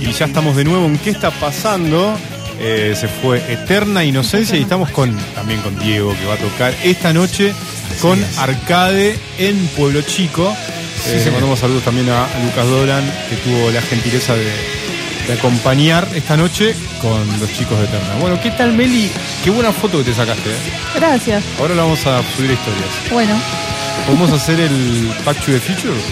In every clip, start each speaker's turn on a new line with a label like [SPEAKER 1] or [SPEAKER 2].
[SPEAKER 1] Y ya estamos de nuevo en ¿Qué está pasando? Eh, se fue Eterna Inocencia y estamos con también con Diego que va a tocar esta noche con Arcade en Pueblo Chico. Eh, le mandamos saludos también a Lucas Dolan que tuvo la gentileza de, de acompañar esta noche con los chicos de Eterna. Bueno, ¿qué tal Meli? Qué buena foto que te sacaste. eh.
[SPEAKER 2] Gracias.
[SPEAKER 1] Ahora la vamos a subir a historias.
[SPEAKER 2] Bueno,
[SPEAKER 1] ¿Podemos hacer el patch de features?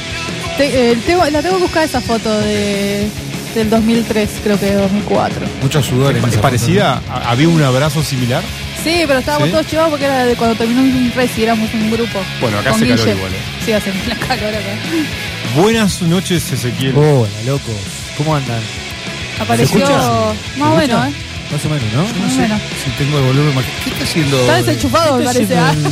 [SPEAKER 2] te- eh, tengo- la tengo que buscar esa foto de, del 2003, creo que 2004.
[SPEAKER 3] Muchos sudores.
[SPEAKER 1] ¿Es parecida? ¿Ha- ¿Había un abrazo similar?
[SPEAKER 2] Sí, pero estábamos
[SPEAKER 1] ¿Sí?
[SPEAKER 2] todos llevados porque era de cuando terminó un res y éramos un grupo.
[SPEAKER 1] Bueno, acá
[SPEAKER 2] Con
[SPEAKER 1] hace calor
[SPEAKER 2] Guille.
[SPEAKER 1] igual, eh.
[SPEAKER 2] Sí, hace la calor acá.
[SPEAKER 1] Buenas noches, Ezequiel.
[SPEAKER 3] Hola, loco. ¿Cómo andan?
[SPEAKER 2] Apareció
[SPEAKER 3] escucha?
[SPEAKER 2] más o menos, ¿eh?
[SPEAKER 3] Más o menos, ¿no?
[SPEAKER 2] Más o menos.
[SPEAKER 3] Si tengo el volumen más. ¿Qué está haciendo?
[SPEAKER 2] Está desenchufado, me
[SPEAKER 4] Este
[SPEAKER 2] parece. ¿ah?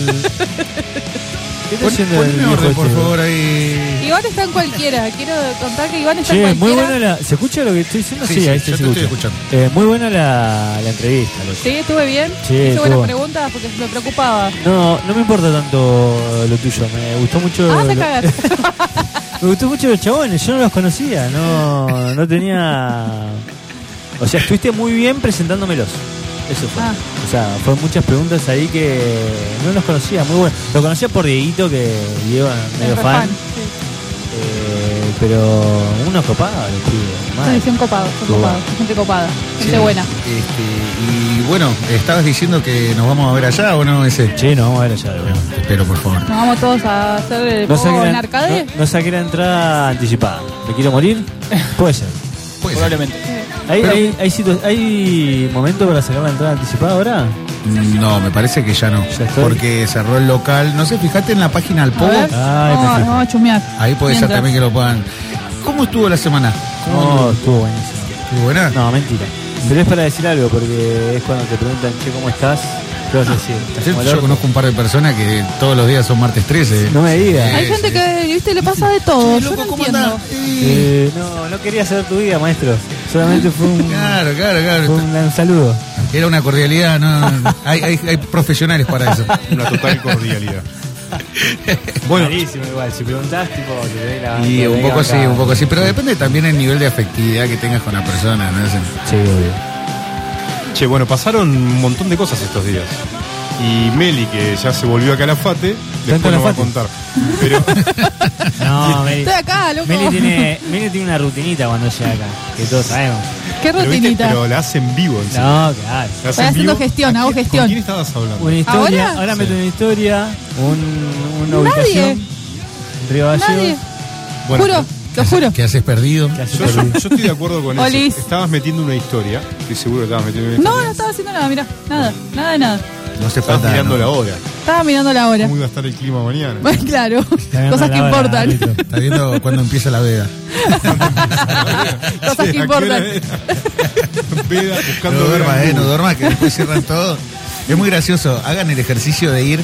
[SPEAKER 3] ¿Qué está
[SPEAKER 4] Pon-
[SPEAKER 3] haciendo el
[SPEAKER 4] Ponme
[SPEAKER 3] viejo
[SPEAKER 4] orden, por
[SPEAKER 3] este?
[SPEAKER 4] favor, ahí.
[SPEAKER 2] Iván está en cualquiera. Quiero contar que Iván está
[SPEAKER 4] Che,
[SPEAKER 2] en
[SPEAKER 4] muy
[SPEAKER 2] cualquiera.
[SPEAKER 4] buena la. ¿Se escucha lo que estoy diciendo?
[SPEAKER 3] Sí, este
[SPEAKER 4] Sí,
[SPEAKER 3] sí,
[SPEAKER 4] ahí se
[SPEAKER 3] yo te
[SPEAKER 4] escucha.
[SPEAKER 3] estoy escuchando.
[SPEAKER 4] Eh, muy buena la, la entrevista, loco.
[SPEAKER 2] Sí, estuve bien.
[SPEAKER 4] Sí,
[SPEAKER 2] Hice
[SPEAKER 4] estuvo
[SPEAKER 2] buenas
[SPEAKER 4] bueno.
[SPEAKER 2] preguntas porque me preocupaba.
[SPEAKER 4] No, no me importa tanto lo tuyo, me gustó mucho.
[SPEAKER 2] Ah,
[SPEAKER 4] lo-
[SPEAKER 2] se cagar.
[SPEAKER 4] me gustó mucho los chabones, yo no los conocía, no, no tenía. O sea, estuviste muy bien presentándomelos. Eso fue.
[SPEAKER 2] Ah.
[SPEAKER 4] O sea, fueron muchas preguntas ahí que no los conocía, muy bueno. Lo conocía por Dieguito, que Diego es medio
[SPEAKER 2] Fue
[SPEAKER 4] fan.
[SPEAKER 2] sí.
[SPEAKER 4] eh, pero unos copados, los pibes, mal.
[SPEAKER 2] Sí, son copados, son
[SPEAKER 4] Estuvo
[SPEAKER 2] copados,
[SPEAKER 4] bueno.
[SPEAKER 2] gente copada, gente
[SPEAKER 3] Sí,
[SPEAKER 2] buena.
[SPEAKER 3] Este, y bueno, estabas diciendo que nos vamos a ver allá o no, ese.
[SPEAKER 4] Che, nos vamos a ver allá de nuevo.
[SPEAKER 3] Espero, por favor.
[SPEAKER 2] Nos vamos todos a hacer el
[SPEAKER 4] No
[SPEAKER 2] pogo
[SPEAKER 4] saqué,
[SPEAKER 2] en
[SPEAKER 4] la,
[SPEAKER 2] arcade.
[SPEAKER 4] no- no saqué la entrada anticipada. ¿Me quiero morir? Puede ser.
[SPEAKER 3] Puede ser.
[SPEAKER 5] Probablemente.
[SPEAKER 4] ¿Hay,
[SPEAKER 3] Pero-
[SPEAKER 4] hay, hay, situ- hay momento para sacar la entrada anticipada ahora?
[SPEAKER 3] No, me parece que ya no.
[SPEAKER 4] Ya estoy.
[SPEAKER 3] porque cerró el local. No sé, fijate en la página del
[SPEAKER 2] A
[SPEAKER 3] Pogo.
[SPEAKER 2] ver,
[SPEAKER 4] Ay,
[SPEAKER 2] vamos,
[SPEAKER 4] perfecto.
[SPEAKER 2] vamos a chumear.
[SPEAKER 3] Ahí puede ser
[SPEAKER 2] Mientras.
[SPEAKER 3] también que lo puedan. ¿Cómo estuvo la semana?
[SPEAKER 4] No, estuvo buenísimo.
[SPEAKER 3] ¿Estuvo buena?
[SPEAKER 4] No, mentira. Pero es para decir algo, porque es cuando te preguntan, che, ¿cómo estás? ¿Qué vas a decir? ¿Estás
[SPEAKER 3] Yo,
[SPEAKER 4] como el
[SPEAKER 3] yo
[SPEAKER 4] orto?
[SPEAKER 3] conozco un par de personas que todos los días son martes 13.
[SPEAKER 4] No me digas.
[SPEAKER 2] Hay
[SPEAKER 3] Eh,
[SPEAKER 2] gente
[SPEAKER 3] sí.
[SPEAKER 2] que, viste, le pasa de todo.
[SPEAKER 3] Che,
[SPEAKER 2] Yo no
[SPEAKER 3] loco, ¿cómo
[SPEAKER 2] entiendo.
[SPEAKER 3] andás? Eh,
[SPEAKER 4] Eh, no, no quería saber tu vida, maestro. Solamente fue un,
[SPEAKER 3] Claro, claro,
[SPEAKER 4] fue
[SPEAKER 3] claro.
[SPEAKER 4] un, un saludo.
[SPEAKER 3] Era una cordialidad, no, no, hay, hay, hay profesionales para eso.
[SPEAKER 1] Una total cordialidad.
[SPEAKER 4] Bueno. igual. Si preguntás, tipo, te doy la
[SPEAKER 3] Y
[SPEAKER 4] te doy
[SPEAKER 3] un poco
[SPEAKER 4] la
[SPEAKER 3] sí,
[SPEAKER 4] bancada.
[SPEAKER 3] un poco sí, pero depende también el nivel de afectividad que tengas con la persona, ¿no? Es-
[SPEAKER 4] Sí, obvio.
[SPEAKER 1] Che, bueno, pasaron un montón de cosas estos días. Y Meli, que ya se volvió a Calafate, después nos va a
[SPEAKER 4] Calafate?
[SPEAKER 1] contar. Pero
[SPEAKER 4] No, Meli.
[SPEAKER 2] Estoy acá, loco.
[SPEAKER 4] Meli tiene, Meli tiene una rutinita cuando llega acá, que todos sabemos.
[SPEAKER 2] Qué
[SPEAKER 1] pero, viste,
[SPEAKER 2] rutinita.
[SPEAKER 1] pero la hacen vivo encima.
[SPEAKER 4] No, claro.
[SPEAKER 1] La
[SPEAKER 2] Estoy
[SPEAKER 1] hacen
[SPEAKER 2] haciendo
[SPEAKER 1] vivo.
[SPEAKER 2] gestión, hago
[SPEAKER 1] ¿Con quién-
[SPEAKER 2] gestión.
[SPEAKER 1] ¿Con quién estabas hablando?
[SPEAKER 4] Una historia,
[SPEAKER 2] ¿Ahora?
[SPEAKER 4] ahora, meto una historia, un, una ubicación. Río Gallegos.
[SPEAKER 2] Nadie.
[SPEAKER 3] Bueno,
[SPEAKER 2] juro, lo juro.
[SPEAKER 3] ¿Qué haces perdido?
[SPEAKER 4] que hace
[SPEAKER 1] Yo, yo-
[SPEAKER 4] perdido.
[SPEAKER 1] yo estoy de acuerdo con
[SPEAKER 2] Olis.
[SPEAKER 1] eso. Estabas metiendo una historia. Estoy seguro que estabas metiendo una
[SPEAKER 2] No,
[SPEAKER 1] historia.
[SPEAKER 2] no estaba haciendo nada, mirá. Nada, nada de nada.
[SPEAKER 3] No se
[SPEAKER 1] Estabas
[SPEAKER 3] falta.
[SPEAKER 1] mirando la
[SPEAKER 3] no.
[SPEAKER 1] hora.
[SPEAKER 2] Estaba mirando la hora.
[SPEAKER 1] ¿Cómo iba a estar el clima mañana?
[SPEAKER 2] Bueno, claro,
[SPEAKER 4] mirando
[SPEAKER 2] cosas
[SPEAKER 4] la
[SPEAKER 2] que
[SPEAKER 4] hora,
[SPEAKER 2] importan.
[SPEAKER 4] árbitro.
[SPEAKER 3] Está viendo cuándo empieza la veda.
[SPEAKER 2] Cosas que
[SPEAKER 1] ¿A qué hora era?
[SPEAKER 2] importan.
[SPEAKER 1] Veda
[SPEAKER 3] No
[SPEAKER 1] buscando
[SPEAKER 3] duerma,
[SPEAKER 1] Gran
[SPEAKER 3] eh, no
[SPEAKER 1] Bull.
[SPEAKER 3] duerma, que después cierran todo. Es muy gracioso. Hagan el ejercicio de ir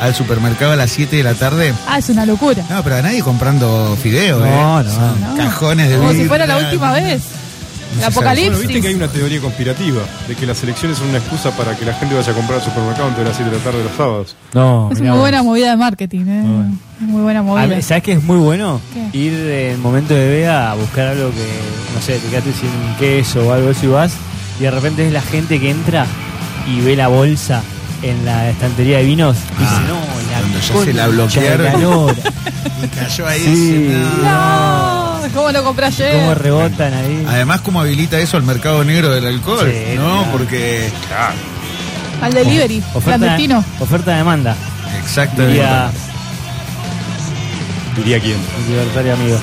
[SPEAKER 3] al supermercado a las 7 de la tarde.
[SPEAKER 2] Ah, es una locura.
[SPEAKER 3] No, pero a nadie comprando fideos,
[SPEAKER 4] No,
[SPEAKER 3] ¿eh?
[SPEAKER 4] no.
[SPEAKER 3] Son
[SPEAKER 2] No.
[SPEAKER 3] Cajones de
[SPEAKER 2] Como si
[SPEAKER 3] birra,
[SPEAKER 2] fuera la última vez. El
[SPEAKER 3] sabe.
[SPEAKER 1] Bueno, viste que hay
[SPEAKER 2] apocalipsis.
[SPEAKER 1] una teoría conspirativa de que las elecciones son una excusa para que la gente vaya a comprar al supermercado antes de las 7 de la tarde los sábados.
[SPEAKER 4] No,
[SPEAKER 2] Es una
[SPEAKER 4] mirá vos.
[SPEAKER 2] muy buena movida de marketing, ¿eh? Muy buena
[SPEAKER 4] A
[SPEAKER 2] movida.
[SPEAKER 4] ver, Ah, ¿Sabes qué es muy bueno?
[SPEAKER 2] ¿Qué?
[SPEAKER 4] Ir eh, en momento de veda a buscar algo que, no sé, te quedaste sin queso o algo así vas y de repente es la gente que entra y ve la bolsa en la estantería de vinos y dice,
[SPEAKER 3] Ah,
[SPEAKER 4] no, la
[SPEAKER 3] cuando ya se
[SPEAKER 4] concha
[SPEAKER 3] la
[SPEAKER 4] de
[SPEAKER 3] bloquearon".
[SPEAKER 4] calor".
[SPEAKER 3] Y cayó ahí.
[SPEAKER 4] Sí.
[SPEAKER 3] no.
[SPEAKER 2] No, ¿cómo lo compré ayer?
[SPEAKER 4] Ah, ¿Cómo rebotan ahí?
[SPEAKER 3] Además, ¿cómo habilita eso al mercado negro del alcohol?
[SPEAKER 4] Sí,
[SPEAKER 3] ¿No?
[SPEAKER 4] claro.
[SPEAKER 3] Porque.
[SPEAKER 2] Al delivery, clandestino.
[SPEAKER 4] oferta demanda,
[SPEAKER 3] Exactamente.
[SPEAKER 4] diría
[SPEAKER 1] Diría quién.
[SPEAKER 4] un libertario amigo.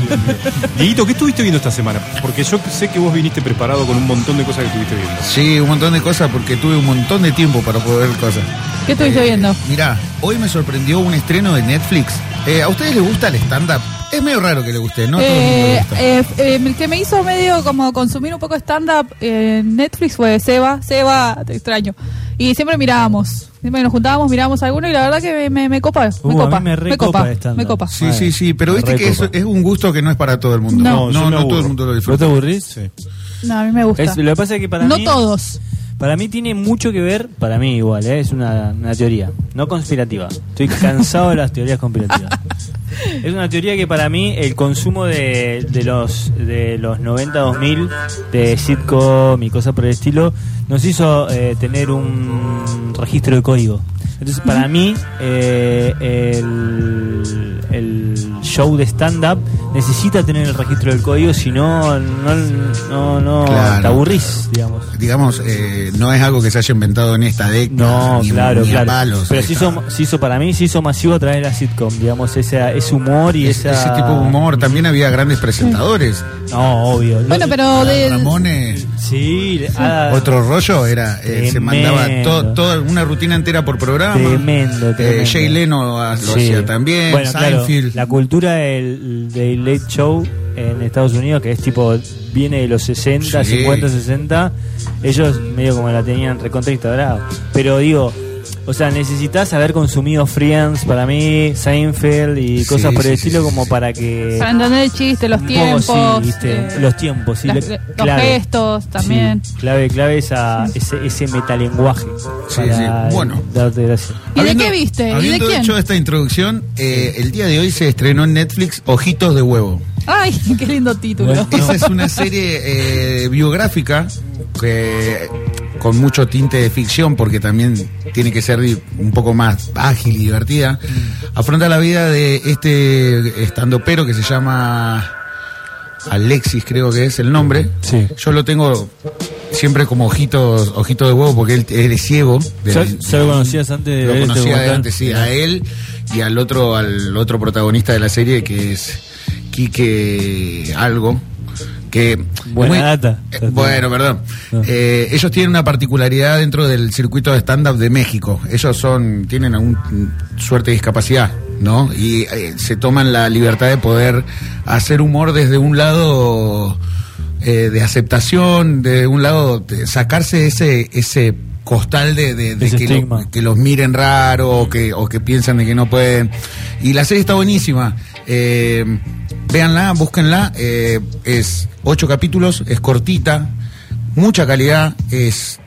[SPEAKER 1] Dieguito, ¿qué estuviste viendo esta semana? Porque yo sé que vos viniste preparado con un montón de cosas que estuviste viendo.
[SPEAKER 3] Sí, un montón de cosas porque tuve un montón de tiempo para poder ver cosas.
[SPEAKER 2] ¿Qué estuviste
[SPEAKER 3] Eh,
[SPEAKER 2] viendo?
[SPEAKER 3] Mirá, hoy me sorprendió un estreno de Netflix. Eh, ¿A ustedes les gusta el stand-up? Es medio raro que les guste, ¿no? A todo el mundo le
[SPEAKER 2] Eh,
[SPEAKER 3] gusta.
[SPEAKER 2] eh, eh, el que me hizo medio como consumir un poco stand-up en Netflix fue Seba. Seba, te extraño. Y siempre mirábamos. Siempre nos juntábamos, mirábamos alguno y la verdad que me, me, me copa. Me
[SPEAKER 4] Uh, a
[SPEAKER 2] copa.
[SPEAKER 4] mí me re
[SPEAKER 2] me copa.
[SPEAKER 4] copa el stand-up.
[SPEAKER 2] me copa.
[SPEAKER 3] Sí, sí, sí, pero
[SPEAKER 4] Me
[SPEAKER 3] viste que es,
[SPEAKER 4] recopa.
[SPEAKER 3] es un gusto que no es para todo el mundo.
[SPEAKER 2] No.
[SPEAKER 3] no,
[SPEAKER 1] No, yo me
[SPEAKER 3] no todo
[SPEAKER 1] aburro.
[SPEAKER 3] el mundo
[SPEAKER 4] ¿No
[SPEAKER 3] lo
[SPEAKER 4] te
[SPEAKER 3] disfruta.
[SPEAKER 4] aburrís?
[SPEAKER 2] No, a mí me gusta.
[SPEAKER 4] Es- lo que pasa es que para
[SPEAKER 2] no
[SPEAKER 4] mí...
[SPEAKER 2] todos.
[SPEAKER 4] Para mí tiene mucho que ver, para mí igual, ¿eh? es una, una teoría, no conspirativa. Estoy cansado de las teorías conspirativas. Es una teoría que para mí el consumo de, de los de los 90 2000 de sitcom y cosas por el estilo nos hizo eh, tener un registro de código. Entonces para mí eh, el, el show de stand up necesita tener el registro del código, si no no no, no
[SPEAKER 3] Claro.
[SPEAKER 4] te aburrís, digamos.
[SPEAKER 3] Digamos, eh, no es algo que se haya inventado en esta década.
[SPEAKER 4] No,
[SPEAKER 3] Ah, ni-
[SPEAKER 4] claro,
[SPEAKER 3] ni a
[SPEAKER 4] claro.
[SPEAKER 3] palos.
[SPEAKER 4] Pero se
[SPEAKER 3] Está-
[SPEAKER 4] hizo, se hizo para mí, se hizo masivo a través de la sitcom, digamos, ese, ese humor y
[SPEAKER 3] ese,
[SPEAKER 4] esa...
[SPEAKER 3] ese tipo de humor. También había grandes presentadores.
[SPEAKER 4] No, obvio. No,
[SPEAKER 2] Bueno, pero de,
[SPEAKER 3] Ramones.
[SPEAKER 4] Sí, ah,
[SPEAKER 3] Otro rollo era, eh, se
[SPEAKER 4] Tremendo.
[SPEAKER 3] mandaba to- toda una rutina entera por programa.
[SPEAKER 4] tremendo, tremendo.
[SPEAKER 3] Eh, Jay Leno ah, lo
[SPEAKER 4] Sí.
[SPEAKER 3] hacía también,
[SPEAKER 4] Bueno, claro,
[SPEAKER 3] Seinfeld.
[SPEAKER 4] la cultura del, del late show en Estados Unidos, que es tipo, viene de los 60,
[SPEAKER 3] Sí.
[SPEAKER 4] 50, 60, ellos medio como la tenían recontra instaurada. Pero digo, o sea, necesitas haber consumido Friends para mí, Seinfeld y
[SPEAKER 3] Sí,
[SPEAKER 4] cosas por
[SPEAKER 3] sí,
[SPEAKER 4] el
[SPEAKER 3] sí,
[SPEAKER 4] estilo
[SPEAKER 3] sí,
[SPEAKER 4] como
[SPEAKER 3] sí.
[SPEAKER 4] para que...
[SPEAKER 2] para entender el chiste, los
[SPEAKER 4] un
[SPEAKER 2] tiempos,
[SPEAKER 4] poco, sí, viste,
[SPEAKER 2] eh,
[SPEAKER 4] los tiempos, sí,
[SPEAKER 2] las-
[SPEAKER 4] lo-
[SPEAKER 2] los
[SPEAKER 4] clave.
[SPEAKER 2] gestos también.
[SPEAKER 4] Sí, clave, clave esa, ese, ese metalenguaje.
[SPEAKER 3] Sí,
[SPEAKER 4] para
[SPEAKER 3] sí, bueno.
[SPEAKER 4] Darte gracia.
[SPEAKER 2] ¿Y de qué viste? ¿Y de
[SPEAKER 3] habiendo
[SPEAKER 2] quién?
[SPEAKER 3] hecho esta introducción, eh, el día de hoy se estrenó en Netflix Ojitos de Huevo.
[SPEAKER 2] Ay, qué lindo título.
[SPEAKER 4] Bueno.
[SPEAKER 3] Esa es una serie eh, biográfica que con mucho tinte de ficción, porque también tiene que ser di- un poco más ágil y divertida. Afronta la vida de este estandopero que se llama Alexis, creo que es el nombre.
[SPEAKER 4] Sí.
[SPEAKER 3] Yo lo tengo siempre como ojitos, ojito de huevo, porque él, él es ciego. de-
[SPEAKER 4] ¿Ya- ya lo conocías antes de
[SPEAKER 3] Lo
[SPEAKER 4] este
[SPEAKER 3] conocía de
[SPEAKER 4] documental?
[SPEAKER 3] antes, sí, a él y al otro, al otro protagonista de la serie que es Quique algo. Que
[SPEAKER 4] Buena data.
[SPEAKER 3] eh, bueno, perdón. Eh, ellos tienen una particularidad dentro del circuito de stand-up de México. Ellos son, tienen alguna suerte de discapacidad, ¿no? Y eh, se toman la libertad de poder hacer humor desde un lado eh, de aceptación, de un lado de sacarse ese, ese costal de, de- de
[SPEAKER 4] Ese
[SPEAKER 3] que, lo-
[SPEAKER 4] estigma.
[SPEAKER 3] que los miren raro o que, o que piensan de que no pueden. Y la serie está buenísima. Eh, véanla, búsquenla. Eh, es ocho capítulos, es cortita, mucha calidad, es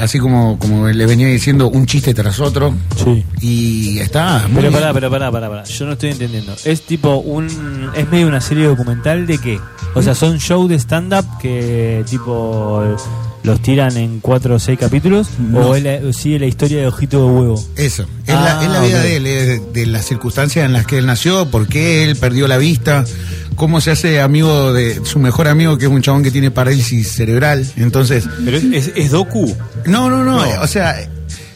[SPEAKER 3] así como, como les venía diciendo, un chiste tras otro.
[SPEAKER 4] Sí.
[SPEAKER 3] Y está muy
[SPEAKER 4] Pero
[SPEAKER 3] bien.
[SPEAKER 4] pará, pero pará, pará, pará. Yo no estoy entendiendo. Es tipo un. Es medio una serie documental de qué? O sea, son show de stand-up que tipo. Los tiran en cuatro o seis capítulos. O es la- sigue la historia de Ojito de Huevo.
[SPEAKER 3] Eso, es,
[SPEAKER 4] Ah,
[SPEAKER 3] la, es la vida
[SPEAKER 4] ok.
[SPEAKER 3] de él, es de las circunstancias en las que él nació, por qué él perdió la vista, cómo se hace amigo de su mejor amigo, que es un chabón que tiene parálisis cerebral. Entonces,
[SPEAKER 1] Pero es, es- es docu.
[SPEAKER 3] no, no, no,
[SPEAKER 1] No.
[SPEAKER 3] eh, o sea,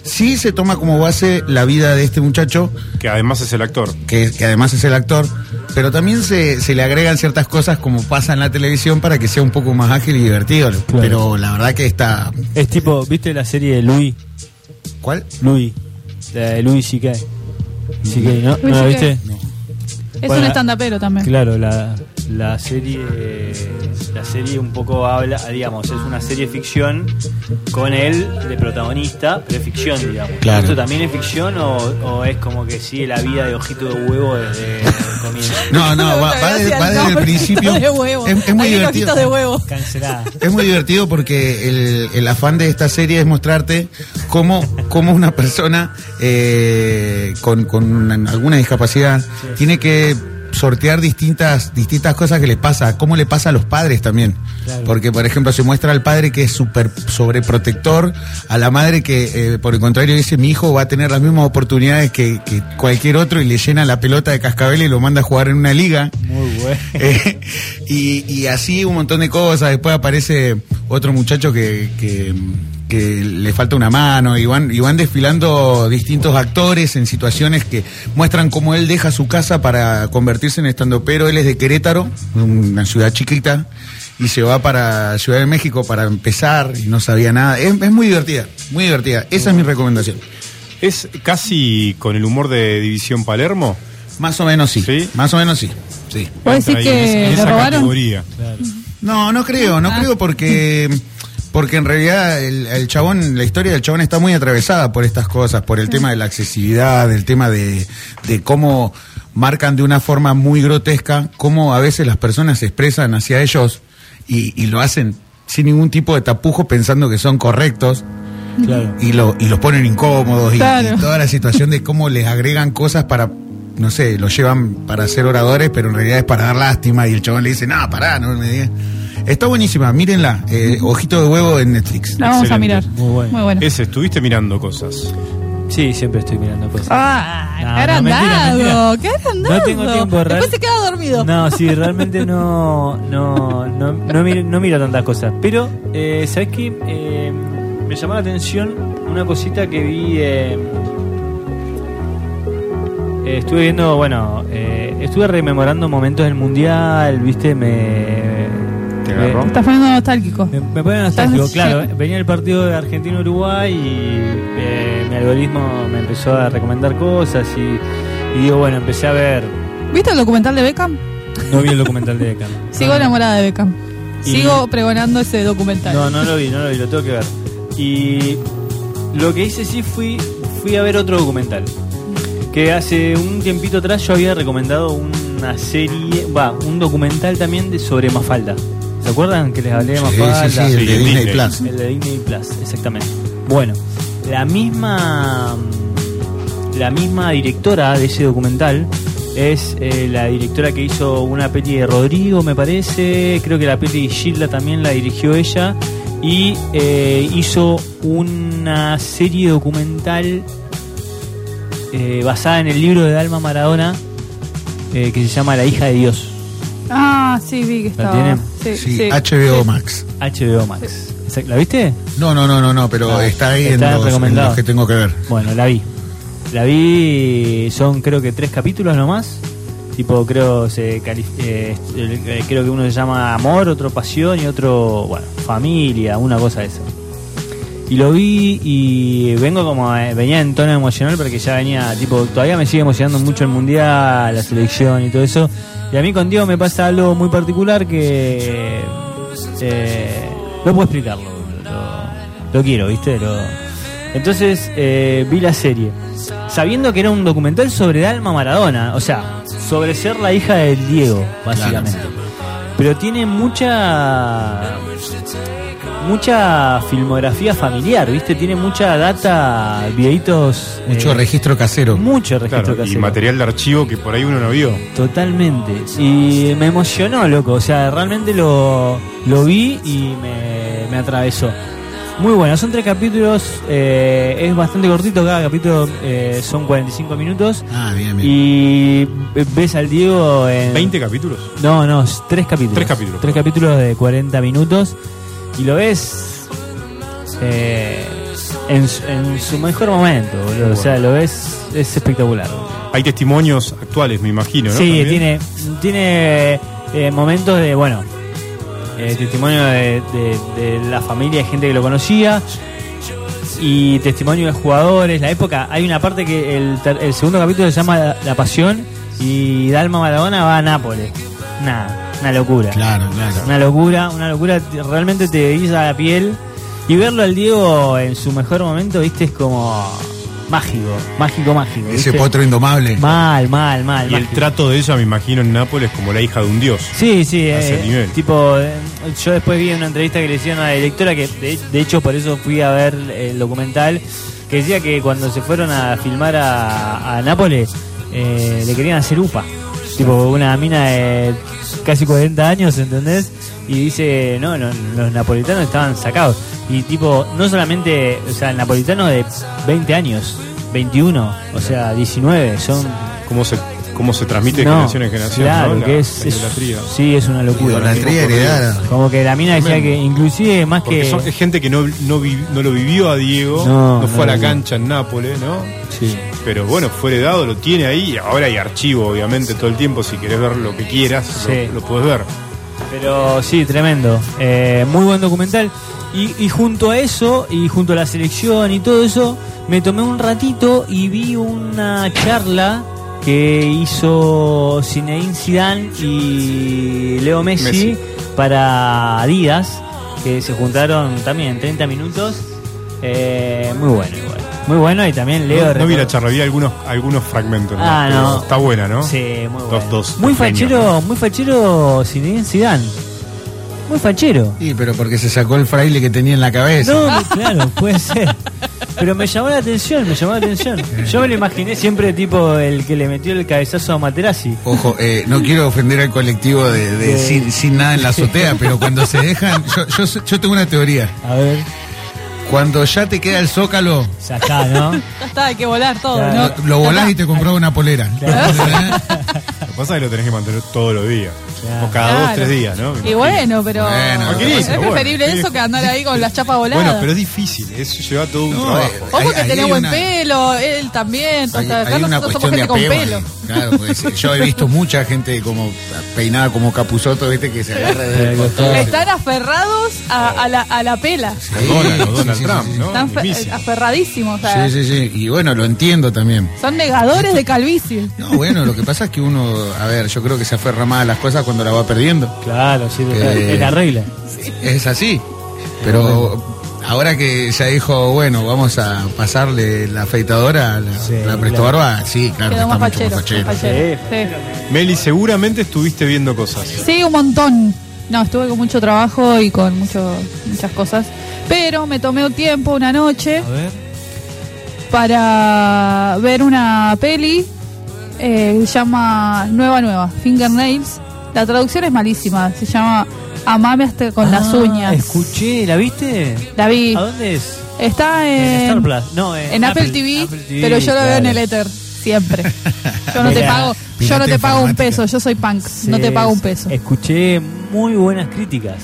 [SPEAKER 3] sí se toma como base la vida de este muchacho,
[SPEAKER 1] Que además es el actor.
[SPEAKER 3] que, que además es el actor, pero también se, se le agregan ciertas cosas como pasa en la televisión para que sea un poco más ágil y divertido. Pero la verdad que está...
[SPEAKER 4] Es tipo. ¿Viste la serie de Louis?
[SPEAKER 3] ¿Cuál?
[SPEAKER 4] Louis. La de Louis C.K. C.K., ¿no? ¿No la
[SPEAKER 2] C.K..
[SPEAKER 4] viste?
[SPEAKER 2] es
[SPEAKER 4] Bueno,
[SPEAKER 2] un estandapero también.
[SPEAKER 4] Claro, la, la serie la serie un poco habla, digamos, es una serie ficción con él de protagonista, pero es ficción, digamos.
[SPEAKER 3] Claro.
[SPEAKER 4] ¿Esto también es ficción o, o es como que sigue la vida de ojito de huevo desde el comienzo?
[SPEAKER 3] No, no, va, va de- va desde el principio.
[SPEAKER 2] De huevo.
[SPEAKER 3] Es, es muy
[SPEAKER 2] Hay unos
[SPEAKER 3] divertido.
[SPEAKER 2] ojitos de huevo.
[SPEAKER 4] Cancelada.
[SPEAKER 3] Es muy divertido porque el, el afán de esta serie es mostrarte cómo, cómo una persona eh, con, con una- alguna discapacidad tiene que sortear distintas, distintas cosas que le pasa, cómo le pasa a los padres también.
[SPEAKER 4] Claro.
[SPEAKER 3] Porque, por ejemplo, se muestra al padre que es súper sobreprotector, a la madre que, eh, por el contrario, dice, mi hijo va a tener las mismas oportunidades que, que cualquier otro y le llena la pelota de cascabel y lo manda a jugar en una liga.
[SPEAKER 4] Muy bueno.
[SPEAKER 3] Eh, y, y así un montón de cosas. Después aparece otro muchacho que, que- que le falta una mano y van, y van desfilando distintos actores en situaciones que muestran cómo él deja su casa para convertirse en estandopero. Él es de Querétaro, una ciudad chiquita, y se va para Ciudad de México para empezar y no sabía nada. Es, es muy divertida, muy divertida. Esa es mi recomendación.
[SPEAKER 1] Es casi con el humor de División Palermo.
[SPEAKER 3] Más o menos sí.
[SPEAKER 1] ¿Sí?
[SPEAKER 3] Más o menos sí. Sí.
[SPEAKER 2] ¿Puedo decir
[SPEAKER 1] Entra ahí en esa-
[SPEAKER 2] que
[SPEAKER 1] en
[SPEAKER 2] le
[SPEAKER 1] esa
[SPEAKER 2] robaron?
[SPEAKER 1] categoría.
[SPEAKER 3] No, no creo, no
[SPEAKER 2] Ah.
[SPEAKER 3] creo porque porque en realidad el, el chabón, la historia del chabón está muy atravesada por estas cosas, por el tema de la accesibilidad, el tema de, de cómo marcan de una forma muy grotesca, cómo a veces las personas se expresan hacia ellos y, y lo hacen sin ningún tipo de tapujo pensando que son correctos
[SPEAKER 4] Claro.
[SPEAKER 3] y, lo, y los ponen incómodos y,
[SPEAKER 2] Claro.
[SPEAKER 3] y toda la situación de cómo les agregan cosas para, no sé, los llevan para ser oradores, pero en realidad es para dar lástima y el chabón le dice, no, pará, no me digas. Está buenísima, mírenla, eh, Ojito de Huevo en Netflix.
[SPEAKER 2] La vamos a
[SPEAKER 1] Excelente.
[SPEAKER 2] mirar.
[SPEAKER 4] Muy bueno.
[SPEAKER 2] Muy bueno.
[SPEAKER 1] Ese, estuviste mirando cosas.
[SPEAKER 4] Sí, siempre estoy mirando cosas.
[SPEAKER 2] Ah,
[SPEAKER 4] No,
[SPEAKER 2] qué
[SPEAKER 4] no, mentira,
[SPEAKER 2] agrandado,
[SPEAKER 4] mentira.
[SPEAKER 2] qué agrandado.
[SPEAKER 4] No tengo tiempo, real.
[SPEAKER 2] Después se queda dormido.
[SPEAKER 4] No, sí, realmente no, no, no, no, miro, no miro tantas cosas. Pero, eh, ¿sabes qué? Eh, me llamó la atención una cosita que vi. eh, eh, estuve viendo, bueno, eh, estuve rememorando momentos del mundial, ¿viste? Me.
[SPEAKER 1] ¿Te
[SPEAKER 4] me-
[SPEAKER 1] agarró?
[SPEAKER 2] Estás poniendo nostálgico.
[SPEAKER 4] Me, me pone nostálgico,
[SPEAKER 2] Estás-
[SPEAKER 4] claro. eh, Venía el partido de Argentina-Uruguay y eh, mi algoritmo me empezó a recomendar cosas y, y digo, bueno, empecé a ver.
[SPEAKER 2] ¿Viste el documental de Beckham?
[SPEAKER 4] No vi el documental de Beckham.
[SPEAKER 2] Sigo
[SPEAKER 4] No, no.
[SPEAKER 2] enamorada de Beckham.
[SPEAKER 4] Y-
[SPEAKER 2] Sigo pregonando ese documental.
[SPEAKER 4] No, no lo vi, no lo vi, lo tengo que ver. Y lo que hice sí fui, fui a ver otro documental. Que hace un tiempito atrás yo había recomendado una serie, va, un documental también de sobre Mafalda. ¿Se acuerdan que les hablé de Mafalda?
[SPEAKER 3] sí, el
[SPEAKER 1] Sí,
[SPEAKER 3] de
[SPEAKER 1] en
[SPEAKER 3] Disney
[SPEAKER 1] Disney.
[SPEAKER 3] Plus.
[SPEAKER 4] El de Disney Plus, exactamente. Bueno, la misma la misma directora de ese documental es eh, la directora que hizo una peli de Rodrigo, me parece. Creo que la peli de Gilda también la dirigió ella. Y eh, hizo una serie documental eh, basada en el libro de Dalma Maradona eh, que se llama La hija de Dios.
[SPEAKER 2] Ah, sí, vi que estaba.
[SPEAKER 4] tienen?
[SPEAKER 2] Sí,
[SPEAKER 3] Sí,
[SPEAKER 2] sí.
[SPEAKER 3] HBO Max.
[SPEAKER 4] HBO Max. Exact- ¿La viste?
[SPEAKER 3] No, no, no, no, no, pero
[SPEAKER 4] Ah,
[SPEAKER 3] está ahí
[SPEAKER 4] está
[SPEAKER 3] en, los,
[SPEAKER 4] recomendado.
[SPEAKER 3] en los que tengo que ver.
[SPEAKER 4] Bueno, la vi. La vi, son creo que tres capítulos nomás. Tipo, creo, se cali- eh, el- eh, creo que uno se llama amor, otro pasión y otro, bueno, familia, una cosa de eso. Y lo vi y vengo como, eh, venía en tono emocional porque ya venía, tipo, todavía me sigue emocionando mucho el mundial, la selección y todo eso. Y a mí con Diego me pasa algo muy particular que eh, no puedo explicarlo. Lo, lo quiero, ¿viste? Lo- entonces eh, vi la serie, sabiendo que era un documental sobre Alma Maradona, o sea, sobre ser la hija del Diego, básicamente. Pero tiene mucha mucha filmografía familiar, ¿viste? Tiene mucha data, videitos.
[SPEAKER 3] Mucho
[SPEAKER 4] eh,
[SPEAKER 3] registro casero.
[SPEAKER 4] Mucho Eh. registro
[SPEAKER 1] Claro, y
[SPEAKER 4] casero.
[SPEAKER 1] material de archivo que por ahí uno no vio.
[SPEAKER 4] Totalmente. Y me emocionó, loco. O sea, realmente lo, lo vi y me, me atravesó. Muy bueno, son tres capítulos. eh, es bastante cortito, cada capítulo eh, son 45 minutos.
[SPEAKER 3] Ah, bien, bien.
[SPEAKER 4] Y ves al Diego en.
[SPEAKER 1] ¿20 capítulos?
[SPEAKER 4] No, no, s- tres capítulos.
[SPEAKER 1] Tres capítulos,
[SPEAKER 4] Tres
[SPEAKER 1] perdón.
[SPEAKER 4] capítulos de 40 minutos. Y lo ves eh, en, su- en su mejor momento, boludo. O sea, lo ves, es espectacular.
[SPEAKER 1] Hay testimonios actuales, me imagino, ¿no?
[SPEAKER 4] Sí,
[SPEAKER 1] También.
[SPEAKER 4] tiene, tiene eh, momentos de, bueno, eh, testimonio de, de- de la familia, de gente que lo conocía. Y testimonio de jugadores, la época. Hay una parte que el, ter- el segundo capítulo se llama La, La Pasión y Dalma Maradona va a Nápoles. Nada, una locura.
[SPEAKER 3] Claro, claro.
[SPEAKER 4] Una locura, una locura, te- realmente te eriza la piel. Y verlo al Diego en su mejor momento, viste, es como mágico, mágico, mágico.
[SPEAKER 3] Ese
[SPEAKER 4] ¿viste?
[SPEAKER 3] potro indomable.
[SPEAKER 4] Mal, mal, mal.
[SPEAKER 1] Y el
[SPEAKER 4] mágico.
[SPEAKER 1] trato de ella, me imagino, en Nápoles como la hija de un dios.
[SPEAKER 4] Sí, sí,
[SPEAKER 1] A ese
[SPEAKER 4] eh,
[SPEAKER 1] nivel.
[SPEAKER 4] tipo, eh, yo después vi una entrevista que le hicieron a la directora, que de, de hecho por eso fui a ver el documental, que decía que cuando se fueron a filmar a, a Nápoles, eh, le querían hacer UPA. Tipo, una mina de casi 40 años, ¿entendés? Y dice, no, no, los napolitanos estaban sacados. Y tipo, no solamente, o sea, el napolitano de 20 años, 21, o sea, 19, son
[SPEAKER 1] ¿Cómo se, cómo se transmite de
[SPEAKER 4] no,
[SPEAKER 1] generación en generación?
[SPEAKER 4] Claro,
[SPEAKER 1] ¿no? La-
[SPEAKER 4] que es,
[SPEAKER 1] la
[SPEAKER 4] es-
[SPEAKER 1] idolatría.
[SPEAKER 4] Sí, es una locura.
[SPEAKER 3] Idolatría heredada.
[SPEAKER 4] Como que la mina decía que inclusive más
[SPEAKER 1] Porque
[SPEAKER 4] que...
[SPEAKER 1] son- es gente que no, no, vi- no lo vivió a Diego,
[SPEAKER 4] No,
[SPEAKER 1] no,
[SPEAKER 4] no
[SPEAKER 1] fue a
[SPEAKER 4] lo
[SPEAKER 1] la
[SPEAKER 4] vi.
[SPEAKER 1] cancha en Nápoles, ¿no?
[SPEAKER 4] Sí.
[SPEAKER 1] Pero bueno, fue heredado, lo tiene ahí. Ahora hay archivo, obviamente, todo el tiempo. Si querés ver lo que quieras,
[SPEAKER 4] Sí.
[SPEAKER 1] lo, lo podés ver.
[SPEAKER 4] Pero sí, tremendo. Eh, muy buen documental. Y, y junto a eso, y junto a la selección y todo eso, me tomé un ratito y vi una charla que hizo Zinedine Zidane y Leo Messi,
[SPEAKER 1] Messi.
[SPEAKER 4] para Adidas, que se juntaron también 30 minutos. Eh, muy bueno, igual. Muy bueno y también Leo...
[SPEAKER 1] no, no vi
[SPEAKER 4] recor-
[SPEAKER 1] la charla, vi algunos, algunos fragmentos. ¿no?
[SPEAKER 4] Ah,
[SPEAKER 1] Pero
[SPEAKER 4] no.
[SPEAKER 1] Está buena, ¿no?
[SPEAKER 4] Sí, muy bueno.
[SPEAKER 1] Dos, dos,
[SPEAKER 4] muy
[SPEAKER 1] dos genios,
[SPEAKER 4] fachero, muy fachero Zinedine Zidane. Muy fachero.
[SPEAKER 3] Sí, pero porque se sacó el fraile que tenía en la cabeza.
[SPEAKER 4] No, no, claro, puede ser. Pero me llamó la atención, me llamó la atención. Yo me lo imaginé siempre tipo el que le metió el cabezazo a Materazzi.
[SPEAKER 3] Ojo, eh, no quiero ofender al colectivo de, de
[SPEAKER 4] Eh.
[SPEAKER 3] sin, sin nada en la azotea, pero cuando se dejan, yo, yo, sé- yo tengo una teoría.
[SPEAKER 4] A ver,
[SPEAKER 3] Cuando ya te queda el zócalo,
[SPEAKER 4] sacá, ¿no?
[SPEAKER 2] Ya está, hay que volar todo,
[SPEAKER 4] Claro.
[SPEAKER 2] ¿no?
[SPEAKER 3] lo, lo volás y te comprás una polera. ¿Eh?
[SPEAKER 1] Lo que pasa es que lo tenés que mantener todos los días.
[SPEAKER 4] Claro.
[SPEAKER 1] O cada dos,
[SPEAKER 2] Claro.
[SPEAKER 1] tres días, ¿no? Me
[SPEAKER 2] Y
[SPEAKER 1] imagino.
[SPEAKER 2] bueno, pero
[SPEAKER 3] Bueno,
[SPEAKER 2] es
[SPEAKER 1] bueno.
[SPEAKER 2] preferible eso que andar ahí con las chapas voladas.
[SPEAKER 1] Bueno, pero es difícil, eso lleva todo un
[SPEAKER 3] No,
[SPEAKER 1] trabajo.
[SPEAKER 3] eh,
[SPEAKER 2] Ojo
[SPEAKER 3] Ahí-
[SPEAKER 2] que
[SPEAKER 3] ahí
[SPEAKER 2] tenés
[SPEAKER 3] hay
[SPEAKER 2] buen
[SPEAKER 3] una-
[SPEAKER 2] pelo, él también.
[SPEAKER 3] Hay,
[SPEAKER 2] hasta acá
[SPEAKER 3] hay
[SPEAKER 2] no-
[SPEAKER 3] una
[SPEAKER 2] no somos
[SPEAKER 3] cuestión de
[SPEAKER 2] gente con
[SPEAKER 3] apego.
[SPEAKER 2] pelo.
[SPEAKER 3] ahí. Claro, pues, eh, yo he visto mucha gente como peinada como capuzoto, viste, que se agarra de
[SPEAKER 2] Están aferrados a, a la, a la pela.
[SPEAKER 1] Con Donald, o Donald
[SPEAKER 3] Sí, sí,
[SPEAKER 1] Trump,
[SPEAKER 3] sí,
[SPEAKER 1] ¿no?
[SPEAKER 2] Están fe-
[SPEAKER 1] Difícil.
[SPEAKER 2] aferradísimos. o sea,
[SPEAKER 3] Sí, sí, sí. Y bueno, lo entiendo también.
[SPEAKER 2] Son negadores de calvicie.
[SPEAKER 3] No, bueno, lo que pasa es que uno, a ver, yo creo que se aferra más a las cosas cuando las va perdiendo.
[SPEAKER 4] Claro, sí,
[SPEAKER 3] Eh.
[SPEAKER 4] es la regla.
[SPEAKER 3] Es así. Pero ahora que ya dijo, bueno, vamos a pasarle la afeitadora, la,
[SPEAKER 4] Sí,
[SPEAKER 3] la presto
[SPEAKER 4] claro.
[SPEAKER 3] barba, sí, claro, que
[SPEAKER 2] Quedó más
[SPEAKER 3] está mucho
[SPEAKER 2] fachero.
[SPEAKER 3] más fachero.
[SPEAKER 2] más fachero, sí.
[SPEAKER 3] eh.
[SPEAKER 1] Meli, seguramente estuviste viendo cosas.
[SPEAKER 2] Sí, un montón. No, estuve con mucho trabajo y con mucho, muchas cosas. Pero me tomé un tiempo, una noche,
[SPEAKER 4] A ver.
[SPEAKER 2] para ver una peli. eh, se llama Nueva Nueva, Fingernails. La traducción es malísima. Se llama Amame hasta con las
[SPEAKER 4] Ah,
[SPEAKER 2] uñas.
[SPEAKER 4] Escuché, ¿la viste?
[SPEAKER 2] La vi.
[SPEAKER 4] ¿A dónde es?
[SPEAKER 2] Está en,
[SPEAKER 4] En Star Plus. No, en
[SPEAKER 2] en Apple,
[SPEAKER 4] Apple-
[SPEAKER 2] TV,
[SPEAKER 4] Apple TV,
[SPEAKER 2] pero yo lo veo en
[SPEAKER 4] claro.
[SPEAKER 2] el éter siempre. Yo no te
[SPEAKER 4] Mirá,
[SPEAKER 2] pago, yo no
[SPEAKER 3] pirata
[SPEAKER 2] te pago un
[SPEAKER 3] informática.
[SPEAKER 2] peso, yo soy punk, no te
[SPEAKER 4] Sí, Eh.
[SPEAKER 2] pago un peso.
[SPEAKER 4] Escuché muy buenas críticas.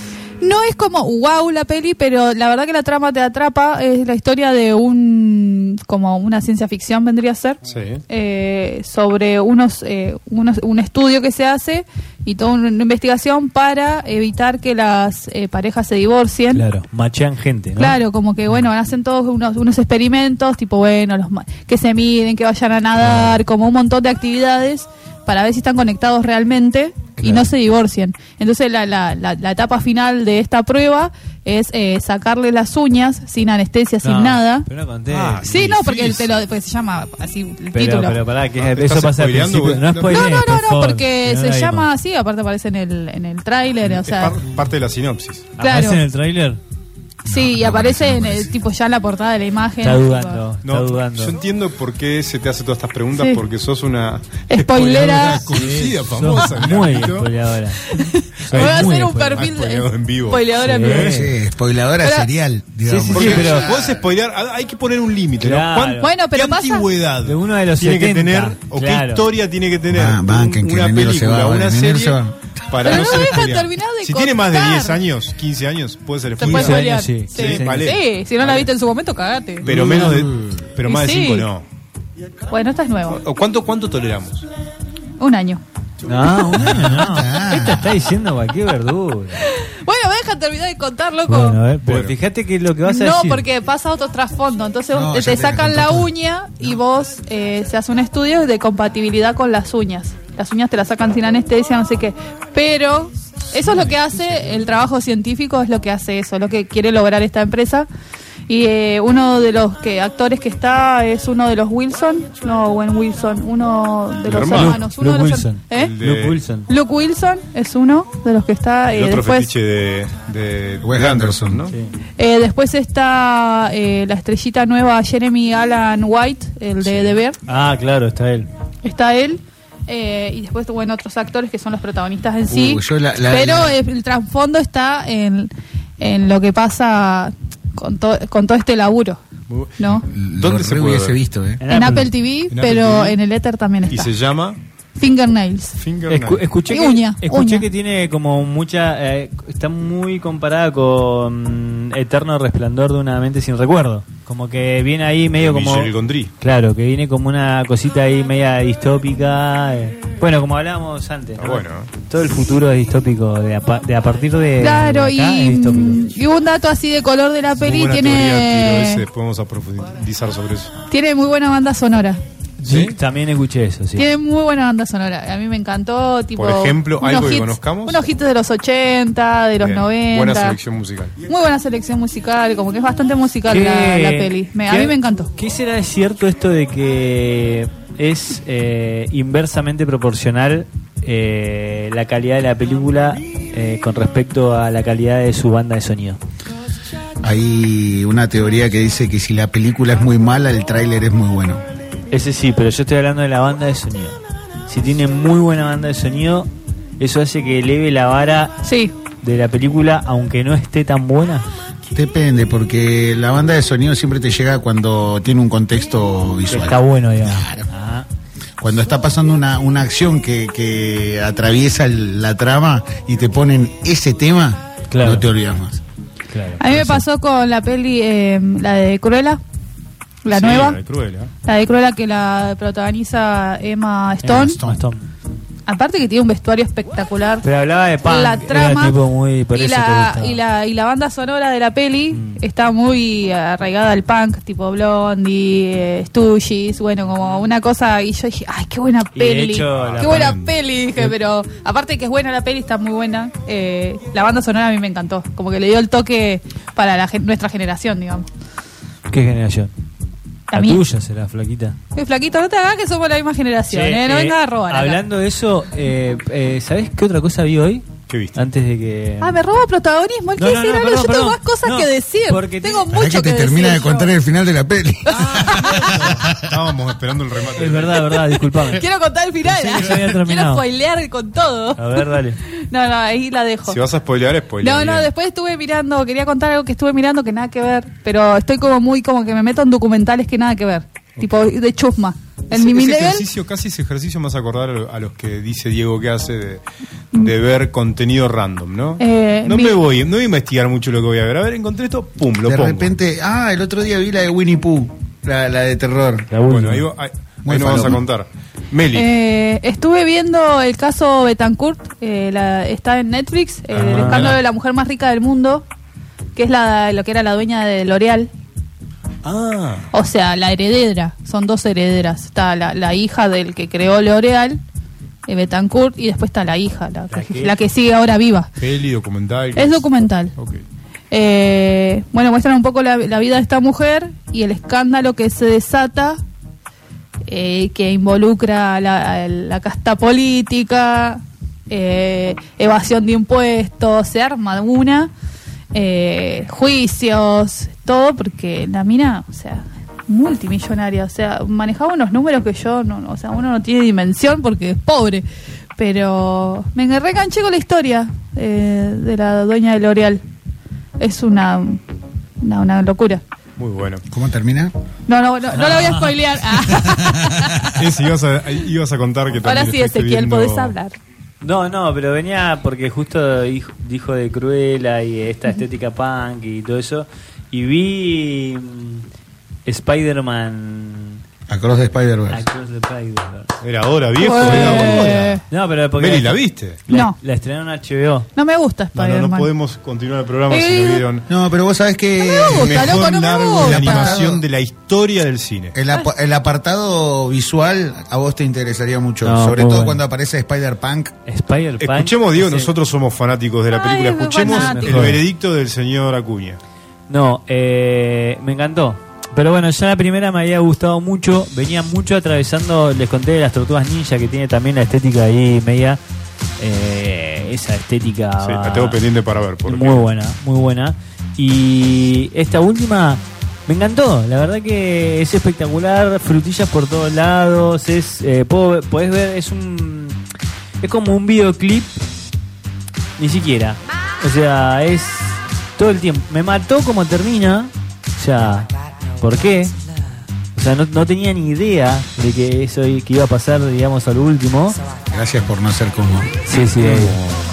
[SPEAKER 2] No es como wow la peli, pero la verdad que la trama te atrapa, es la historia de un como una ciencia ficción vendría a ser.
[SPEAKER 1] Sí.
[SPEAKER 2] eh, sobre unos, eh, unos- un estudio que se hace y toda una investigación para evitar que las eh, parejas se divorcien.
[SPEAKER 4] Claro, machean gente, ¿no?
[SPEAKER 2] Claro, como que bueno, hacen todos unos, unos experimentos, tipo bueno, los ma- que se miden, que vayan a nadar, como un montón de actividades para ver si están conectados realmente y
[SPEAKER 4] Claro.
[SPEAKER 2] no se divorcien. Entonces la, la- la- la etapa final de esta prueba es eh, sacarle las uñas sin anestesia,
[SPEAKER 4] No,
[SPEAKER 2] sin nada.
[SPEAKER 4] Pero no conté.
[SPEAKER 1] Ah,
[SPEAKER 2] Sí, no, porque,
[SPEAKER 1] difícil.
[SPEAKER 2] te lo, porque se llama así el
[SPEAKER 4] pero,
[SPEAKER 2] título.
[SPEAKER 4] pero pará, que
[SPEAKER 1] No,
[SPEAKER 4] eso
[SPEAKER 1] Ah, ¿estás
[SPEAKER 4] pasa al
[SPEAKER 1] spoileando,
[SPEAKER 4] principio.
[SPEAKER 1] boludo?
[SPEAKER 4] No,
[SPEAKER 1] No,
[SPEAKER 2] no,
[SPEAKER 4] spoilees,
[SPEAKER 2] no,
[SPEAKER 4] Eh, por
[SPEAKER 2] no, no,
[SPEAKER 4] favor,
[SPEAKER 2] porque
[SPEAKER 4] que no
[SPEAKER 2] se
[SPEAKER 4] la vimos.
[SPEAKER 2] llama así, aparte aparece en el, en el tráiler, o
[SPEAKER 1] Es
[SPEAKER 2] sea,
[SPEAKER 1] par- parte de la sinopsis.
[SPEAKER 4] ¿Aparece
[SPEAKER 2] claro.
[SPEAKER 4] en el tráiler?
[SPEAKER 2] sí, y aparece en el tipo ya en la portada de la imagen.
[SPEAKER 4] Está
[SPEAKER 2] tipo,
[SPEAKER 4] dudando, está
[SPEAKER 1] yo
[SPEAKER 4] dudando.
[SPEAKER 1] entiendo por qué se te hace todas estas preguntas,
[SPEAKER 2] Sí.
[SPEAKER 1] porque sos una
[SPEAKER 2] Spoilera.
[SPEAKER 1] conocida,
[SPEAKER 4] Sí,
[SPEAKER 1] famosa.
[SPEAKER 4] sos Muy
[SPEAKER 1] ¿no?
[SPEAKER 4] spoileadora.
[SPEAKER 2] Voy a
[SPEAKER 4] Muy
[SPEAKER 2] hacer un
[SPEAKER 4] spoiler.
[SPEAKER 2] perfil
[SPEAKER 1] Ah, spoileado en vivo.
[SPEAKER 2] spoileadora en
[SPEAKER 4] Sí. ¿eh?
[SPEAKER 2] vivo.
[SPEAKER 3] Sí, spoiladora
[SPEAKER 2] Pero-
[SPEAKER 3] serial, digamos.
[SPEAKER 4] sí,
[SPEAKER 1] Porque
[SPEAKER 4] sí, pero-
[SPEAKER 1] podés spoilear, ah, hay que poner un límite, ¿no?
[SPEAKER 4] Claro.
[SPEAKER 1] ¿Cuán-
[SPEAKER 2] Bueno, pero
[SPEAKER 1] ¿Qué
[SPEAKER 2] pasa-
[SPEAKER 1] antigüedad
[SPEAKER 4] De uno de los
[SPEAKER 1] tiene que
[SPEAKER 4] 70,
[SPEAKER 1] tener o qué
[SPEAKER 4] claro.
[SPEAKER 1] historia tiene que tener
[SPEAKER 3] Ah, banquen,
[SPEAKER 1] un-
[SPEAKER 3] que
[SPEAKER 1] una
[SPEAKER 3] en enero se
[SPEAKER 1] película,
[SPEAKER 3] va,
[SPEAKER 1] una
[SPEAKER 3] en enero
[SPEAKER 1] serie
[SPEAKER 3] se va.
[SPEAKER 1] para
[SPEAKER 2] Pero
[SPEAKER 1] no
[SPEAKER 2] no
[SPEAKER 1] ser
[SPEAKER 2] dejan
[SPEAKER 1] spoileada.
[SPEAKER 2] terminar de
[SPEAKER 1] Si tiene más de
[SPEAKER 2] contar.
[SPEAKER 1] 10 años, 15 años, puede ser
[SPEAKER 2] Se puede
[SPEAKER 1] spoileada.
[SPEAKER 4] Quince
[SPEAKER 2] spoilear.
[SPEAKER 4] spoilear. años,
[SPEAKER 2] Sí,
[SPEAKER 4] sí,
[SPEAKER 1] sí. Vale.
[SPEAKER 2] Sí, si no la viste en su momento, cagate.
[SPEAKER 1] Pero menos de pero más de
[SPEAKER 2] Y sí.
[SPEAKER 1] 5 no.
[SPEAKER 2] Bueno, esta es nueva.
[SPEAKER 1] ¿O cuánto cuánto toleramos?
[SPEAKER 2] Un año.
[SPEAKER 4] No, bueno, no. Esta está diciendo cualquier verdura.
[SPEAKER 2] Bueno, me dejan terminar de contar, loco.
[SPEAKER 4] Bueno, a ver, pero
[SPEAKER 1] Bueno.
[SPEAKER 4] fíjate que lo que vas a
[SPEAKER 2] No,
[SPEAKER 4] decir.
[SPEAKER 2] porque pasa otro trasfondo. Entonces
[SPEAKER 3] No,
[SPEAKER 2] te,
[SPEAKER 3] ya
[SPEAKER 2] te
[SPEAKER 3] te
[SPEAKER 2] sacan
[SPEAKER 3] contó
[SPEAKER 2] la
[SPEAKER 3] todo.
[SPEAKER 2] uña y vos eh, se hace un estudio de compatibilidad con las uñas. Las uñas te las sacan sin anestesia, no sé qué. Pero eso es lo que hace el trabajo científico, es lo que hace eso, lo que quiere lograr esta empresa. Y eh, uno de los que actores que está es uno de los Wilson, no, Gwen Wilson, uno de
[SPEAKER 1] El
[SPEAKER 2] los
[SPEAKER 1] hermano.
[SPEAKER 2] hermanos, uno
[SPEAKER 4] Luke
[SPEAKER 2] de los
[SPEAKER 4] Wilson.
[SPEAKER 2] ¿eh?
[SPEAKER 1] El de-
[SPEAKER 4] Luke Wilson.
[SPEAKER 2] Luke Wilson es uno de los que está.
[SPEAKER 1] El
[SPEAKER 2] eh,
[SPEAKER 1] otro
[SPEAKER 2] después,
[SPEAKER 1] fetiche de, de
[SPEAKER 3] Wes
[SPEAKER 1] de
[SPEAKER 3] Anderson,
[SPEAKER 1] ¿no?
[SPEAKER 4] Sí.
[SPEAKER 2] Eh, después está eh, la estrellita nueva Jeremy Alan White, el de The Bear.
[SPEAKER 4] Ah, claro, está él.
[SPEAKER 2] Está él. eh, y después, bueno, otros actores que son los protagonistas en sí.
[SPEAKER 3] Uh, yo la- la-
[SPEAKER 2] Pero
[SPEAKER 3] la-
[SPEAKER 2] eh, el trasfondo está en, en lo que pasa con, to- con todo este laburo, ¿no?
[SPEAKER 1] ¿Dónde
[SPEAKER 3] Lo
[SPEAKER 1] se
[SPEAKER 3] re
[SPEAKER 1] puede
[SPEAKER 3] hubiese
[SPEAKER 1] ver?
[SPEAKER 3] visto, eh?
[SPEAKER 2] En, Apple TV,
[SPEAKER 1] En Apple
[SPEAKER 2] pero
[SPEAKER 1] TV.
[SPEAKER 2] en el éter también
[SPEAKER 1] Y
[SPEAKER 2] está.
[SPEAKER 1] se llama
[SPEAKER 2] Fingernails.
[SPEAKER 1] Finger
[SPEAKER 4] Escu- escuché
[SPEAKER 2] Y
[SPEAKER 4] que,
[SPEAKER 2] uña,
[SPEAKER 4] escuché
[SPEAKER 2] uña.
[SPEAKER 4] que tiene como mucha. eh, está muy comparada con mm, Eterno Resplandor de una mente sin recuerdo. Como que viene ahí medio como.
[SPEAKER 1] Michel Gondry.
[SPEAKER 4] Claro, que viene como una cosita ahí media distópica. eh. Bueno, como hablábamos antes.
[SPEAKER 1] Está
[SPEAKER 4] ¿no?
[SPEAKER 1] bueno, ¿eh?
[SPEAKER 4] Todo el futuro es distópico. De a, pa- de a partir de.
[SPEAKER 2] Claro,
[SPEAKER 4] de
[SPEAKER 2] y, mm,
[SPEAKER 4] acá es distópico.
[SPEAKER 2] y un dato así de color de la
[SPEAKER 1] Muy
[SPEAKER 2] peli
[SPEAKER 1] buena teoría, tiro ese,
[SPEAKER 2] tiene,
[SPEAKER 1] después vamos a profundizar sobre eso.
[SPEAKER 2] tiene muy buena banda sonora.
[SPEAKER 4] Sí, También escuché eso, sí.
[SPEAKER 2] Tiene muy buena banda sonora. A mí me encantó. Tipo,
[SPEAKER 1] Este Por ejemplo,
[SPEAKER 2] unos
[SPEAKER 1] algo que
[SPEAKER 2] hits-
[SPEAKER 1] conozcamos.
[SPEAKER 2] Unos hits de los 80, de los
[SPEAKER 1] Bien,
[SPEAKER 2] 90.
[SPEAKER 1] Buena selección musical.
[SPEAKER 2] Muy buena selección musical. Como que es bastante musical
[SPEAKER 4] ¿Qué-
[SPEAKER 2] la, la peli. Me- a
[SPEAKER 4] qué-
[SPEAKER 2] mí me encantó.
[SPEAKER 4] ¿Qué será de cierto esto de que es eh, inversamente proporcional eh, la calidad de la película eh, con respecto a la calidad de su banda de sonido.
[SPEAKER 3] Hay una teoría que dice que si la película es muy mala, el tráiler es muy bueno.
[SPEAKER 4] Ese sí, pero yo estoy hablando de la banda de sonido. Si tiene muy buena banda de sonido, eso hace que eleve la vara
[SPEAKER 2] Sí,
[SPEAKER 4] de la película, aunque no esté tan buena.
[SPEAKER 3] Depende, porque la banda de sonido siempre te llega cuando tiene un contexto
[SPEAKER 4] que
[SPEAKER 3] visual.
[SPEAKER 4] Está bueno, digamos.
[SPEAKER 3] Claro.
[SPEAKER 4] Ah,
[SPEAKER 3] Cuando está pasando una, una acción que, que atraviesa el- la trama y te ponen ese tema,
[SPEAKER 4] Claro.
[SPEAKER 3] no te olvidas más.
[SPEAKER 4] claro.
[SPEAKER 2] a mí me pasó con la peli, eh, la de Cruella, la
[SPEAKER 1] Sí, ¿eh?
[SPEAKER 2] nueva,
[SPEAKER 1] de Cruella.
[SPEAKER 2] la de Cruella que la protagoniza Emma Stone.
[SPEAKER 4] Emma Stone.
[SPEAKER 2] Aparte que tiene un vestuario espectacular.
[SPEAKER 4] Pero hablaba de punk,
[SPEAKER 2] la
[SPEAKER 4] era
[SPEAKER 2] trama
[SPEAKER 4] tipo muy- por
[SPEAKER 2] y,
[SPEAKER 4] eso te
[SPEAKER 2] la,
[SPEAKER 4] gustaba. Mm.
[SPEAKER 2] y, la, y la banda sonora de la peli está muy arraigada al punk, tipo Blondie, eh, Stooges, bueno, como una cosa. Y yo dije, ay, qué buena
[SPEAKER 4] Y de
[SPEAKER 2] peli.
[SPEAKER 4] hecho, la
[SPEAKER 2] qué buena
[SPEAKER 1] ponen-
[SPEAKER 2] peli, dije, pero aparte que es buena la peli, está muy buena. eh, la banda sonora a mí me encantó, como que le dio el toque para la, gen- nuestra generación, digamos.
[SPEAKER 4] ¿Qué generación? La,
[SPEAKER 2] La mía.
[SPEAKER 4] tuya será, flaquita.
[SPEAKER 2] Eh, flaquito, no te hagas que somos la misma generación,
[SPEAKER 4] Che,
[SPEAKER 2] eh, no
[SPEAKER 4] eh,
[SPEAKER 2] vengas a robar. acá.
[SPEAKER 4] Hablando de eso, eh, eh, ¿sabés qué otra cosa vi hoy?
[SPEAKER 1] ¿Qué viste?
[SPEAKER 4] Antes de que.
[SPEAKER 2] Ah, me roba protagonismo. Él
[SPEAKER 4] No,
[SPEAKER 2] quiere
[SPEAKER 4] no,
[SPEAKER 2] decir
[SPEAKER 4] no,
[SPEAKER 2] algo.
[SPEAKER 4] perdón,
[SPEAKER 2] yo tengo
[SPEAKER 4] perdón.
[SPEAKER 2] más cosas
[SPEAKER 4] No,
[SPEAKER 2] que decir.
[SPEAKER 4] porque
[SPEAKER 2] tengo
[SPEAKER 4] te-
[SPEAKER 3] Para
[SPEAKER 2] mucho
[SPEAKER 3] que te
[SPEAKER 2] que
[SPEAKER 3] termina de
[SPEAKER 2] decir
[SPEAKER 3] contar
[SPEAKER 2] yo.
[SPEAKER 3] el final de la peli.
[SPEAKER 1] Estábamos esperando el remate.
[SPEAKER 4] Es verdad, es verdad, disculpame.
[SPEAKER 2] Quiero contar el final.
[SPEAKER 4] Pensé que ya había
[SPEAKER 2] Quiero
[SPEAKER 4] terminado.
[SPEAKER 2] spoilear con todo.
[SPEAKER 4] A ver, dale.
[SPEAKER 2] No, no, ahí la dejo.
[SPEAKER 1] Si vas a spoilear, spoilear.
[SPEAKER 2] No, no,
[SPEAKER 1] bien.
[SPEAKER 2] después estuve mirando, quería contar algo que estuve mirando que nada que ver, pero estoy como muy, como que me meto en documentales que nada que ver, tipo de chusma. En
[SPEAKER 1] Ese-
[SPEAKER 2] mi
[SPEAKER 1] ese
[SPEAKER 2] nivel,
[SPEAKER 1] ejercicio, casi ese ejercicio más acordar a lo- a los que dice Diego que hace de, de ver contenido random, ¿no?
[SPEAKER 2] Eh,
[SPEAKER 1] no
[SPEAKER 2] mi-
[SPEAKER 1] me voy, no voy a investigar mucho lo que voy a ver. A ver, encontré esto, pum, lo
[SPEAKER 3] de
[SPEAKER 1] pongo.
[SPEAKER 3] repente, ah, el otro día vi la de Winnie Pooh, la, la de terror.
[SPEAKER 4] La
[SPEAKER 1] Bueno,
[SPEAKER 4] última.
[SPEAKER 1] ahí, va- ahí-
[SPEAKER 3] Muy
[SPEAKER 1] ahí nos vamos a
[SPEAKER 3] falopa.
[SPEAKER 1] contar. Meli,
[SPEAKER 2] eh, estuve viendo el caso Betancourt, eh, la- está en Netflix, eh, el
[SPEAKER 4] Ah.
[SPEAKER 2] escándalo de la mujer más rica del mundo, que es la lo que era la dueña de L'Oreal.
[SPEAKER 1] ah,
[SPEAKER 2] O sea, la heredera, son dos herederas. Está la, la hija del que creó L'Oreal, eh, Betancourt, y después está la hija, la,
[SPEAKER 4] ¿La
[SPEAKER 2] que,
[SPEAKER 4] qué?
[SPEAKER 2] la que sigue ahora viva.
[SPEAKER 1] peli, documental.
[SPEAKER 2] Es documental.
[SPEAKER 1] Ok.
[SPEAKER 2] Eh, bueno, muestran un poco la, la vida de esta mujer y el escándalo que se desata, eh, que involucra a la, a la casta política, eh, evasión de impuestos, se arma de una, eh, juicios, todo, porque la mina, o sea, multimillonaria, o sea, manejaba unos números que yo, no, o sea, uno no tiene dimensión porque es pobre, pero me enganché con la historia eh, de la dueña de L'Oreal. Es una, una, una locura.
[SPEAKER 1] Muy bueno.
[SPEAKER 3] ¿Cómo termina?
[SPEAKER 2] No, no, no, no la voy a spoilear.
[SPEAKER 1] Ese ibas a, ibas a contar que también
[SPEAKER 2] Ahora sí,
[SPEAKER 1] estuviste
[SPEAKER 2] Ezequiel,
[SPEAKER 1] viendo-
[SPEAKER 2] podés hablar.
[SPEAKER 4] No, no, pero venía porque justo dijo, dijo de Cruella y esta estética punk y todo eso. Y vi mm, Spider-Man.
[SPEAKER 3] Across the
[SPEAKER 1] Pues.
[SPEAKER 3] Spider-Verse.
[SPEAKER 4] Across the Spider-Verse.
[SPEAKER 1] Era ahora, viejo.
[SPEAKER 2] Eh,
[SPEAKER 1] Era ahora.
[SPEAKER 4] No, pero porque.
[SPEAKER 1] Meli, ¿la viste?
[SPEAKER 4] La,
[SPEAKER 2] No.
[SPEAKER 4] la estrenaron en HBO.
[SPEAKER 2] No me gusta
[SPEAKER 1] No, no,
[SPEAKER 2] Spider-Man.
[SPEAKER 1] no podemos continuar el programa si
[SPEAKER 2] Eh,
[SPEAKER 1] no vieron
[SPEAKER 3] No, pero vos sabés que
[SPEAKER 2] me gusta.
[SPEAKER 1] mejor
[SPEAKER 2] loco, no me
[SPEAKER 1] largo de
[SPEAKER 2] gusta.
[SPEAKER 1] animación de la historia del cine.
[SPEAKER 3] el, apa- el apartado visual a vos te interesaría mucho,
[SPEAKER 4] No,
[SPEAKER 3] sobre
[SPEAKER 4] muy
[SPEAKER 3] todo
[SPEAKER 4] bueno.
[SPEAKER 3] cuando aparece Spider-Punk.
[SPEAKER 4] Spider-Punk.
[SPEAKER 1] Escuchemos, Diego,
[SPEAKER 4] es el-
[SPEAKER 1] nosotros somos fanáticos de la
[SPEAKER 2] Ay,
[SPEAKER 1] película.
[SPEAKER 2] me
[SPEAKER 1] Escuchemos el
[SPEAKER 2] fanático.
[SPEAKER 1] veredicto del señor Acuña.
[SPEAKER 4] No, eh, me encantó. Pero bueno, ya la primera me había gustado mucho. Venía mucho atravesando, les conté de las tortugas ninja, que tiene también la estética ahí media. eh, esa estética.
[SPEAKER 1] Sí, la tengo pendiente para ver. Porque...
[SPEAKER 4] Muy buena, muy buena. Y esta última me encantó. La verdad que es espectacular. Frutillas por todos lados. Es, eh, puedo- podés ver, es un. Es como un videoclip. Ni siquiera. O sea, es todo el tiempo. Me mató como termina. O sea, ¿por qué? O sea, no, no tenía ni idea de que eso i- que iba a pasar, digamos, al último. Eh,
[SPEAKER 3] Gracias por no ser como.
[SPEAKER 4] Sí, sí.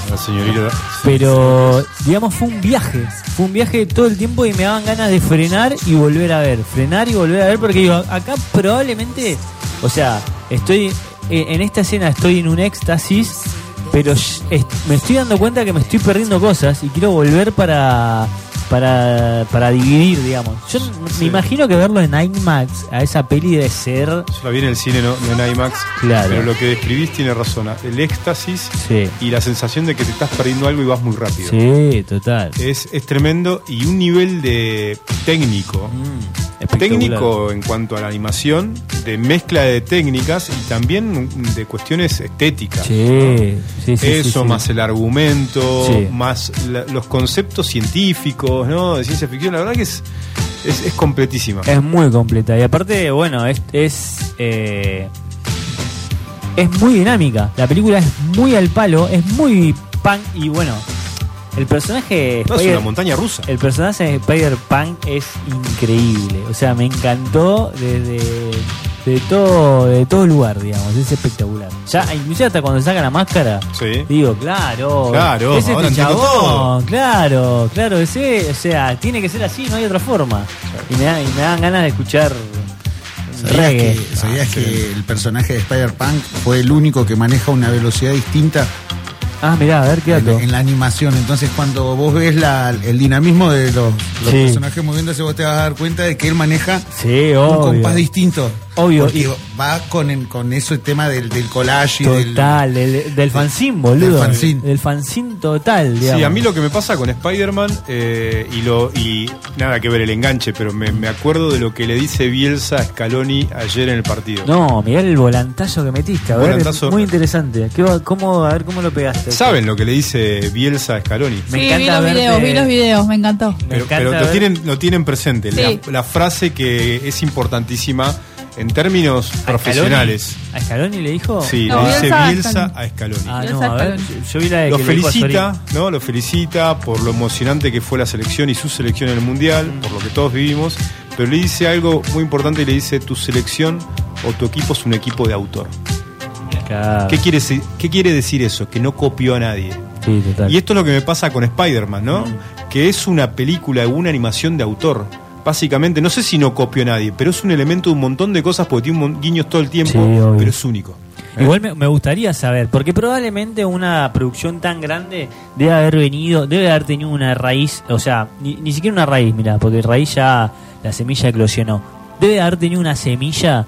[SPEAKER 1] La señorita.
[SPEAKER 4] Pero, digamos, fue un viaje. Fue un viaje todo el tiempo y me daban ganas de frenar y volver a ver. Frenar y volver a ver porque digo, acá probablemente, o sea, estoy eh, en esta escena estoy en un éxtasis, pero sh- es- me estoy dando cuenta que me estoy perdiendo cosas y quiero volver para para, para dividir, digamos. Yo
[SPEAKER 1] Sí.
[SPEAKER 4] me imagino que verlo en IMAX a esa peli de ser...
[SPEAKER 1] Yo la vi en el cine, no, no en IMAX.
[SPEAKER 4] Claro.
[SPEAKER 1] Pero lo que describís tiene razón. El éxtasis
[SPEAKER 4] Sí,
[SPEAKER 1] y la sensación de que te estás perdiendo algo y vas muy rápido. Eh,
[SPEAKER 4] sí, total.
[SPEAKER 1] Es, es tremendo y un nivel de técnico
[SPEAKER 4] Mm. Espectacular.
[SPEAKER 1] técnico en cuanto a la animación, de mezcla de técnicas y también de cuestiones estéticas.
[SPEAKER 4] Sí, sí, sí.
[SPEAKER 1] Eso,
[SPEAKER 4] sí, sí.
[SPEAKER 1] más el argumento,
[SPEAKER 4] Sí.
[SPEAKER 1] más la- los conceptos científicos, ¿no? De ciencia ficción, la verdad que es, es, es completísima.
[SPEAKER 4] Es muy completa. Y aparte, bueno, es. Es, eh, es muy dinámica. La película es muy al palo, es muy punk. Y bueno, el personaje.
[SPEAKER 1] No, es
[SPEAKER 4] Spider-
[SPEAKER 1] una montaña rusa.
[SPEAKER 4] el personaje de Spider-Punk es increíble. O sea, me encantó desde. De todo, de todo lugar, digamos, es espectacular. Ya, inclusive hasta cuando saca la máscara,
[SPEAKER 1] Sí.
[SPEAKER 4] Digo, claro.
[SPEAKER 1] Claro,
[SPEAKER 4] es este
[SPEAKER 1] ahora entiendo
[SPEAKER 4] chabón,
[SPEAKER 1] todo.
[SPEAKER 4] Claro, claro, ese, o sea, tiene que ser así, no hay otra forma. Y, me da- y me dan ganas de escuchar
[SPEAKER 3] ¿Sabías
[SPEAKER 4] reggae.
[SPEAKER 3] que, sabías que el personaje de Spider-Punk fue el único que maneja una velocidad distinta
[SPEAKER 4] Ah, mirá, a ver, qué
[SPEAKER 3] en,
[SPEAKER 4] dato.
[SPEAKER 3] en la animación? Entonces, cuando vos ves la- el dinamismo de los, los
[SPEAKER 4] Sí.
[SPEAKER 3] personajes moviéndose, vos te vas a dar cuenta de que él maneja
[SPEAKER 4] Sí,
[SPEAKER 3] un compás
[SPEAKER 4] obvio.
[SPEAKER 3] distinto.
[SPEAKER 4] Obvio,
[SPEAKER 3] Porque
[SPEAKER 4] y-
[SPEAKER 3] va con, el- con eso el tema del, del collage y del.
[SPEAKER 4] Total, del, del fanzine, boludo.
[SPEAKER 3] Del fanzine.
[SPEAKER 4] Del fanzine total, digamos.
[SPEAKER 1] Sí, a mí lo que me pasa con Spider-Man eh, y lo y nada que ver el enganche, pero me, me acuerdo de lo que le dice Bielsa a Scaloni ayer en el partido.
[SPEAKER 4] No, mirá el volantazo que metiste, a ver,
[SPEAKER 1] Volantazo.
[SPEAKER 4] es muy interesante. ¿Qué va- cómo, a ver cómo lo pegaste.
[SPEAKER 1] ¿Saben lo que le dice Bielsa a Scaloni?
[SPEAKER 4] Me
[SPEAKER 2] sí, vi
[SPEAKER 4] encanta eh,
[SPEAKER 2] los
[SPEAKER 4] verte-
[SPEAKER 2] videos, vi los videos, me encantó.
[SPEAKER 4] Me
[SPEAKER 1] Pero,
[SPEAKER 4] encanta
[SPEAKER 1] pero lo,
[SPEAKER 4] ver-
[SPEAKER 1] tienen, lo tienen presente, la-
[SPEAKER 2] Sí.
[SPEAKER 1] la, frase que es importantísima en términos
[SPEAKER 4] ¿A
[SPEAKER 1] profesionales.
[SPEAKER 4] Scaloni? ¿A Scaloni le dijo?
[SPEAKER 1] Sí,
[SPEAKER 2] No,
[SPEAKER 1] le dice
[SPEAKER 2] Bielsa a
[SPEAKER 1] Bielsa
[SPEAKER 2] Scaloni.
[SPEAKER 1] a Scaloni.
[SPEAKER 4] Ah,
[SPEAKER 2] Yo
[SPEAKER 4] no,
[SPEAKER 2] esa
[SPEAKER 4] a ver,
[SPEAKER 2] Scaloni.
[SPEAKER 4] yo vi la de
[SPEAKER 1] lo
[SPEAKER 4] Eh, que le dijo a
[SPEAKER 1] felicita, ¿no? Lo felicita por lo emocionante que fue la selección y su selección en el Mundial,
[SPEAKER 4] Mm.
[SPEAKER 1] por lo que todos vivimos, pero le dice algo muy importante y le dice, tu selección o tu equipo es un equipo de autor.
[SPEAKER 4] Sorín. Claro.
[SPEAKER 1] ¿Qué quiere, se- qué quiere decir eso? Que no copió a nadie.
[SPEAKER 4] Sí, total.
[SPEAKER 1] Y esto es lo que me pasa con Spider-Man, ¿no?
[SPEAKER 4] Mm.
[SPEAKER 1] Que es una película, una animación de autor. Básicamente, no sé si no copió a nadie, pero es un elemento de un montón de cosas porque tiene un mon- guiños todo el tiempo,
[SPEAKER 4] Sí, obvio.
[SPEAKER 1] pero es único.
[SPEAKER 4] Igual me, me gustaría saber, porque probablemente una producción tan grande debe haber venido, debe haber tenido una raíz, o sea, ni, ni siquiera una raíz, mira, porque raíz ya la semilla eclosionó. Debe haber tenido una semilla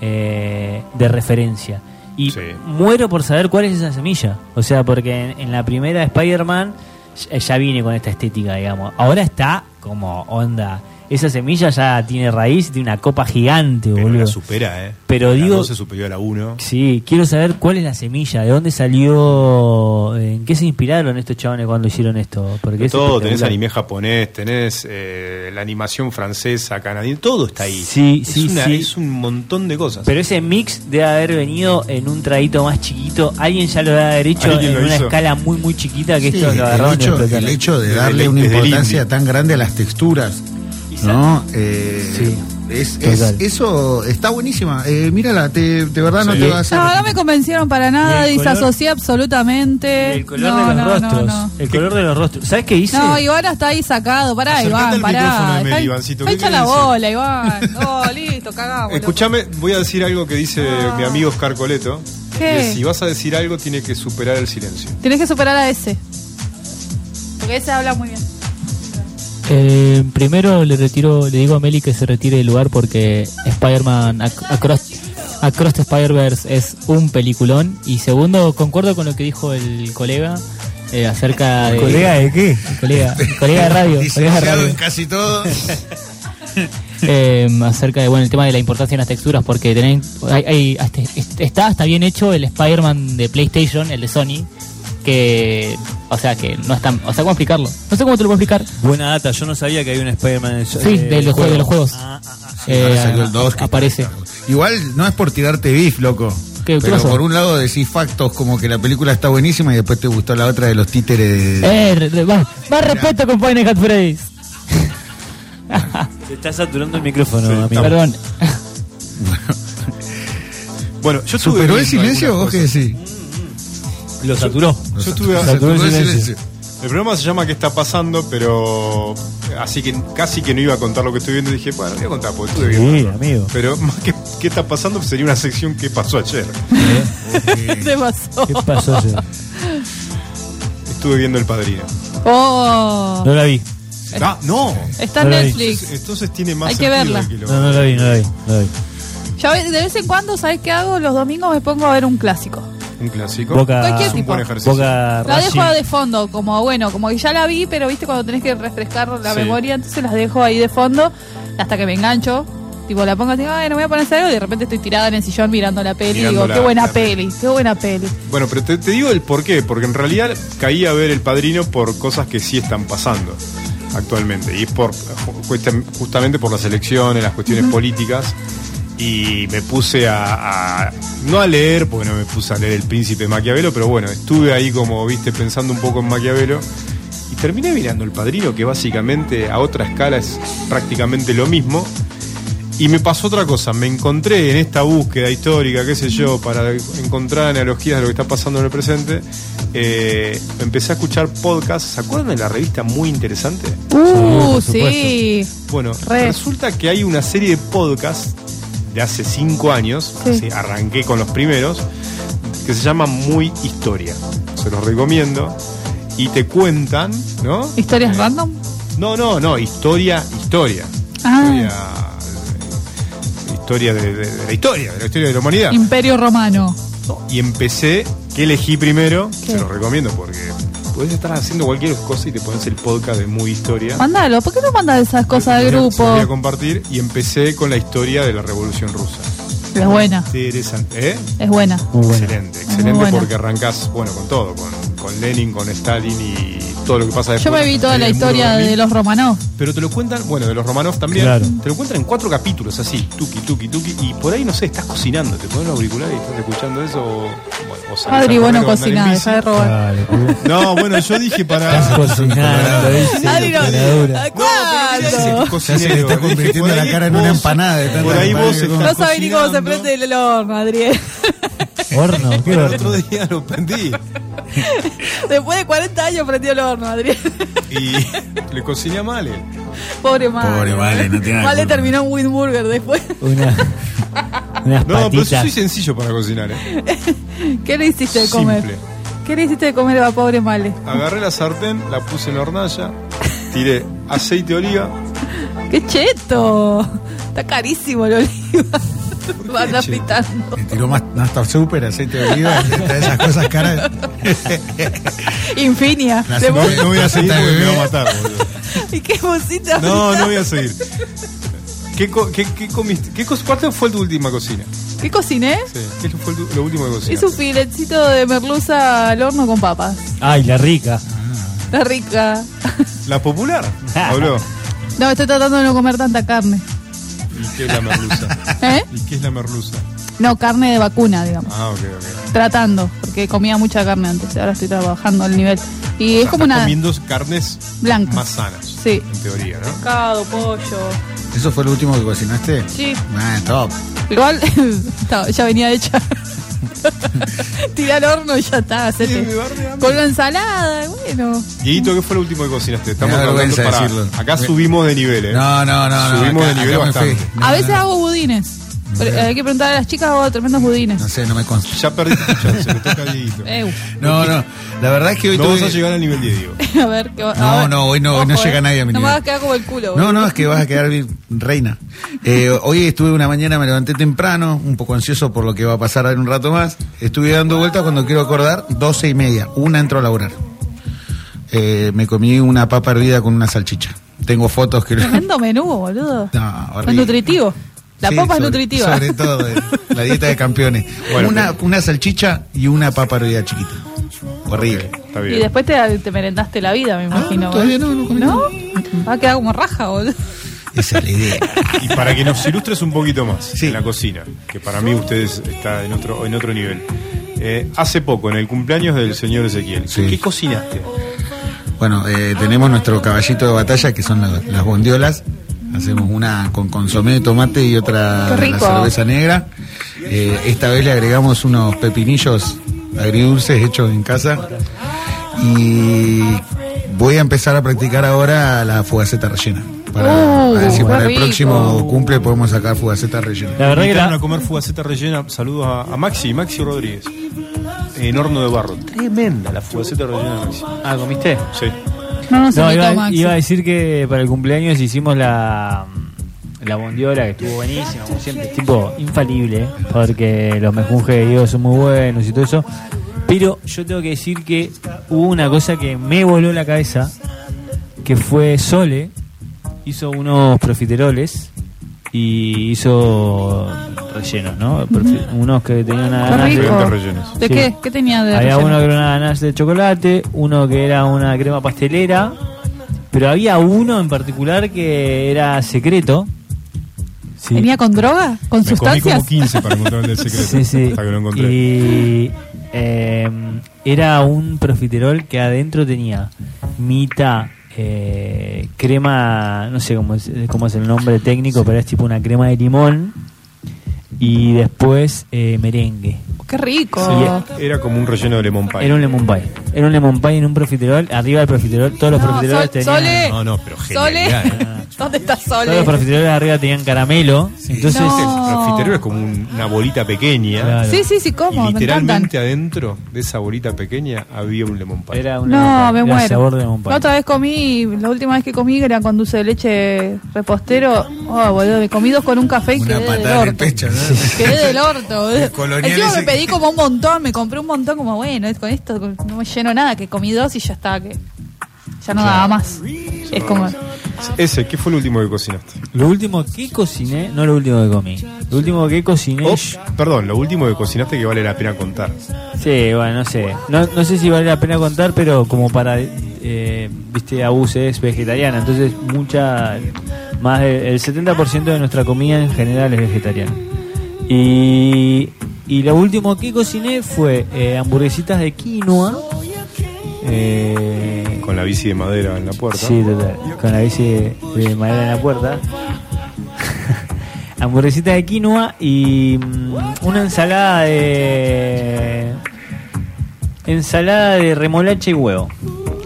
[SPEAKER 4] eh, de referencia. Y
[SPEAKER 1] Sí.
[SPEAKER 4] muero por saber cuál es esa semilla. O sea, porque en, en la primera Spider-Man ya, ya vine con esta estética, digamos. Ahora está como onda. Esa semilla ya tiene raíz, tiene una copa gigante,
[SPEAKER 1] Pero
[SPEAKER 4] boludo.
[SPEAKER 1] la supera, ¿eh? La
[SPEAKER 4] Pero digo-
[SPEAKER 1] dos se superó a la 1.
[SPEAKER 4] Sí, quiero saber cuál es la semilla, de dónde salió, en qué se inspiraron estos chavones cuando hicieron esto. Porque
[SPEAKER 1] De
[SPEAKER 4] es
[SPEAKER 1] todo, tenés
[SPEAKER 4] espectacular.
[SPEAKER 1] anime japonés, tenés eh, la animación francesa, canadiense, todo está ahí.
[SPEAKER 4] Sí,
[SPEAKER 1] es
[SPEAKER 4] sí,
[SPEAKER 1] una-
[SPEAKER 4] sí.
[SPEAKER 1] Es un montón de cosas.
[SPEAKER 4] Pero ese mix debe haber venido en un traguito más chiquito. Alguien ya lo debe haber hecho
[SPEAKER 1] Alguien
[SPEAKER 4] en
[SPEAKER 1] lo
[SPEAKER 4] una
[SPEAKER 1] hizo.
[SPEAKER 4] escala muy, muy chiquita que
[SPEAKER 3] Sí,
[SPEAKER 4] esto lo
[SPEAKER 3] el,
[SPEAKER 4] agarraron y
[SPEAKER 3] hecho,
[SPEAKER 4] lo explotaron.
[SPEAKER 3] el hecho de
[SPEAKER 1] Desde
[SPEAKER 3] darle
[SPEAKER 1] el-
[SPEAKER 3] una
[SPEAKER 1] desde el
[SPEAKER 3] importancia
[SPEAKER 1] indie.
[SPEAKER 3] tan grande a las texturas, ¿no? Eh,
[SPEAKER 4] Sí,
[SPEAKER 3] es- es-
[SPEAKER 4] total.
[SPEAKER 3] eso está buenísima. Eh, mírala, te- de verdad no
[SPEAKER 1] Sí.
[SPEAKER 3] te va a hacer.
[SPEAKER 2] No, no me convencieron para nada,
[SPEAKER 4] ¿Y el color?
[SPEAKER 2] disasocié absolutamente.
[SPEAKER 4] El color
[SPEAKER 2] no,
[SPEAKER 4] de los
[SPEAKER 2] no,
[SPEAKER 4] rostros.
[SPEAKER 2] No,
[SPEAKER 4] El color de los rostros. ¿Sabes qué hice?
[SPEAKER 2] no. No, Iván está ahí sacado. Pará,
[SPEAKER 1] Acercate al
[SPEAKER 2] Iván,
[SPEAKER 1] micrófono
[SPEAKER 2] pará.
[SPEAKER 1] de Meli,
[SPEAKER 2] Está-
[SPEAKER 1] Ivancito,
[SPEAKER 2] está
[SPEAKER 1] ¿qué
[SPEAKER 2] hecha
[SPEAKER 1] querés
[SPEAKER 2] la
[SPEAKER 1] decir?
[SPEAKER 2] bola, Iván. No, listo, cagamos.
[SPEAKER 1] Escuchame, voy a decir algo que dice
[SPEAKER 2] Ah.
[SPEAKER 1] mi amigo Oscar Coleto.
[SPEAKER 2] ¿Qué?
[SPEAKER 1] que si vas a decir algo, tiene que superar el silencio.
[SPEAKER 2] Tenés que superar a ese. Porque ese habla muy bien.
[SPEAKER 5] Eh, primero le retiro, le digo a Meli que se retire del lugar porque Spider-Man Ac- Across, Across the Spider-Verse es un peliculón. Y segundo, concuerdo con lo que dijo el colega eh, acerca de.
[SPEAKER 4] ¿Colega de qué?
[SPEAKER 5] el colega, el colega de radio. colega de
[SPEAKER 3] Licenciado
[SPEAKER 5] radio.
[SPEAKER 3] en casi todo.
[SPEAKER 5] Eh, acerca de bueno el tema de la importancia de las texturas porque tienen hay, hay- hasta- est- está hasta bien hecho el Spider-Man de PlayStation el de Sony que o sea que no están o sea cómo explicarlo no sé cómo te lo puedo explicar
[SPEAKER 4] Buena data, yo no sabía que había un Spider-Man en el
[SPEAKER 5] sí de los juegos de los juegos
[SPEAKER 4] Eh, Ah, ah, ah.
[SPEAKER 5] Eh,
[SPEAKER 3] Ahora salió el 2 que
[SPEAKER 5] aparece
[SPEAKER 3] está- Igual no es por tirarte bif, loco.
[SPEAKER 5] ¿Qué- qué
[SPEAKER 3] pero
[SPEAKER 5] pasó?
[SPEAKER 3] por un lado decís factos como que la película está buenísima y después te gustó la otra de los títeres. de-
[SPEAKER 5] Eh, re- re- más, más respeto con Final Cat Freddy's.
[SPEAKER 4] Se está saturando el micrófono,
[SPEAKER 1] Sí,
[SPEAKER 4] amigo.
[SPEAKER 5] Perdón.
[SPEAKER 1] Bueno, yo estuve
[SPEAKER 3] ¿Superó el
[SPEAKER 1] viendo
[SPEAKER 3] silencio?
[SPEAKER 1] algunas
[SPEAKER 3] ¿Vos qué
[SPEAKER 1] cosas.
[SPEAKER 3] decís?
[SPEAKER 4] Lo saturó.
[SPEAKER 1] Yo estuve-
[SPEAKER 3] Saturó el
[SPEAKER 4] saturó el
[SPEAKER 3] silencio.
[SPEAKER 1] El programa se llama ¿Qué está pasando? Pero así que casi que no iba a contar lo que estoy viendo. Dije, bueno, voy a contar porque estuve viendo.
[SPEAKER 4] Sí, amigo.
[SPEAKER 1] Pero más que qué está pasando sería una sección que pasó ayer.
[SPEAKER 2] Se pasó.
[SPEAKER 4] ¿Qué pasó ayer?
[SPEAKER 1] Estuve viendo El Padrino.
[SPEAKER 2] Oh.
[SPEAKER 4] No la vi.
[SPEAKER 1] Ah, no.
[SPEAKER 2] Está en
[SPEAKER 4] no la vi.
[SPEAKER 2] Netflix.
[SPEAKER 1] Entonces tiene más
[SPEAKER 2] Hay que
[SPEAKER 1] sentido
[SPEAKER 2] verla.
[SPEAKER 1] lo-
[SPEAKER 4] No, no la vi, no la vi. No la vi.
[SPEAKER 2] Yo a ve- de vez en cuando, ¿sabes qué hago? Los domingos me pongo a ver un clásico.
[SPEAKER 1] Un clásico.
[SPEAKER 4] Boca,
[SPEAKER 2] Cualquier
[SPEAKER 1] es un
[SPEAKER 2] tipo.
[SPEAKER 1] buen ejercicio.
[SPEAKER 4] Boca
[SPEAKER 2] La
[SPEAKER 4] Racing.
[SPEAKER 2] dejo de fondo, como bueno, como que ya la vi, pero viste cuando tenés que refrescar la
[SPEAKER 1] Sí.
[SPEAKER 2] memoria, entonces las dejo ahí de fondo. hasta que me engancho. Tipo, la pongo, digo, ay, no voy a poner algo, y de repente estoy tirada en el sillón mirando la peli. y
[SPEAKER 1] Mirando
[SPEAKER 2] digo,
[SPEAKER 1] la-
[SPEAKER 2] qué buena
[SPEAKER 1] la
[SPEAKER 2] peli, qué buena peli.
[SPEAKER 1] Bueno, pero te, te digo el por qué, porque en realidad caí a ver El Padrino por cosas que sí están pasando actualmente, y es por cuesta- justamente por las elecciones, las cuestiones políticas, y me puse a, a- no a leer, porque no me puse a leer El Príncipe de Maquiavelo, pero bueno, estuve ahí como, viste, pensando un poco en Maquiavelo, y terminé mirando El Padrino, que básicamente a otra escala es prácticamente lo mismo, y me pasó otra cosa, me encontré en esta búsqueda histórica, qué sé yo, para encontrar analogías de lo que está pasando en el presente, eh, empecé a escuchar podcasts, ¿se acuerdan de la revista Muy Interesante?
[SPEAKER 2] Uh,
[SPEAKER 5] por supuesto.
[SPEAKER 2] sí.
[SPEAKER 1] Bueno,
[SPEAKER 2] Re.
[SPEAKER 1] resulta que hay una serie de podcasts de hace cinco años,
[SPEAKER 2] Sí.
[SPEAKER 1] así arranqué con los primeros, que se llama Muy Historia, se los recomiendo, y te cuentan, ¿no?
[SPEAKER 2] ¿Historias
[SPEAKER 1] Eh,
[SPEAKER 2] random?
[SPEAKER 1] No, no, no, historia, historia historia,
[SPEAKER 2] Ah,
[SPEAKER 1] historia de, de- de la historia, de la historia de la humanidad.
[SPEAKER 2] Imperio Romano.
[SPEAKER 1] Y empecé, que elegí primero,
[SPEAKER 2] ¿Qué?
[SPEAKER 1] se lo recomiendo porque puedes estar haciendo cualquier cosa y te pones el podcast de Muy Historia.
[SPEAKER 2] Mándalo, ¿por qué no mandas esas cosas de
[SPEAKER 1] Se lo voy a- se lo
[SPEAKER 2] grupo?
[SPEAKER 1] voy a compartir y empecé con la historia de la Revolución Rusa.
[SPEAKER 2] Es buena,
[SPEAKER 1] Interesante, ¿eh?
[SPEAKER 2] es buena.
[SPEAKER 5] Muy bueno.
[SPEAKER 1] Excelente,
[SPEAKER 2] Muy
[SPEAKER 1] excelente
[SPEAKER 2] buena.
[SPEAKER 1] porque arrancás, bueno, con todo, con, con Lenin, con Stalin y todo lo que pasa después.
[SPEAKER 2] Yo me vi toda la
[SPEAKER 1] del muro
[SPEAKER 2] historia
[SPEAKER 1] Berlín.
[SPEAKER 2] de los Romanov.
[SPEAKER 1] Pero te lo cuentan, bueno, de los Romanov también.
[SPEAKER 4] Claro.
[SPEAKER 1] Te lo cuentan en cuatro capítulos, así, tuki, tuki, tuki. Y por ahí, no sé, estás cocinando, te pones los auriculares y estás escuchando eso. o- Bueno, o salís
[SPEAKER 2] Adri,
[SPEAKER 1] a correr
[SPEAKER 2] bueno,
[SPEAKER 1] o andar en
[SPEAKER 2] cocina,
[SPEAKER 1] bici.
[SPEAKER 2] deja de robar.
[SPEAKER 4] Ah.
[SPEAKER 1] No, bueno, yo dije
[SPEAKER 5] Estás
[SPEAKER 1] para.
[SPEAKER 5] cocinando, dice
[SPEAKER 2] Adri, no.
[SPEAKER 5] la operadora.
[SPEAKER 2] ¿a ¿Cuándo?
[SPEAKER 3] Ya se le está convirtiendo la cara en una empanada de tanta
[SPEAKER 1] Por ahí
[SPEAKER 3] empanada
[SPEAKER 1] vos
[SPEAKER 3] que
[SPEAKER 1] estás
[SPEAKER 3] come.
[SPEAKER 2] No sabés ni cómo se
[SPEAKER 1] cocinando.
[SPEAKER 2] prende el horno, Adriel.
[SPEAKER 5] Horno, qué
[SPEAKER 1] Pero el otro
[SPEAKER 5] horno.
[SPEAKER 1] día lo prendí.
[SPEAKER 2] Después de 40 años prendió el horno, Adriel.
[SPEAKER 1] Y le cociné a Male.
[SPEAKER 2] Pobre Male.
[SPEAKER 3] Pobre Vale, no tiene nada
[SPEAKER 2] Male
[SPEAKER 3] que ver.
[SPEAKER 2] terminó en Windburger después.
[SPEAKER 5] Una,
[SPEAKER 1] No,
[SPEAKER 5] unas
[SPEAKER 1] pero yo
[SPEAKER 5] patitas.
[SPEAKER 1] soy sencillo para cocinar, ¿eh?
[SPEAKER 2] ¿Qué le hiciste de comer?
[SPEAKER 1] Simple.
[SPEAKER 2] ¿Qué le hiciste de comer a pobre Male?
[SPEAKER 1] Agarré la sartén, la puse en la hornalla, tiré aceite de oliva.
[SPEAKER 2] ¡Qué cheto! Está carísimo el oliva. Lo anda
[SPEAKER 1] cheto?
[SPEAKER 2] pitando.
[SPEAKER 3] Le tiró más, hasta súper aceite de oliva, de esas cosas caras.
[SPEAKER 2] Infinia.
[SPEAKER 3] La
[SPEAKER 2] Le
[SPEAKER 3] semana-
[SPEAKER 2] pus-
[SPEAKER 1] No voy a seguir
[SPEAKER 3] Aceite de
[SPEAKER 1] porque me va a
[SPEAKER 3] oliva.
[SPEAKER 1] matar, boludo.
[SPEAKER 2] ¿Y qué musita?
[SPEAKER 1] No, no voy a seguir. ¿Qué, co- qué, qué comiste? ¿Qué cos- ¿Cuál fue tu última cocina?
[SPEAKER 2] ¿Qué cociné?
[SPEAKER 1] Sí. ¿Qué fue tu- lo último que
[SPEAKER 2] Hice un
[SPEAKER 1] cocinaste?
[SPEAKER 2] filetcito de merluza al horno con papas.
[SPEAKER 5] Ay, la rica.
[SPEAKER 2] Está rica.
[SPEAKER 1] ¿La popular? Habló.
[SPEAKER 2] No, estoy tratando de no comer tanta carne.
[SPEAKER 1] ¿Y qué es la merluza?
[SPEAKER 2] ¿Eh?
[SPEAKER 1] ¿Y qué es la merluza?
[SPEAKER 2] No, carne de vacuna, digamos.
[SPEAKER 1] Ah, ok, ok.
[SPEAKER 2] Tratando, porque comía mucha carne antes. Ahora estoy trabajando el nivel. Y es como
[SPEAKER 1] Estás
[SPEAKER 2] una.
[SPEAKER 1] comiendo carnes
[SPEAKER 2] Blancas.
[SPEAKER 1] más sanas.
[SPEAKER 2] Sí.
[SPEAKER 1] En teoría, ¿no?
[SPEAKER 2] Pescado, pollo.
[SPEAKER 3] ¿Eso fue lo último que cocinaste?
[SPEAKER 2] Sí.
[SPEAKER 3] Ah, top.
[SPEAKER 2] Igual, está, ya venía hecha. Tira al horno y ya está. hacete.
[SPEAKER 1] Sí, me barde hambre.
[SPEAKER 2] Con la ensalada, y bueno.
[SPEAKER 1] Dieguito, ¿qué fue lo último que cocinaste? Estamos
[SPEAKER 3] Me da
[SPEAKER 1] hablando
[SPEAKER 3] vergüenza
[SPEAKER 1] para.
[SPEAKER 3] decirlo.
[SPEAKER 1] Acá subimos de nivel, ¿eh?
[SPEAKER 3] No, no, no. no,
[SPEAKER 1] Subimos de
[SPEAKER 3] acá-
[SPEAKER 1] nivel
[SPEAKER 3] acá me
[SPEAKER 1] bastante.
[SPEAKER 3] fui.
[SPEAKER 2] A veces hago budines. Pero, eh, Hay que preguntar a las chicas, hago tremendos budines.
[SPEAKER 3] No sé, no me consta.
[SPEAKER 1] Ya perdiste tu chance, le toca a Dieguito.
[SPEAKER 2] Eh,
[SPEAKER 3] No, no. La verdad es que hoy
[SPEAKER 1] No
[SPEAKER 3] tuve-
[SPEAKER 1] vas a llegar al nivel de Diego.
[SPEAKER 2] a ver, qué va-
[SPEAKER 3] No,
[SPEAKER 2] a ver.
[SPEAKER 3] no, hoy no- hoy no
[SPEAKER 2] Ojo,
[SPEAKER 3] llega
[SPEAKER 2] eh.
[SPEAKER 3] nadie a mi
[SPEAKER 2] No me
[SPEAKER 3] nivel.
[SPEAKER 2] vas a quedar como el culo.
[SPEAKER 3] No,
[SPEAKER 2] boludo.
[SPEAKER 3] no, es que vas a quedar bien reina. Eh, hoy estuve una mañana, me levanté temprano, un poco ansioso por lo que va a pasar en un rato más. Estuve dando vueltas cuando quiero acordar, doce y media, una entro a laburar. Eh, me comí una papa hervida con una salchicha. Tengo fotos que...
[SPEAKER 2] Tremendo menú, boludo.
[SPEAKER 3] No,
[SPEAKER 2] es
[SPEAKER 3] horrible.
[SPEAKER 2] nutritivo. La
[SPEAKER 3] Sí,
[SPEAKER 2] popa
[SPEAKER 3] sobre-
[SPEAKER 2] es nutritiva.
[SPEAKER 3] Sobre todo, eh, la dieta de campeones.
[SPEAKER 1] Bueno,
[SPEAKER 3] una, una salchicha y una papa hervida chiquita. Horrible.
[SPEAKER 1] Está
[SPEAKER 2] Y
[SPEAKER 1] bien.
[SPEAKER 2] después te, te merendaste la vida, me imagino. ¿eh?
[SPEAKER 3] todavía no, no comí
[SPEAKER 2] Ah, ¿No? Va a quedar como raja, boludo.
[SPEAKER 3] Esa es la idea.
[SPEAKER 1] Y para que nos ilustres un poquito más
[SPEAKER 3] Sí.
[SPEAKER 1] en la cocina, que para mí ustedes está en otro, en otro nivel. Eh, hace poco, en el cumpleaños del señor Ezequiel,
[SPEAKER 3] Sí.
[SPEAKER 1] ¿qué cocinaste?
[SPEAKER 3] Bueno, eh, tenemos nuestro caballito de batalla, que son la- las bondiolas. Hacemos una con consomé de tomate y otra
[SPEAKER 2] Qué
[SPEAKER 3] de
[SPEAKER 2] rico.
[SPEAKER 3] la cerveza negra. Eh, esta vez le agregamos unos pepinillos agridulces hechos en casa. Y voy a empezar a practicar ahora la fugaceta rellena. Para,
[SPEAKER 2] Uh,
[SPEAKER 3] a ver si
[SPEAKER 2] qué
[SPEAKER 3] para el
[SPEAKER 2] rico.
[SPEAKER 3] próximo cumple podemos sacar fugaceta rellena.
[SPEAKER 5] La verdad que
[SPEAKER 1] Invitaron a
[SPEAKER 5] la,
[SPEAKER 1] comer fugaceta rellena. Saludos a, a Maxi, Maxi Rodríguez. En horno de barro. Tremenda la fugaceta rellena de Maxi.
[SPEAKER 4] Ah, ¿comiste?
[SPEAKER 1] Sí.
[SPEAKER 2] No, no
[SPEAKER 4] No,
[SPEAKER 2] se
[SPEAKER 4] iba,
[SPEAKER 2] me Maxi.
[SPEAKER 4] iba a decir que para el cumpleaños hicimos la, mm, la bondiola, que estuvo buenísima, como siempre. Tipo, infalible, ¿eh? porque los mejunjes de Diego son muy buenos y todo eso. Pero yo tengo que decir que hubo una cosa que me voló la cabeza, que fue Sole, hizo unos profiteroles y hizo rellenos, ¿no? Perfil- Unos que tenían
[SPEAKER 2] Qué
[SPEAKER 4] ananas de-
[SPEAKER 2] rico.
[SPEAKER 1] diferentes rellenos.
[SPEAKER 2] ¿De
[SPEAKER 4] Sí.
[SPEAKER 2] qué? ¿Qué tenía de
[SPEAKER 4] había
[SPEAKER 2] relleno?
[SPEAKER 4] uno que era una ananas de chocolate, uno que era una crema pastelera, pero había uno en particular que era secreto. Sí.
[SPEAKER 2] ¿Venía con droga? ¿Con
[SPEAKER 1] Me comí
[SPEAKER 2] sustancias?
[SPEAKER 1] como 15 para encontrar el del secreto.
[SPEAKER 4] Sí, sí.
[SPEAKER 1] Hasta que lo encontré.
[SPEAKER 4] Y eh, era un profiterol que adentro tenía mitad eh, crema, no sé cómo es, cómo es el nombre técnico, pero es tipo una crema de limón y después eh, merengue.
[SPEAKER 2] ¡Qué rico!
[SPEAKER 4] Sí, eh,
[SPEAKER 1] eh, Era como un relleno de lemon pie.
[SPEAKER 4] Era un lemon pie. Era un lemon pie en un profiterol. Arriba del profiterol, todos los
[SPEAKER 2] No,
[SPEAKER 4] profiteroles
[SPEAKER 2] Sol-
[SPEAKER 4] tenían.
[SPEAKER 2] Sole.
[SPEAKER 1] No, no, pero
[SPEAKER 2] Sole,
[SPEAKER 1] genialidad, ¿eh?
[SPEAKER 2] ¿dónde está
[SPEAKER 4] Todos
[SPEAKER 2] Sole?
[SPEAKER 4] los profiteroles arriba tenían caramelo. Entonces,
[SPEAKER 2] No.
[SPEAKER 1] El profiterol es como un- una bolita pequeña.
[SPEAKER 4] Claro.
[SPEAKER 2] Sí, sí, sí, ¿cómo?
[SPEAKER 1] Y
[SPEAKER 2] Me encantan.
[SPEAKER 1] literalmente adentro de esa bolita pequeña había un lemon pie.
[SPEAKER 4] era un lemon
[SPEAKER 2] No,
[SPEAKER 4] pie,
[SPEAKER 2] me
[SPEAKER 4] era
[SPEAKER 2] muero.
[SPEAKER 4] sabor de lemon pie.
[SPEAKER 2] La otra vez comí, la última vez que comí que era con dulce de leche repostero. Oh, boludo, me comí dos con un café y
[SPEAKER 3] Una
[SPEAKER 2] quedé del
[SPEAKER 3] patada en el
[SPEAKER 2] orto.
[SPEAKER 3] pecho, ¿no?
[SPEAKER 2] Quedé del orto. boludo.
[SPEAKER 3] colonial
[SPEAKER 2] Encima
[SPEAKER 3] ese-
[SPEAKER 2] me pedí como un montón, me compré un montón, como bueno, es- con esto con- no me lleno nada, que comí dos y ya estaba, que ya no daba más. Es como,
[SPEAKER 1] Ah. Ese, ¿qué fue el último que cocinaste?
[SPEAKER 4] Lo último que cociné, no lo último que comí. Lo último que cociné.
[SPEAKER 1] Oh, perdón, lo último que cocinaste que vale la pena contar.
[SPEAKER 4] Sí, bueno, no sé. No, no sé si vale la pena contar, pero como para. Eh, viste, Abuse es vegetariana, entonces mucha. Más de- el 70% de nuestra comida en general es vegetariana. Y. Y lo último que cociné fue eh, hamburguesitas de quinoa. Eh,
[SPEAKER 1] Con la bici de madera en la puerta.
[SPEAKER 4] Sí, total. Con la bici de, de madera en la puerta. Hamburguesita de quinoa y mm, una ensalada de. Ensalada de remolacha y huevo.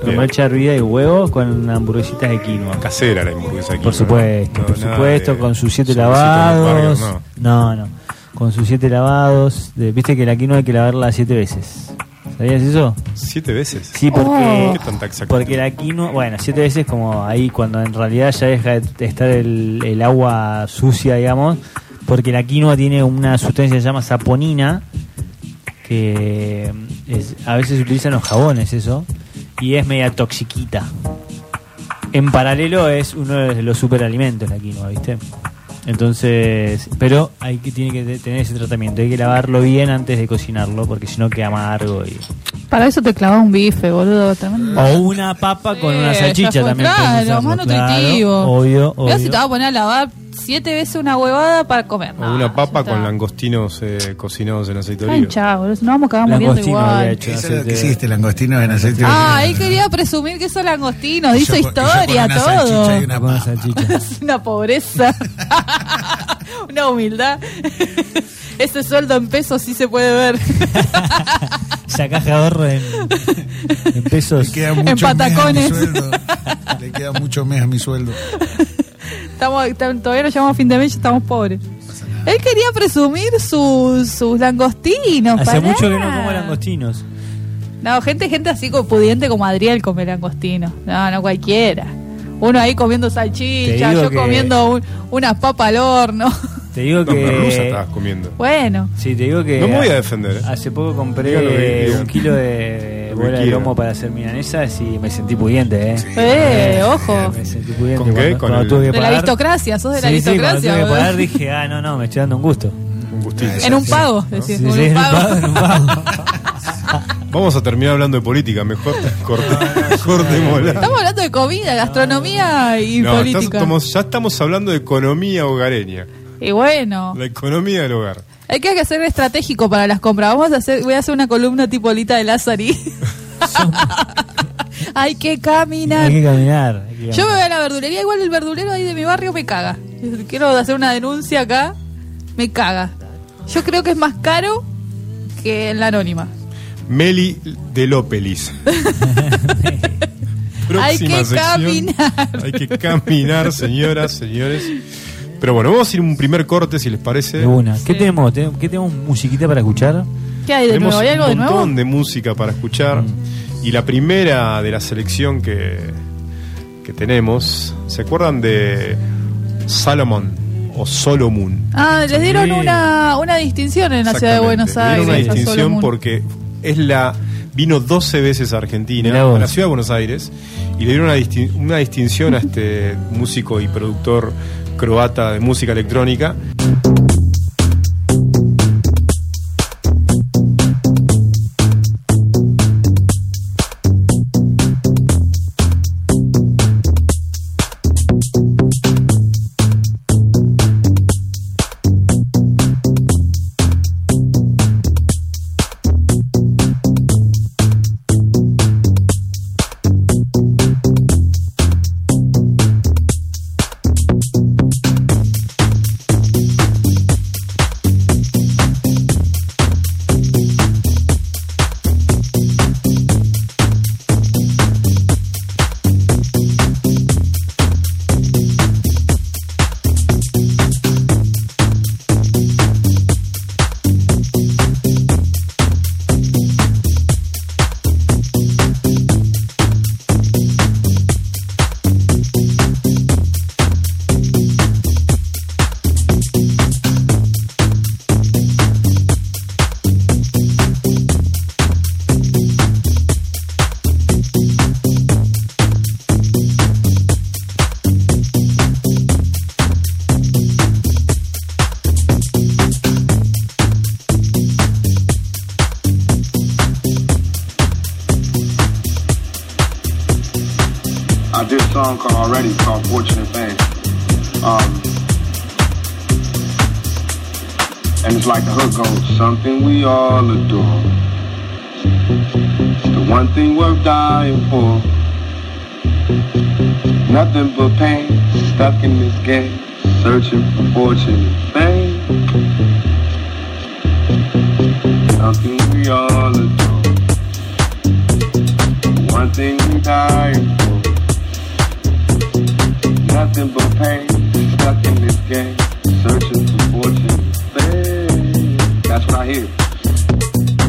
[SPEAKER 4] Remolacha hervida y huevo con hamburguesitas de quinoa.
[SPEAKER 1] Casera la hamburguesa aquí.
[SPEAKER 4] Por
[SPEAKER 1] ¿no?
[SPEAKER 4] supuesto,
[SPEAKER 1] No,
[SPEAKER 4] por
[SPEAKER 1] nada
[SPEAKER 4] supuesto,
[SPEAKER 1] de-
[SPEAKER 4] con sus siete
[SPEAKER 1] solicito en los
[SPEAKER 4] lavados.
[SPEAKER 1] barrios, no.
[SPEAKER 4] no. no, Con sus siete lavados. de- Viste que la quinoa hay que lavarla siete veces. ¿Sabías eso?
[SPEAKER 1] ¿Siete veces?
[SPEAKER 4] Sí, porque,
[SPEAKER 2] Oh.
[SPEAKER 1] ¿Qué tanta exactitud?
[SPEAKER 4] porque la quinoa, bueno, siete veces como ahí cuando en realidad ya deja de estar el, el agua sucia, digamos, porque la quinoa tiene una sustancia que se llama saponina, que mm, es- a veces se utiliza en los jabones eso, y es media toxiquita. En paralelo es uno de los superalimentos la quinoa, ¿viste? Entonces, pero hay que tiene que te- tener ese tratamiento, hay que lavarlo bien antes de cocinarlo, porque si no queda amargo y
[SPEAKER 2] para eso te clavaba un bife, boludo, tremendo.
[SPEAKER 4] o una papa con
[SPEAKER 2] Sí,
[SPEAKER 4] una salchicha
[SPEAKER 2] ya fue,
[SPEAKER 4] también.
[SPEAKER 2] Claro,
[SPEAKER 4] podés usarlo,
[SPEAKER 2] más nutritivo.
[SPEAKER 4] claro, obvio,
[SPEAKER 2] Mirá si
[SPEAKER 4] obvio.
[SPEAKER 2] te vas a poner a lavar siete veces una huevada para comer.
[SPEAKER 1] O una papa con
[SPEAKER 2] la
[SPEAKER 1] langostinos eh, cocinados en aceite de oliva.
[SPEAKER 2] Cancha, boludo, no vamos a cagar muriendo
[SPEAKER 4] Langostino había
[SPEAKER 2] igual.
[SPEAKER 4] hecho.
[SPEAKER 3] Eso es
[SPEAKER 4] aceite
[SPEAKER 3] lo que
[SPEAKER 4] de-
[SPEAKER 3] hiciste, langostino en aceite de
[SPEAKER 2] Ah,
[SPEAKER 3] oliva.
[SPEAKER 2] él quería presumir que hizo langostinos,
[SPEAKER 3] Y yo
[SPEAKER 2] hizo
[SPEAKER 3] con- y yo con
[SPEAKER 2] historia,
[SPEAKER 3] una
[SPEAKER 2] todo.
[SPEAKER 3] salchicha y una
[SPEAKER 4] Con una
[SPEAKER 3] papa.
[SPEAKER 4] salchicha.
[SPEAKER 2] Es una pobreza. una humildad. Ese sueldo en pesos sí se puede ver.
[SPEAKER 4] Sacás de ahorro en, en pesos.
[SPEAKER 3] Le queda
[SPEAKER 2] Pues, En
[SPEAKER 3] mucho
[SPEAKER 2] patacones. Eh,
[SPEAKER 3] Mes a mi sueldo. Le queda mucho mes a mi sueldo.
[SPEAKER 2] Estamos, tam- todavía no llamamos a fin de mes y estamos pobres. Él quería presumir sus, sus langostinos. pará.
[SPEAKER 4] Hace mucho que no como langostinos.
[SPEAKER 2] No, gente, gente así como pudiente como Adriel come langostinos. No, no cualquiera. Uno ahí comiendo
[SPEAKER 4] Te
[SPEAKER 2] salchicha,
[SPEAKER 4] digo
[SPEAKER 2] yo
[SPEAKER 4] que-
[SPEAKER 2] comiendo un- unas papas al horno.
[SPEAKER 4] Te digo
[SPEAKER 1] No, merluza estabas
[SPEAKER 4] que.
[SPEAKER 1] comiendo.
[SPEAKER 2] bueno.
[SPEAKER 4] Sí, te digo que.
[SPEAKER 1] No me voy a defender, eh.
[SPEAKER 4] Hace poco compré
[SPEAKER 1] Dígalo bien,
[SPEAKER 4] eh,
[SPEAKER 1] dígalo.
[SPEAKER 4] un kilo
[SPEAKER 1] Lo
[SPEAKER 4] de
[SPEAKER 1] que
[SPEAKER 4] bola de
[SPEAKER 1] quiera.
[SPEAKER 4] lomo para hacer milanesas y me sentí pudiente, ¿eh?
[SPEAKER 2] Eh, ojo.
[SPEAKER 4] Me sentí pudiente.
[SPEAKER 1] ¿Con qué? Con
[SPEAKER 4] Cuando- cuando
[SPEAKER 1] el-
[SPEAKER 4] tuve que
[SPEAKER 2] De la
[SPEAKER 4] pagar-
[SPEAKER 2] aristocracia, sos de la
[SPEAKER 4] Sí, sí, cuando
[SPEAKER 2] aristocracia.
[SPEAKER 4] tuve que
[SPEAKER 2] boludo.
[SPEAKER 4] pagar dije, ah, no, no, me estoy dando un gusto.
[SPEAKER 1] Un gustito.
[SPEAKER 2] en un pago, decís,
[SPEAKER 4] Sí,
[SPEAKER 2] con
[SPEAKER 4] sí,
[SPEAKER 2] un
[SPEAKER 4] en un
[SPEAKER 2] pago.
[SPEAKER 4] pago, en un pago.
[SPEAKER 1] Vamos a terminar hablando de política, mejor
[SPEAKER 4] Ah,
[SPEAKER 1] corte- cortémosla.
[SPEAKER 2] Estamos hablando de comida, gastronomía y
[SPEAKER 1] No, estás-
[SPEAKER 2] política.
[SPEAKER 1] estamos- ya estamos hablando de economía hogareña.
[SPEAKER 2] Y bueno,
[SPEAKER 1] La economía del hogar.
[SPEAKER 2] hay que ser estratégico para las compras. Vamos a hacer, voy a hacer una columna tipo Lita de Lázari. hay que caminar.
[SPEAKER 4] Hay que caminar. hay que caminar.
[SPEAKER 2] Yo me voy a la verdulería, igual el verdulero ahí de mi barrio me caga. Quiero hacer una denuncia acá, me caga. Yo creo que es más caro que en la anónima.
[SPEAKER 1] Meli de Lópelis.
[SPEAKER 2] Hay que caminar.
[SPEAKER 1] Hay que caminar, señoras, señores. Pero bueno, vamos a ir a un primer corte si les parece.
[SPEAKER 4] De una. ¿Qué tenemos? ¿Te- ¿Qué tenemos musiquita para escuchar?
[SPEAKER 2] ¿Qué hay de
[SPEAKER 1] Tenemos
[SPEAKER 2] nuevo? ¿Hay algo de
[SPEAKER 1] un montón
[SPEAKER 2] nuevo?
[SPEAKER 1] de música para escuchar.
[SPEAKER 4] Mm.
[SPEAKER 1] Y la primera de la selección que, que tenemos, ¿se acuerdan de Salomon o Solomon?
[SPEAKER 2] Ah, les dieron
[SPEAKER 4] Sí.
[SPEAKER 2] una, una distinción en la ciudad de
[SPEAKER 1] Exactamente.
[SPEAKER 2] Buenos
[SPEAKER 1] Le dieron
[SPEAKER 2] Aires. a
[SPEAKER 1] una distinción
[SPEAKER 2] Solomon.
[SPEAKER 1] porque es la vino 12 veces a
[SPEAKER 4] Mirá
[SPEAKER 1] Argentina,
[SPEAKER 4] vos.
[SPEAKER 1] a la ciudad de Buenos Aires, y le dieron una, disti- una distinción a este músico y productor croata de música electrónica.
[SPEAKER 6] I did a song called already called Fortunate Thing. Um, and it's like the hook goes, something we all adore. It's the one thing worth dying for. Nothing but pain, stuck in this game, searching for fortunate things. Something we all adore. The One thing we dying for. Nothing but pain, stuck in this game, searching for fortune. Hey, That's what I hear.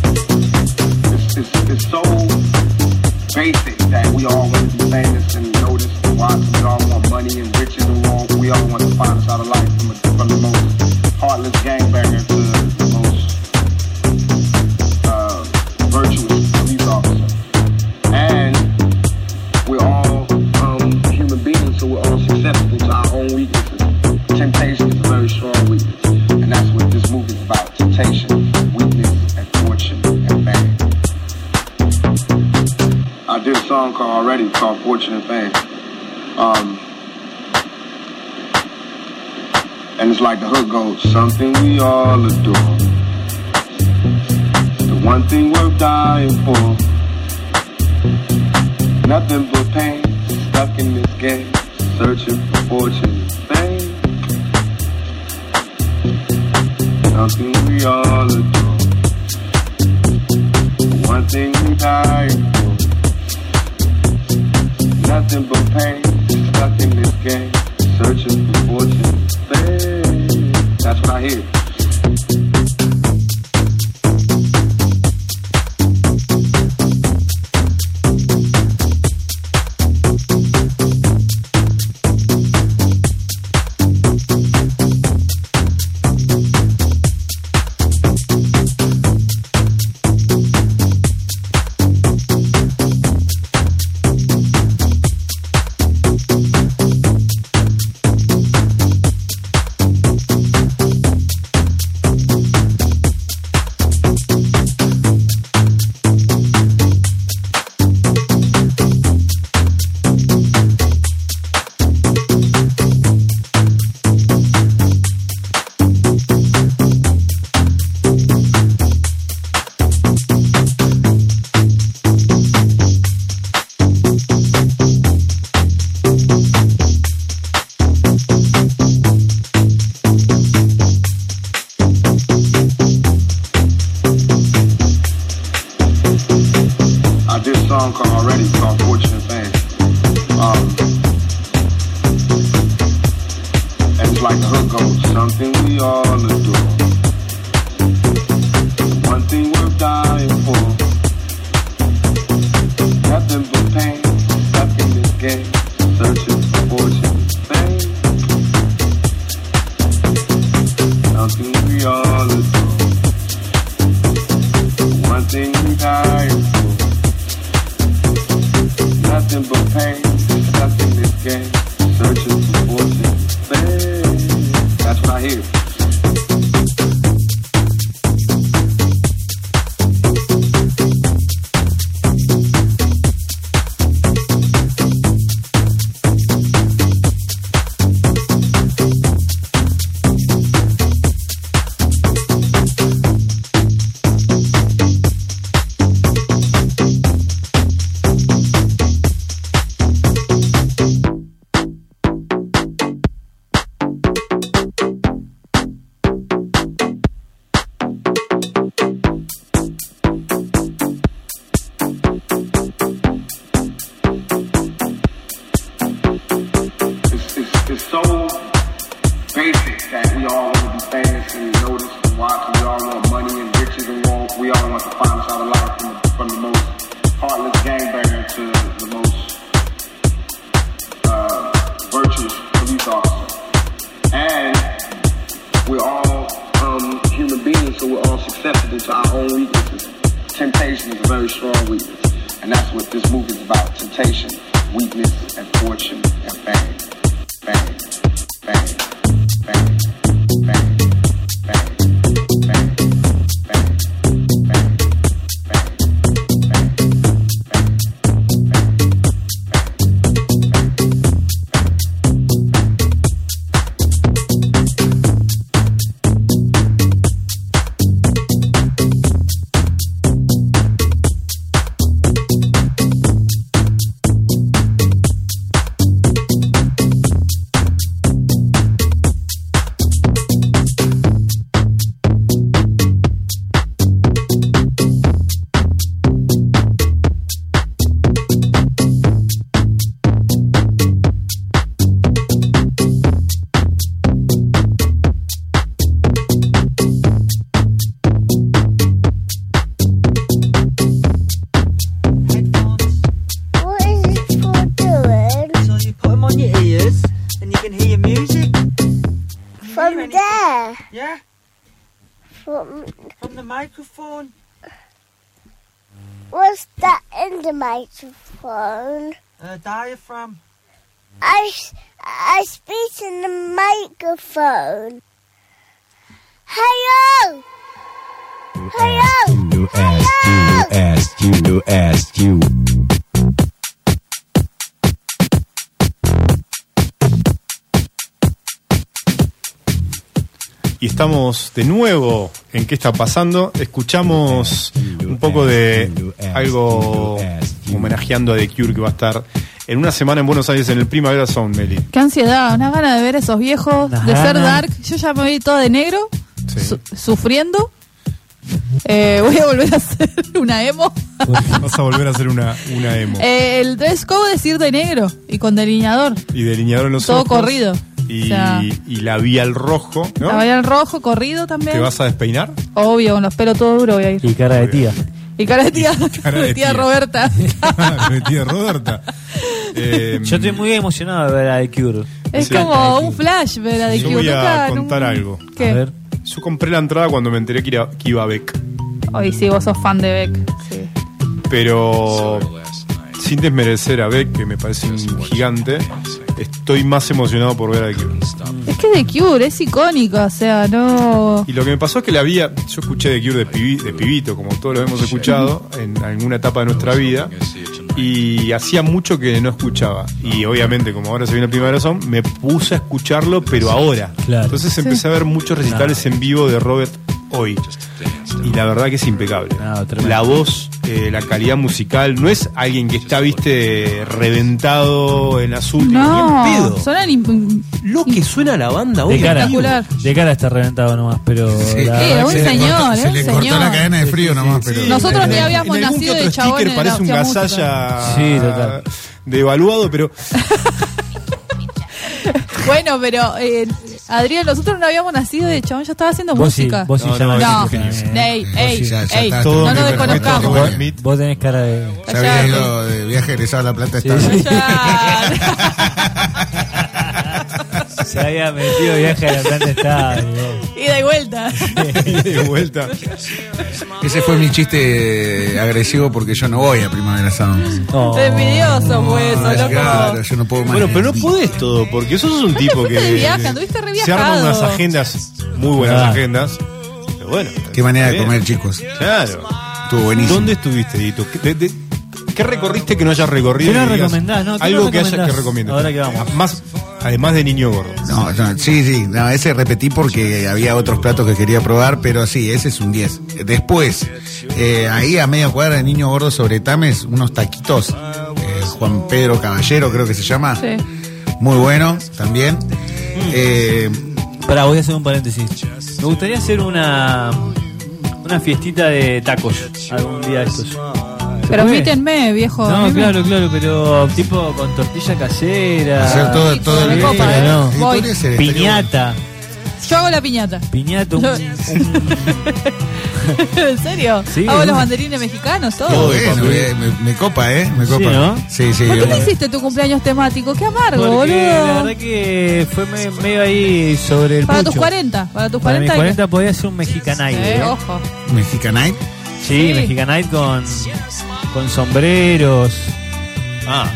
[SPEAKER 6] It's, it's, it's so basic that we all want to be famous and noticed and watched. We all want money and riches and all. We all want to find us out of life from, a, from the most heartless gangbanger to the most uh, virtuous police officer. And we're all um, human beings, so we're all susceptible to our own weaknesses. Temptation is a very strong weakness, and that's what this movie is about: temptation, weakness, and fortune and fame. I did a song called already called Fortune and Fame. Um, and it's like the hook goes, something we all adore. It's the one thing worth dying for. Nothing but pain, stuck in this game, searching for fortune and fame. Something we all adore. The One thing we die for. Nothing but pain, stuck in this game, searching for fortune and fame. That's what I hear. I did a song called already called Fortune and Fame. Um, It's like the hook goes, something we all adore. One thing worth dying for. Nothing but pain, stuck in this game, searching for fortune, fame. Something we all adore. One thing we dying for. Nothing but pain, stuck in this game, searching for fortune, fame. That's what I hear. It's, it's, it's so basic that we all want to be famous and noticed and watched. We all want money and riches and want, we all want the finest out of life from the, from the most heartless gangbanger to the most uh, virtuous police officer. And we're all um, human beings, so we're all susceptible to our own weaknesses. Temptation is a very strong weakness, and that's what this movie is about: temptation, weakness, and fortune and fame. Fame, fame, fame, fame, fame, fame, fame, fame.
[SPEAKER 7] What is it for doing?
[SPEAKER 8] So you put them on your ears, and you can hear music.
[SPEAKER 7] From there.
[SPEAKER 8] Yeah,
[SPEAKER 7] From
[SPEAKER 8] from the microphone.
[SPEAKER 7] what's that in the microphone?
[SPEAKER 8] Uh, diaphragm.
[SPEAKER 7] I s- I speak in the microphone. Hello. Hello. Hello.
[SPEAKER 1] Y estamos de nuevo en qué está pasando. Escuchamos un poco de algo homenajeando a The Cure que va a estar en una semana en Buenos Aires en el Primavera Sound, Meli.
[SPEAKER 2] Qué ansiedad, una gana de ver esos viejos,
[SPEAKER 4] Unas
[SPEAKER 2] de ser
[SPEAKER 4] ganas.
[SPEAKER 2] dark. Yo ya me vi toda de negro,
[SPEAKER 1] Sí.
[SPEAKER 2] su- sufriendo. Eh, voy a volver a hacer una emo.
[SPEAKER 1] Vas a volver a hacer una, una emo.
[SPEAKER 2] Eh, el dress code es ir de negro y con delineador.
[SPEAKER 1] Y delineador en los
[SPEAKER 2] todo
[SPEAKER 1] ojos.
[SPEAKER 2] corrido.
[SPEAKER 1] Y,
[SPEAKER 2] O sea-
[SPEAKER 1] y labial rojo, ¿no?
[SPEAKER 2] La vayan rojo, corrido también.
[SPEAKER 1] ¿Te vas a despeinar?
[SPEAKER 2] Obvio, con los pelos todo duro voy a ir.
[SPEAKER 4] Y cara de tía.
[SPEAKER 2] Y cara de tía,
[SPEAKER 1] cara de
[SPEAKER 2] de tía
[SPEAKER 1] tía.
[SPEAKER 2] Roberta.
[SPEAKER 1] Metida Roberta. Eh,
[SPEAKER 4] Yo estoy muy emocionado de ver a The Cure.
[SPEAKER 2] es
[SPEAKER 1] Sí.
[SPEAKER 2] como un flash, ¿verdad? De
[SPEAKER 1] Yo
[SPEAKER 2] que
[SPEAKER 1] voy a
[SPEAKER 2] nunca en
[SPEAKER 1] contar algo.
[SPEAKER 2] ¿Qué?
[SPEAKER 4] A ver.
[SPEAKER 1] Yo compré la entrada cuando me enteré que, era- que iba a Beck.
[SPEAKER 2] Hoy sí, vos sos fan de Beck. Sí.
[SPEAKER 1] Pero sin desmerecer a Beck, que me parece un gigante, estoy más emocionado por ver a The Cure.
[SPEAKER 2] Es que The Cure es icónica, o sea, no.
[SPEAKER 1] Y lo que me pasó es que la había. Yo escuché The Cure de, pibi- de pibito, como todos lo hemos escuchado en alguna etapa de nuestra vida. Y hacía mucho que no escuchaba. Y obviamente, como ahora se viene el primer son, me puse a escucharlo, pero ahora.
[SPEAKER 4] Claro.
[SPEAKER 1] Entonces empecé a ver muchos recitales en vivo de Robert hoy. Y la verdad que es impecable.
[SPEAKER 4] No, Ah, tremendo.
[SPEAKER 1] la voz, eh, la calidad musical. No es alguien que está, viste, reventado en azul. Ni en
[SPEAKER 2] No,
[SPEAKER 1] pedo.
[SPEAKER 2] suenan imp-
[SPEAKER 9] Lo que suena la banda hoy.
[SPEAKER 4] De cara,
[SPEAKER 2] Espectacular.
[SPEAKER 4] de cara está reventado nomás, pero
[SPEAKER 3] Sí.
[SPEAKER 4] la
[SPEAKER 2] Eh,
[SPEAKER 4] verdad
[SPEAKER 2] un
[SPEAKER 4] que-
[SPEAKER 3] se le
[SPEAKER 2] señor,
[SPEAKER 3] cortó-
[SPEAKER 2] eh,
[SPEAKER 3] Se
[SPEAKER 2] un
[SPEAKER 3] le cortó
[SPEAKER 2] señor.
[SPEAKER 3] la cadena de frío nomás, pero.
[SPEAKER 2] Nosotros ni
[SPEAKER 1] en-
[SPEAKER 2] habíamos
[SPEAKER 1] en algún que
[SPEAKER 2] nacido
[SPEAKER 1] otro
[SPEAKER 2] de
[SPEAKER 1] sticker
[SPEAKER 2] chabones,
[SPEAKER 1] Parece un
[SPEAKER 2] hacía música.
[SPEAKER 1] gasalla
[SPEAKER 4] Sí, total.
[SPEAKER 1] devaluado, pero
[SPEAKER 2] Bueno, pero eh, Adrián, nosotros no habíamos nacido y el chabón ya estaba haciendo
[SPEAKER 4] Vos sí,
[SPEAKER 2] música.
[SPEAKER 4] vos sí
[SPEAKER 1] No,
[SPEAKER 4] ya
[SPEAKER 1] no,
[SPEAKER 4] habías
[SPEAKER 2] no,
[SPEAKER 1] sí,
[SPEAKER 4] escuchado.
[SPEAKER 1] sí.
[SPEAKER 2] ey, ey,
[SPEAKER 3] ya- ya
[SPEAKER 2] ey,
[SPEAKER 3] está,
[SPEAKER 1] Todo
[SPEAKER 2] no
[SPEAKER 1] mi
[SPEAKER 2] nos
[SPEAKER 1] respeto,
[SPEAKER 2] desconozcamos.
[SPEAKER 1] Will Smith.
[SPEAKER 4] Vos tenés cara de.
[SPEAKER 3] Se había ido de viaje egresado a La Plata. esta vez.
[SPEAKER 2] Callar.
[SPEAKER 4] Se había metido viaje a la planta estable, vos.
[SPEAKER 2] Ida y vuelta.
[SPEAKER 1] de vuelta.
[SPEAKER 3] Ese fue mi chiste agresivo porque yo no voy a Primavera Sound.
[SPEAKER 4] No.
[SPEAKER 2] Envidioso, pues,
[SPEAKER 4] Ah,
[SPEAKER 3] No,
[SPEAKER 2] loco.
[SPEAKER 3] claro, yo no puedo más.
[SPEAKER 1] Bueno, pero no podés todo, porque sos un tipo
[SPEAKER 2] fuiste
[SPEAKER 1] que.
[SPEAKER 2] de viaje, anduviste re
[SPEAKER 1] se arman
[SPEAKER 2] viajado.
[SPEAKER 1] unas agendas, muy buenas
[SPEAKER 4] Claro.
[SPEAKER 1] agendas. Pero bueno.
[SPEAKER 3] Qué manera de
[SPEAKER 1] bien.
[SPEAKER 3] comer, chicos.
[SPEAKER 1] Claro.
[SPEAKER 3] Estuvo buenísimo.
[SPEAKER 1] ¿Dónde estuviste, Dito? ¿Qué, de- de- qué recorriste que no hayas recorrido?
[SPEAKER 4] ¿Qué
[SPEAKER 1] Que
[SPEAKER 4] nos
[SPEAKER 1] digas,
[SPEAKER 4] recomendás? No, ¿qué
[SPEAKER 1] algo
[SPEAKER 4] nos
[SPEAKER 1] que haya que
[SPEAKER 4] recomendás?
[SPEAKER 1] recomiendas.
[SPEAKER 4] Ahora que vamos.
[SPEAKER 1] Más, además de niño gordo.
[SPEAKER 3] No, no, sí, sí, no, ese repetí porque había otros platos que quería probar, pero sí, ese es un 10. Después, eh, ahí a media cuadra de Niño Gordo sobre Tames, unos taquitos, eh, Juan Pedro Caballero creo que se llama,
[SPEAKER 2] Sí.
[SPEAKER 3] muy bueno también. Eh,
[SPEAKER 4] Pará, voy a hacer un paréntesis. Me gustaría hacer una. Una fiestita de tacos algún día de estos. ¿Se
[SPEAKER 2] Pero
[SPEAKER 4] puede?
[SPEAKER 2] invítenme, viejo. a
[SPEAKER 4] No,
[SPEAKER 2] mí me-
[SPEAKER 4] claro, claro, pero tipo con tortilla casera.
[SPEAKER 3] hacer todo, todo
[SPEAKER 2] me
[SPEAKER 3] el
[SPEAKER 2] copa,
[SPEAKER 3] pero
[SPEAKER 2] eh.
[SPEAKER 3] no.
[SPEAKER 2] Voy.
[SPEAKER 3] podría
[SPEAKER 1] este
[SPEAKER 3] ser, estaría
[SPEAKER 4] Piñata.
[SPEAKER 2] Yo hago la piñata.
[SPEAKER 4] Piñata, un-
[SPEAKER 2] Yo-
[SPEAKER 4] un-
[SPEAKER 2] ¿En serio?
[SPEAKER 4] Sí,
[SPEAKER 2] hago los
[SPEAKER 4] bueno.
[SPEAKER 2] banderines mexicanos, todo.
[SPEAKER 3] bueno. Todo bien, bien, me, me copa, ¿eh? Me copa.
[SPEAKER 4] ¿no?
[SPEAKER 3] Sí, sí.
[SPEAKER 2] ¿Por qué
[SPEAKER 3] yo-
[SPEAKER 2] no hiciste tu cumpleaños temático? Qué amargo,
[SPEAKER 4] Porque la
[SPEAKER 2] boludo.
[SPEAKER 4] verdad que fue me- medio ahí sobre el
[SPEAKER 2] Para tus
[SPEAKER 4] pucho.
[SPEAKER 2] 40, para tus
[SPEAKER 4] Para mis
[SPEAKER 2] 40.
[SPEAKER 4] 40 podía ser un mexicanite.
[SPEAKER 2] Eh,
[SPEAKER 4] ¿eh?
[SPEAKER 2] ojo.
[SPEAKER 3] Mexicanite.
[SPEAKER 4] Sí,
[SPEAKER 2] Sí.
[SPEAKER 4] mexicanite con, con sombreros.
[SPEAKER 1] Ah,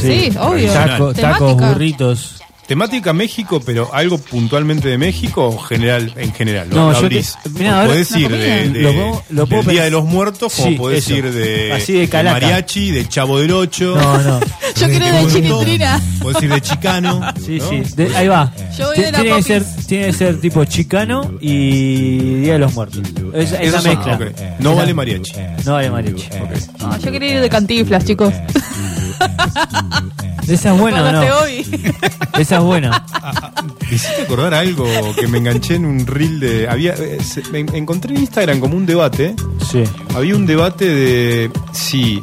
[SPEAKER 2] Sí, obvio.
[SPEAKER 4] Taco- tacos,
[SPEAKER 2] Temática.
[SPEAKER 4] burritos.
[SPEAKER 1] temática México, pero algo puntualmente de México o general, en general. Lo,
[SPEAKER 4] No,
[SPEAKER 1] lo
[SPEAKER 4] yo
[SPEAKER 1] abrís.
[SPEAKER 4] que- mirá, ahora-
[SPEAKER 1] podés
[SPEAKER 2] una
[SPEAKER 1] ir
[SPEAKER 2] comida.
[SPEAKER 1] de, de-
[SPEAKER 4] Lo puedo- lo puedo
[SPEAKER 1] del Día
[SPEAKER 4] pens-
[SPEAKER 1] de los Muertos, como
[SPEAKER 4] Sí,
[SPEAKER 1] podés
[SPEAKER 4] eso.
[SPEAKER 1] ir de,
[SPEAKER 4] Así de
[SPEAKER 1] de
[SPEAKER 4] calaca.
[SPEAKER 1] mariachi, de chavo del ocho.
[SPEAKER 4] No, no.
[SPEAKER 2] Yo quiero
[SPEAKER 1] de
[SPEAKER 2] de
[SPEAKER 1] Boludo.
[SPEAKER 2] chilitrina.
[SPEAKER 1] Podés ir de chicano.
[SPEAKER 4] Sí,
[SPEAKER 1] ¿no?
[SPEAKER 4] sí. De- ahí va.
[SPEAKER 2] Yo voy
[SPEAKER 4] Ti-
[SPEAKER 2] de la
[SPEAKER 4] tiene, que
[SPEAKER 2] popis.
[SPEAKER 4] ser, tiene que ser tipo chicano y Día de los Muertos. Es,
[SPEAKER 1] Esos
[SPEAKER 4] esa
[SPEAKER 1] son-
[SPEAKER 4] mezcla. Eh.
[SPEAKER 1] ok. No vale mariachi.
[SPEAKER 4] No vale mariachi.
[SPEAKER 2] No, yo quería ir de cantiflas, chicos.
[SPEAKER 4] De esa es buena,
[SPEAKER 2] Cuando
[SPEAKER 4] ¿o
[SPEAKER 2] te
[SPEAKER 4] ¿no?
[SPEAKER 2] voy.
[SPEAKER 4] De esa es buena.
[SPEAKER 1] Me hiciste acordar algo que me enganché en un reel de. Había, eh, se- me en- encontré en Instagram como un debate.
[SPEAKER 4] Sí.
[SPEAKER 1] Había un debate de si.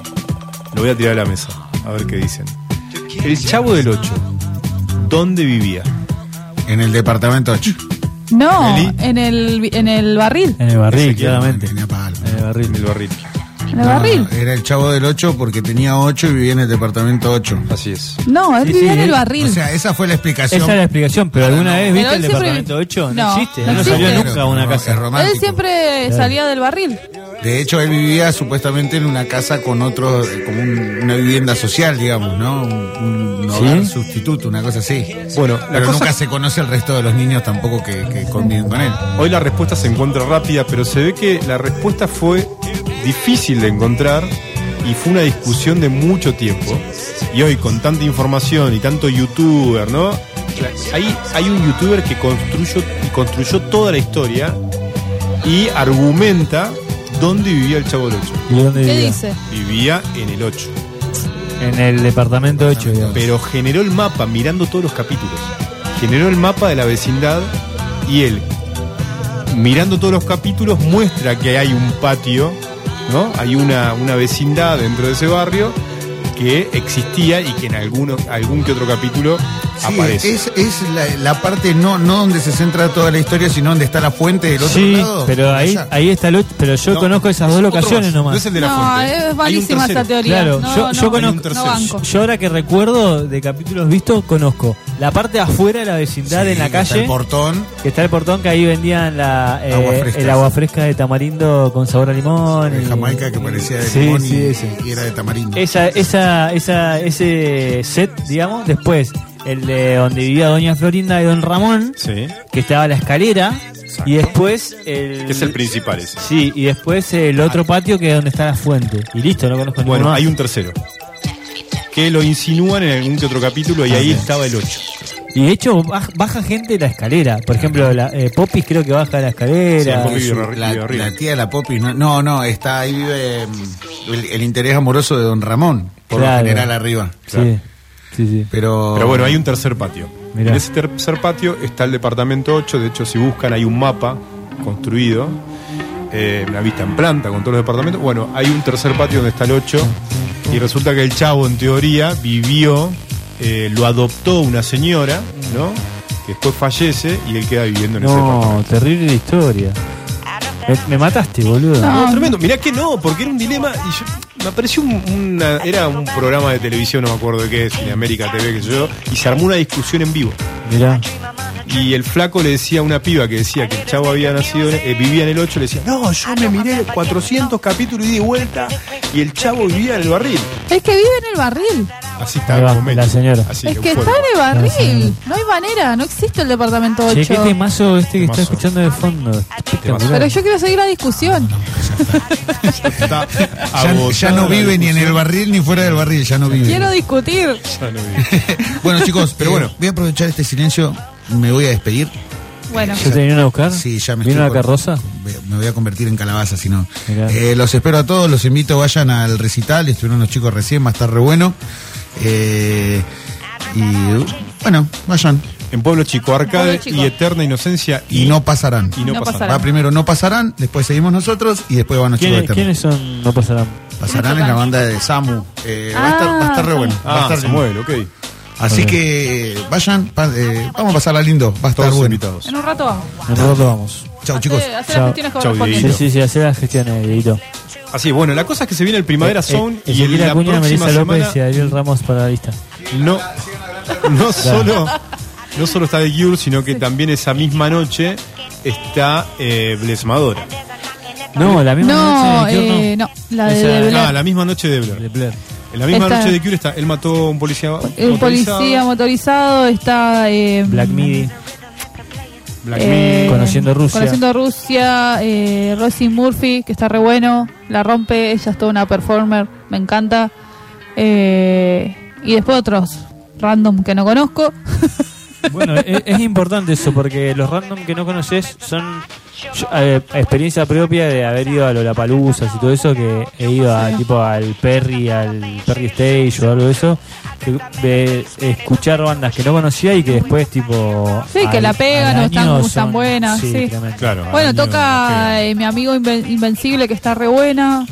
[SPEAKER 1] Lo voy a tirar a la mesa, a ver qué dicen. El Chavo del 8, ¿dónde vivía?
[SPEAKER 3] En el departamento 8.
[SPEAKER 2] No,
[SPEAKER 1] Eli.
[SPEAKER 2] en el, en el barril.
[SPEAKER 4] En el barril,
[SPEAKER 1] Ezequiel,
[SPEAKER 4] claramente.
[SPEAKER 3] Tenía palma.
[SPEAKER 4] En el
[SPEAKER 1] En
[SPEAKER 4] barril.
[SPEAKER 1] el barril.
[SPEAKER 2] ¿En el
[SPEAKER 3] No,
[SPEAKER 2] barril?
[SPEAKER 4] eh.
[SPEAKER 3] Era el chavo del 8 porque tenía 8 y vivía en el departamento 8.
[SPEAKER 1] Así es.
[SPEAKER 2] No, él
[SPEAKER 4] Sí,
[SPEAKER 2] vivía
[SPEAKER 4] sí, eh.
[SPEAKER 2] en el
[SPEAKER 4] él-
[SPEAKER 2] barril.
[SPEAKER 3] O sea, esa fue la explicación.
[SPEAKER 4] Esa es la explicación, pero alguna vez
[SPEAKER 2] Pero él
[SPEAKER 4] viste el
[SPEAKER 2] siempre-
[SPEAKER 4] departamento 8, no,
[SPEAKER 2] No,
[SPEAKER 4] existe,
[SPEAKER 2] no
[SPEAKER 4] no, salió
[SPEAKER 2] existe.
[SPEAKER 4] nunca una
[SPEAKER 3] No,
[SPEAKER 4] casa.
[SPEAKER 3] es romántico.
[SPEAKER 2] él siempre salía del barril.
[SPEAKER 3] De hecho, él vivía supuestamente en una casa con otro, eh, como un- una vivienda social, digamos, ¿no? Un, un hogar sustituto, una cosa así.
[SPEAKER 1] Bueno, la
[SPEAKER 3] pero
[SPEAKER 1] cosa-
[SPEAKER 3] nunca se conoce al resto de los niños tampoco que, que conviven con él.
[SPEAKER 1] Hoy la respuesta se encuentra rápida, pero se ve que la respuesta fue difícil de encontrar y fue una discusión de mucho tiempo. Y hoy con tanta información y tanto youtuber, ¿no? Hay, hay un youtuber que construyó, y construyó toda la historia y argumenta dónde vivía el Chavo del 8.
[SPEAKER 4] ¿Y dónde
[SPEAKER 2] ¿Qué
[SPEAKER 4] vivía?
[SPEAKER 2] dice?
[SPEAKER 1] Vivía en el 8.
[SPEAKER 4] En el departamento 8, digamos.
[SPEAKER 1] Pero generó el mapa mirando todos los capítulos. Generó el mapa de la vecindad y él, mirando todos los capítulos, muestra que hay un patio, ¿no? Hay una, una vecindad dentro de ese barrio que existía y que en alguno, algún que otro capítulo
[SPEAKER 3] Sí,
[SPEAKER 1] aparece.
[SPEAKER 3] es, es la, la parte no, no donde se centra toda la historia, sino donde está la fuente del otro
[SPEAKER 4] sí,
[SPEAKER 3] lado.
[SPEAKER 4] pero ahí,
[SPEAKER 3] Esa.
[SPEAKER 4] ahí está el otro- Pero yo
[SPEAKER 1] No,
[SPEAKER 4] conozco esas
[SPEAKER 1] es
[SPEAKER 4] dos
[SPEAKER 1] otro
[SPEAKER 4] locaciones
[SPEAKER 1] más,
[SPEAKER 4] nomás.
[SPEAKER 1] No es el de la
[SPEAKER 2] No,
[SPEAKER 1] fuente.
[SPEAKER 2] es
[SPEAKER 1] Hay un
[SPEAKER 2] malísima esa
[SPEAKER 1] tercero.
[SPEAKER 2] teoría.
[SPEAKER 4] Claro,
[SPEAKER 2] no,
[SPEAKER 4] yo,
[SPEAKER 2] no,
[SPEAKER 4] yo conozco.
[SPEAKER 2] No banco.
[SPEAKER 4] Yo ahora que recuerdo de capítulos vistos, conozco la parte de afuera de la vecindad
[SPEAKER 3] Sí,
[SPEAKER 4] en la
[SPEAKER 3] está
[SPEAKER 4] calle.
[SPEAKER 3] El portón.
[SPEAKER 4] que está el portón que ahí vendían la, eh,
[SPEAKER 3] Agua fresca.
[SPEAKER 4] el agua fresca de tamarindo con sabor a limón.
[SPEAKER 3] De
[SPEAKER 4] y-
[SPEAKER 3] Jamaica que parecía de
[SPEAKER 4] Sí,
[SPEAKER 3] limón y-
[SPEAKER 4] sí, ese.
[SPEAKER 3] y, era de tamarindo.
[SPEAKER 4] Esa, esa, esa, ese set, digamos, después el de donde vivía Doña Florinda y Don Ramón,
[SPEAKER 1] Sí,
[SPEAKER 4] que estaba la escalera, y después el,
[SPEAKER 1] que es el principal ese.
[SPEAKER 4] sí, y después el otro patio que es donde está la fuente. Y listo, no conozco
[SPEAKER 1] Bueno,
[SPEAKER 4] ninguno más.
[SPEAKER 1] hay un tercero. Que lo insinúan en algún que otro capítulo y
[SPEAKER 3] Ah,
[SPEAKER 1] ahí estaba el 8.
[SPEAKER 4] Y de hecho baj- baja gente la escalera. Por ejemplo, la, eh, Popis creo que baja la escalera.
[SPEAKER 1] Sí, Popis.
[SPEAKER 3] Su-
[SPEAKER 1] Vive
[SPEAKER 3] la,
[SPEAKER 1] arriba, arriba.
[SPEAKER 3] la tía de la Popi, no, no, no, está ahí vive mm, el, el interés amoroso de don Ramón, por
[SPEAKER 4] Claro.
[SPEAKER 3] lo general arriba.
[SPEAKER 4] Sí, sí, sí.
[SPEAKER 3] Pero,
[SPEAKER 1] Pero bueno, hay un tercer patio.
[SPEAKER 4] Oh. Mirá.
[SPEAKER 1] En ese tercer patio está el departamento 8. De hecho, si buscan, hay un mapa construido. eh, una vista en planta con todos los departamentos. Bueno, hay un tercer patio donde está el 8. Y resulta que el chavo, en teoría, vivió, eh, lo adoptó una señora, ¿no? que después fallece y él queda viviendo en ese
[SPEAKER 4] No,
[SPEAKER 1] departamento.
[SPEAKER 4] terrible la historia. Me, me mataste, boludo.
[SPEAKER 2] No.
[SPEAKER 1] No, tremendo. Mirá que no, porque era un dilema. Y yo- me apareció un, una- era un programa de televisión, no me acuerdo de qué es, de América TV, que sé yo, y se armó una discusión en vivo.
[SPEAKER 4] Mirá.
[SPEAKER 1] Y el flaco le decía a una piba que decía que el chavo había nacido, en- eh, vivía en el 8, le decía, no,
[SPEAKER 2] Ah,
[SPEAKER 1] yo me miré 400 capítulos y di vuelta, y el chavo vivía en el barril.
[SPEAKER 2] Es que vive en el barril.
[SPEAKER 1] Así está
[SPEAKER 4] Ahí va,
[SPEAKER 1] el momento.
[SPEAKER 4] la señora.
[SPEAKER 1] Así
[SPEAKER 2] es que
[SPEAKER 1] fue.
[SPEAKER 2] está en el
[SPEAKER 4] No sé.
[SPEAKER 2] barril. No hay manera, no existe el departamento
[SPEAKER 4] Che,
[SPEAKER 2] 8.
[SPEAKER 4] qué temazo este que está
[SPEAKER 1] Temazo.
[SPEAKER 4] escuchando de fondo. Espectacular.
[SPEAKER 2] Pero yo quiero seguir la discusión.
[SPEAKER 1] Está
[SPEAKER 3] Ya, ya no
[SPEAKER 1] agotada la
[SPEAKER 3] vive ni en el
[SPEAKER 1] discusión.
[SPEAKER 3] barril ni fuera del barril, ya no vive.
[SPEAKER 2] Quiero discutir.
[SPEAKER 1] Ya no vive.
[SPEAKER 3] Bueno, chicos, pero
[SPEAKER 1] Eh,
[SPEAKER 3] bueno, voy a aprovechar este silencio, me voy a despedir.
[SPEAKER 2] Bueno,
[SPEAKER 4] ¿Ya te vinieron a buscar?
[SPEAKER 3] Sí, ya me
[SPEAKER 4] ¿Vino
[SPEAKER 3] estoy
[SPEAKER 4] una
[SPEAKER 3] por-
[SPEAKER 4] carroza?
[SPEAKER 3] me- Me voy a convertir en calabaza, si no.
[SPEAKER 4] Mirá.
[SPEAKER 3] Eh, los espero a todos, los invito, vayan al recital, estuvieron los chicos recién, va a estar re bueno. Eh, y bueno, vayan.
[SPEAKER 1] En Pueblo Chico, Arcade
[SPEAKER 2] Pueblo Chico.
[SPEAKER 1] y Eterna Inocencia
[SPEAKER 3] Y no pasarán.
[SPEAKER 1] y no,
[SPEAKER 2] No
[SPEAKER 1] pasará.
[SPEAKER 2] pasará.
[SPEAKER 3] Va primero no pasarán, después seguimos nosotros y después van los chicos de
[SPEAKER 4] ¿Quiénes,
[SPEAKER 3] Eterna.
[SPEAKER 4] quiénes son? No pasarán.
[SPEAKER 3] Pasarán en la banda de Samu. Eh, va, a estar, va a estar re bueno. va a
[SPEAKER 1] Ah,
[SPEAKER 3] estar
[SPEAKER 1] se
[SPEAKER 3] lindo.
[SPEAKER 1] mueve, ok.
[SPEAKER 3] Así que eh, vayan, pa- eh, vamos a pasarla lindo. Va a estar
[SPEAKER 1] Todos
[SPEAKER 3] bueno.
[SPEAKER 1] invitados.
[SPEAKER 2] en un rato vamos.
[SPEAKER 4] En rato vamos.
[SPEAKER 3] Chao,
[SPEAKER 2] Hace-
[SPEAKER 3] chicos.
[SPEAKER 2] hace las
[SPEAKER 4] Chao.
[SPEAKER 2] gestiones que
[SPEAKER 1] Chao,
[SPEAKER 2] corresponden.
[SPEAKER 4] Sí, sí, sí, hacer las gestiones, Dieguito.
[SPEAKER 1] Así, bueno, la cosa es que se viene el Primavera
[SPEAKER 4] Eh,
[SPEAKER 1] Zone
[SPEAKER 4] eh,
[SPEAKER 1] y el,
[SPEAKER 4] Ezequiel
[SPEAKER 1] la
[SPEAKER 4] Acuña,
[SPEAKER 1] próxima
[SPEAKER 4] Melissa
[SPEAKER 1] semana
[SPEAKER 4] López y Ariel Ramos para la lista.
[SPEAKER 1] no, no solo no solo está The Cure, sino que también esa misma noche está eh, Blesmadora.
[SPEAKER 4] No, la misma
[SPEAKER 2] No,
[SPEAKER 4] noche de Cure,
[SPEAKER 2] eh, no, la de,
[SPEAKER 4] Esa-
[SPEAKER 2] de Blair.
[SPEAKER 1] Ah, la misma noche de
[SPEAKER 4] no.
[SPEAKER 1] Blur.
[SPEAKER 4] De Blair.
[SPEAKER 1] En la misma
[SPEAKER 2] Está-
[SPEAKER 1] noche de Cure está, él mató a un policía
[SPEAKER 2] El
[SPEAKER 1] motorizado,
[SPEAKER 2] policía motorizado está. eh,
[SPEAKER 4] Black Midi.
[SPEAKER 1] Black
[SPEAKER 2] eh,
[SPEAKER 1] Mirror.
[SPEAKER 4] Conociendo Rusia.
[SPEAKER 2] Conociendo Rusia, eh, Rosie Murphy, que está re bueno, la rompe, ella es toda una performer, me encanta. Eh, y después otros random que no conozco.
[SPEAKER 4] Bueno, es, es importante eso porque los random que no conoces son yo, eh, experiencia propia de haber ido a Lollapaloozas y todo eso que he ido a, tipo al Perry, al Perry Stage o algo de eso, que- de escuchar bandas que no conocía y que después tipo
[SPEAKER 2] Sí, que la pegan o están-
[SPEAKER 4] año
[SPEAKER 2] están buenas, sí.
[SPEAKER 4] tremendo.
[SPEAKER 1] Claro.
[SPEAKER 2] bueno,
[SPEAKER 1] año,
[SPEAKER 2] toca
[SPEAKER 1] Ah, ok.
[SPEAKER 2] eh, mi amigo Inven- Invencible, que está re buena.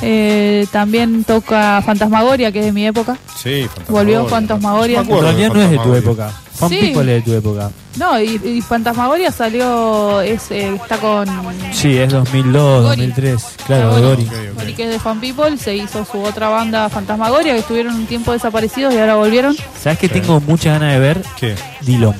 [SPEAKER 2] Eh, también toca Fantasmagoria, que es de mi época.
[SPEAKER 1] Sí, Fantasmagoria.
[SPEAKER 2] volvió Fantasmagoria.
[SPEAKER 1] Yo me
[SPEAKER 4] En
[SPEAKER 1] acuerdo
[SPEAKER 4] realidad no es de tu
[SPEAKER 1] Fantasmagoria.
[SPEAKER 4] época. Fan
[SPEAKER 2] Sí.
[SPEAKER 4] People es de tu época.
[SPEAKER 2] No, y, y Fantasmagoria salió, es, eh, está con
[SPEAKER 4] Sí, es 2002,
[SPEAKER 2] Gori.
[SPEAKER 4] 2003. Claro, de Gori.
[SPEAKER 1] Ok, ok.
[SPEAKER 2] Mori, que es de Fan People, se hizo su otra banda Fantasmagoria, que estuvieron un tiempo desaparecidos y ahora volvieron.
[SPEAKER 4] ¿Sabes que tengo muchas ganas de ver?
[SPEAKER 1] ¿Qué?
[SPEAKER 4] Dillon.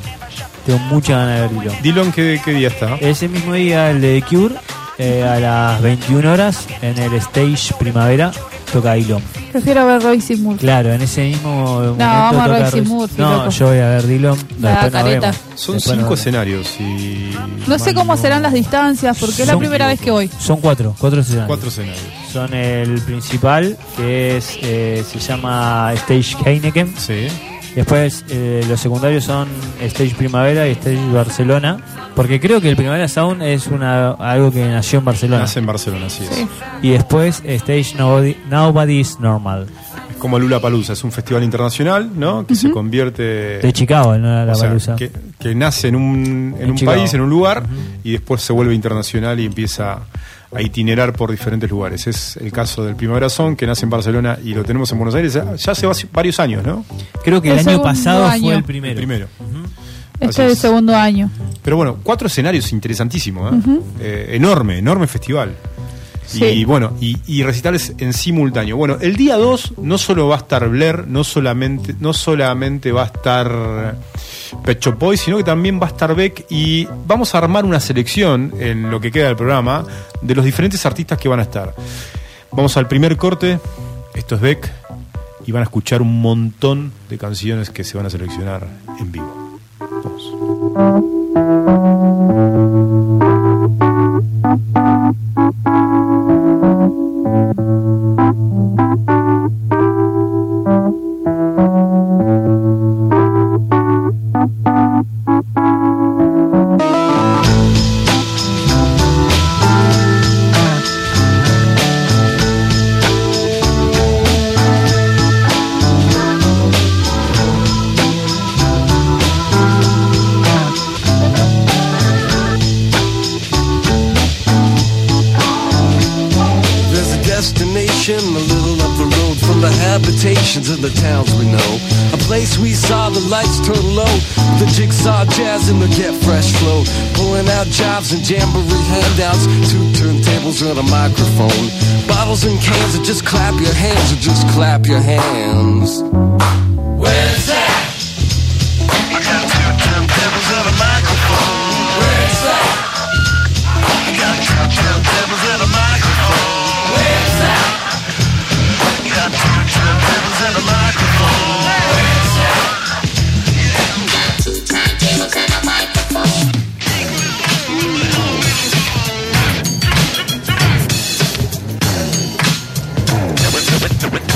[SPEAKER 4] Tengo muchas ganas de ver Dillon.
[SPEAKER 1] Dylan, ¿qué, qué día está?
[SPEAKER 4] Ese mismo día, el de Cure, eh, a las 21 horas, en el stage Primavera, toca Dillon.
[SPEAKER 2] Prefiero ver Royce Murphy.
[SPEAKER 4] Claro, en ese mismo momento
[SPEAKER 2] vamos a
[SPEAKER 4] toca
[SPEAKER 2] ver si
[SPEAKER 4] Royce-
[SPEAKER 2] Murphy,
[SPEAKER 4] No,
[SPEAKER 2] loco.
[SPEAKER 4] yo voy a ver
[SPEAKER 2] La
[SPEAKER 4] Dillon. después nos
[SPEAKER 2] careta.
[SPEAKER 4] vemos.
[SPEAKER 1] Son
[SPEAKER 4] Después nos
[SPEAKER 1] cinco
[SPEAKER 4] vemos.
[SPEAKER 1] escenarios y.
[SPEAKER 2] No sé cómo serán las distancias, porque es la
[SPEAKER 4] Son-
[SPEAKER 2] primera vez que voy.
[SPEAKER 4] Son cuatro, cuatro escenarios.
[SPEAKER 1] Cuatro escenarios.
[SPEAKER 4] Son el principal, que es eh, se llama Stage Heineken.
[SPEAKER 1] Sí.
[SPEAKER 4] Ah. Después eh, los secundarios son Stage Primavera y Stage Barcelona. Porque creo que el Primavera Sound es una algo que nació en Barcelona.
[SPEAKER 1] Nace en Barcelona, así es.
[SPEAKER 2] Sí.
[SPEAKER 4] Y después Stage Nobody, Nobody is Normal.
[SPEAKER 1] Es como Lula Palusa, es un festival internacional, ¿no? Que se convierte.
[SPEAKER 4] De Chicago, no la
[SPEAKER 1] o sea,
[SPEAKER 4] Palusa.
[SPEAKER 1] que, que nace en un, en
[SPEAKER 4] En
[SPEAKER 1] un
[SPEAKER 4] Chicago.
[SPEAKER 1] país, en un lugar, y después se vuelve internacional y empieza a itinerar por diferentes lugares. Es el caso del Primavera Zone, que nace en Barcelona y lo tenemos en Buenos Aires ya, ya hace va- varios años, ¿no?
[SPEAKER 4] Creo que
[SPEAKER 2] El
[SPEAKER 4] el, año
[SPEAKER 2] segundo
[SPEAKER 4] pasado
[SPEAKER 2] año.
[SPEAKER 4] fue el primero.
[SPEAKER 1] El primero. Así
[SPEAKER 2] Este es el
[SPEAKER 1] es.
[SPEAKER 2] segundo año.
[SPEAKER 1] Pero bueno, cuatro escenarios interesantísimos, ¿eh? Eh, enorme, enorme festival.
[SPEAKER 2] Sí.
[SPEAKER 1] Y bueno, y, y recitales en simultáneo. Bueno, el día 2 no solo va a estar Blair, no solamente, no solamente va a estar Pecho Boy, sino que también va a estar Beck y vamos a armar una selección en lo que queda del programa de los diferentes artistas que van a estar. Vamos al primer corte, esto es Beck, y van a escuchar un montón de canciones que se van a seleccionar en vivo. Vamos.
[SPEAKER 7] Thank
[SPEAKER 10] stations in the towns we know. A place we saw the lights turn low. The jigsaw jazz and the get fresh flow. Pulling out jobs and jamboree handouts. Two turntables and a microphone. Bottles and cans and just clap your hands or just clap your hands. Where's that? I got two turntables and a microphone. Where's that? I got two turntables and a microphone. Where's that? I got two turntables and a microphone. Where's that?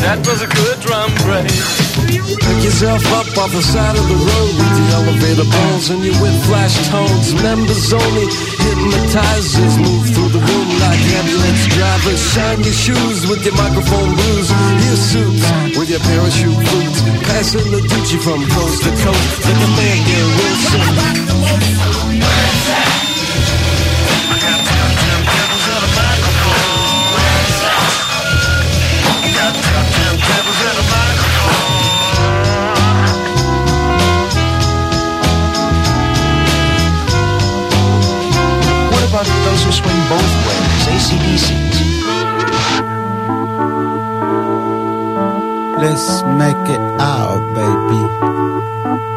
[SPEAKER 10] That was a good drum break. Pick yourself up off the side of the road with the elevator bones and your with flash tones. Members only hypnotizers move through the room like ambulance drivers. Shine your shoes with your microphone blues, your suits with your parachute boots. Passing the Gucci from coast to coast like a man get Wilson. What about those who swing both ways? ACDCs.
[SPEAKER 11] Let's make it out, baby.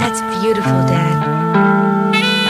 [SPEAKER 12] That's beautiful, Dad.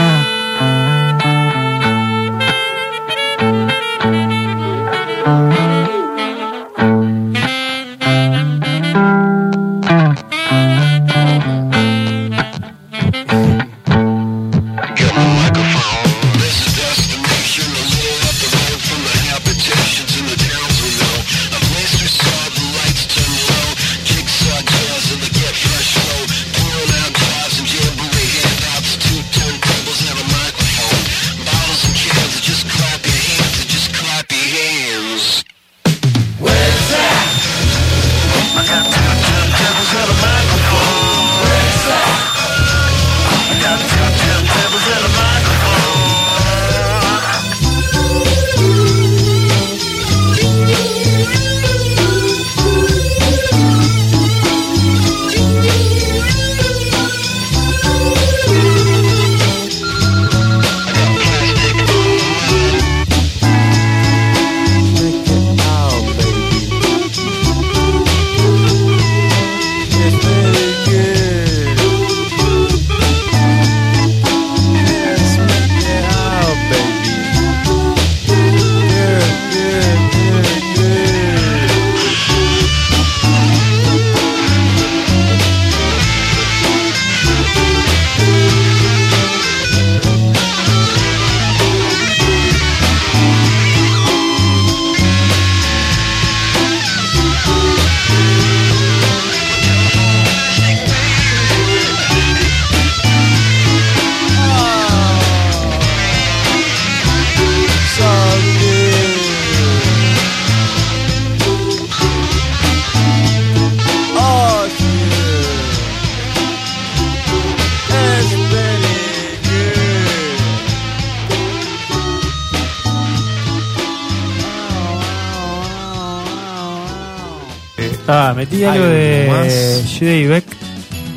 [SPEAKER 10] Oh,
[SPEAKER 4] Ah, metí algo
[SPEAKER 1] Hay
[SPEAKER 4] de
[SPEAKER 1] más.
[SPEAKER 4] J.D. Beck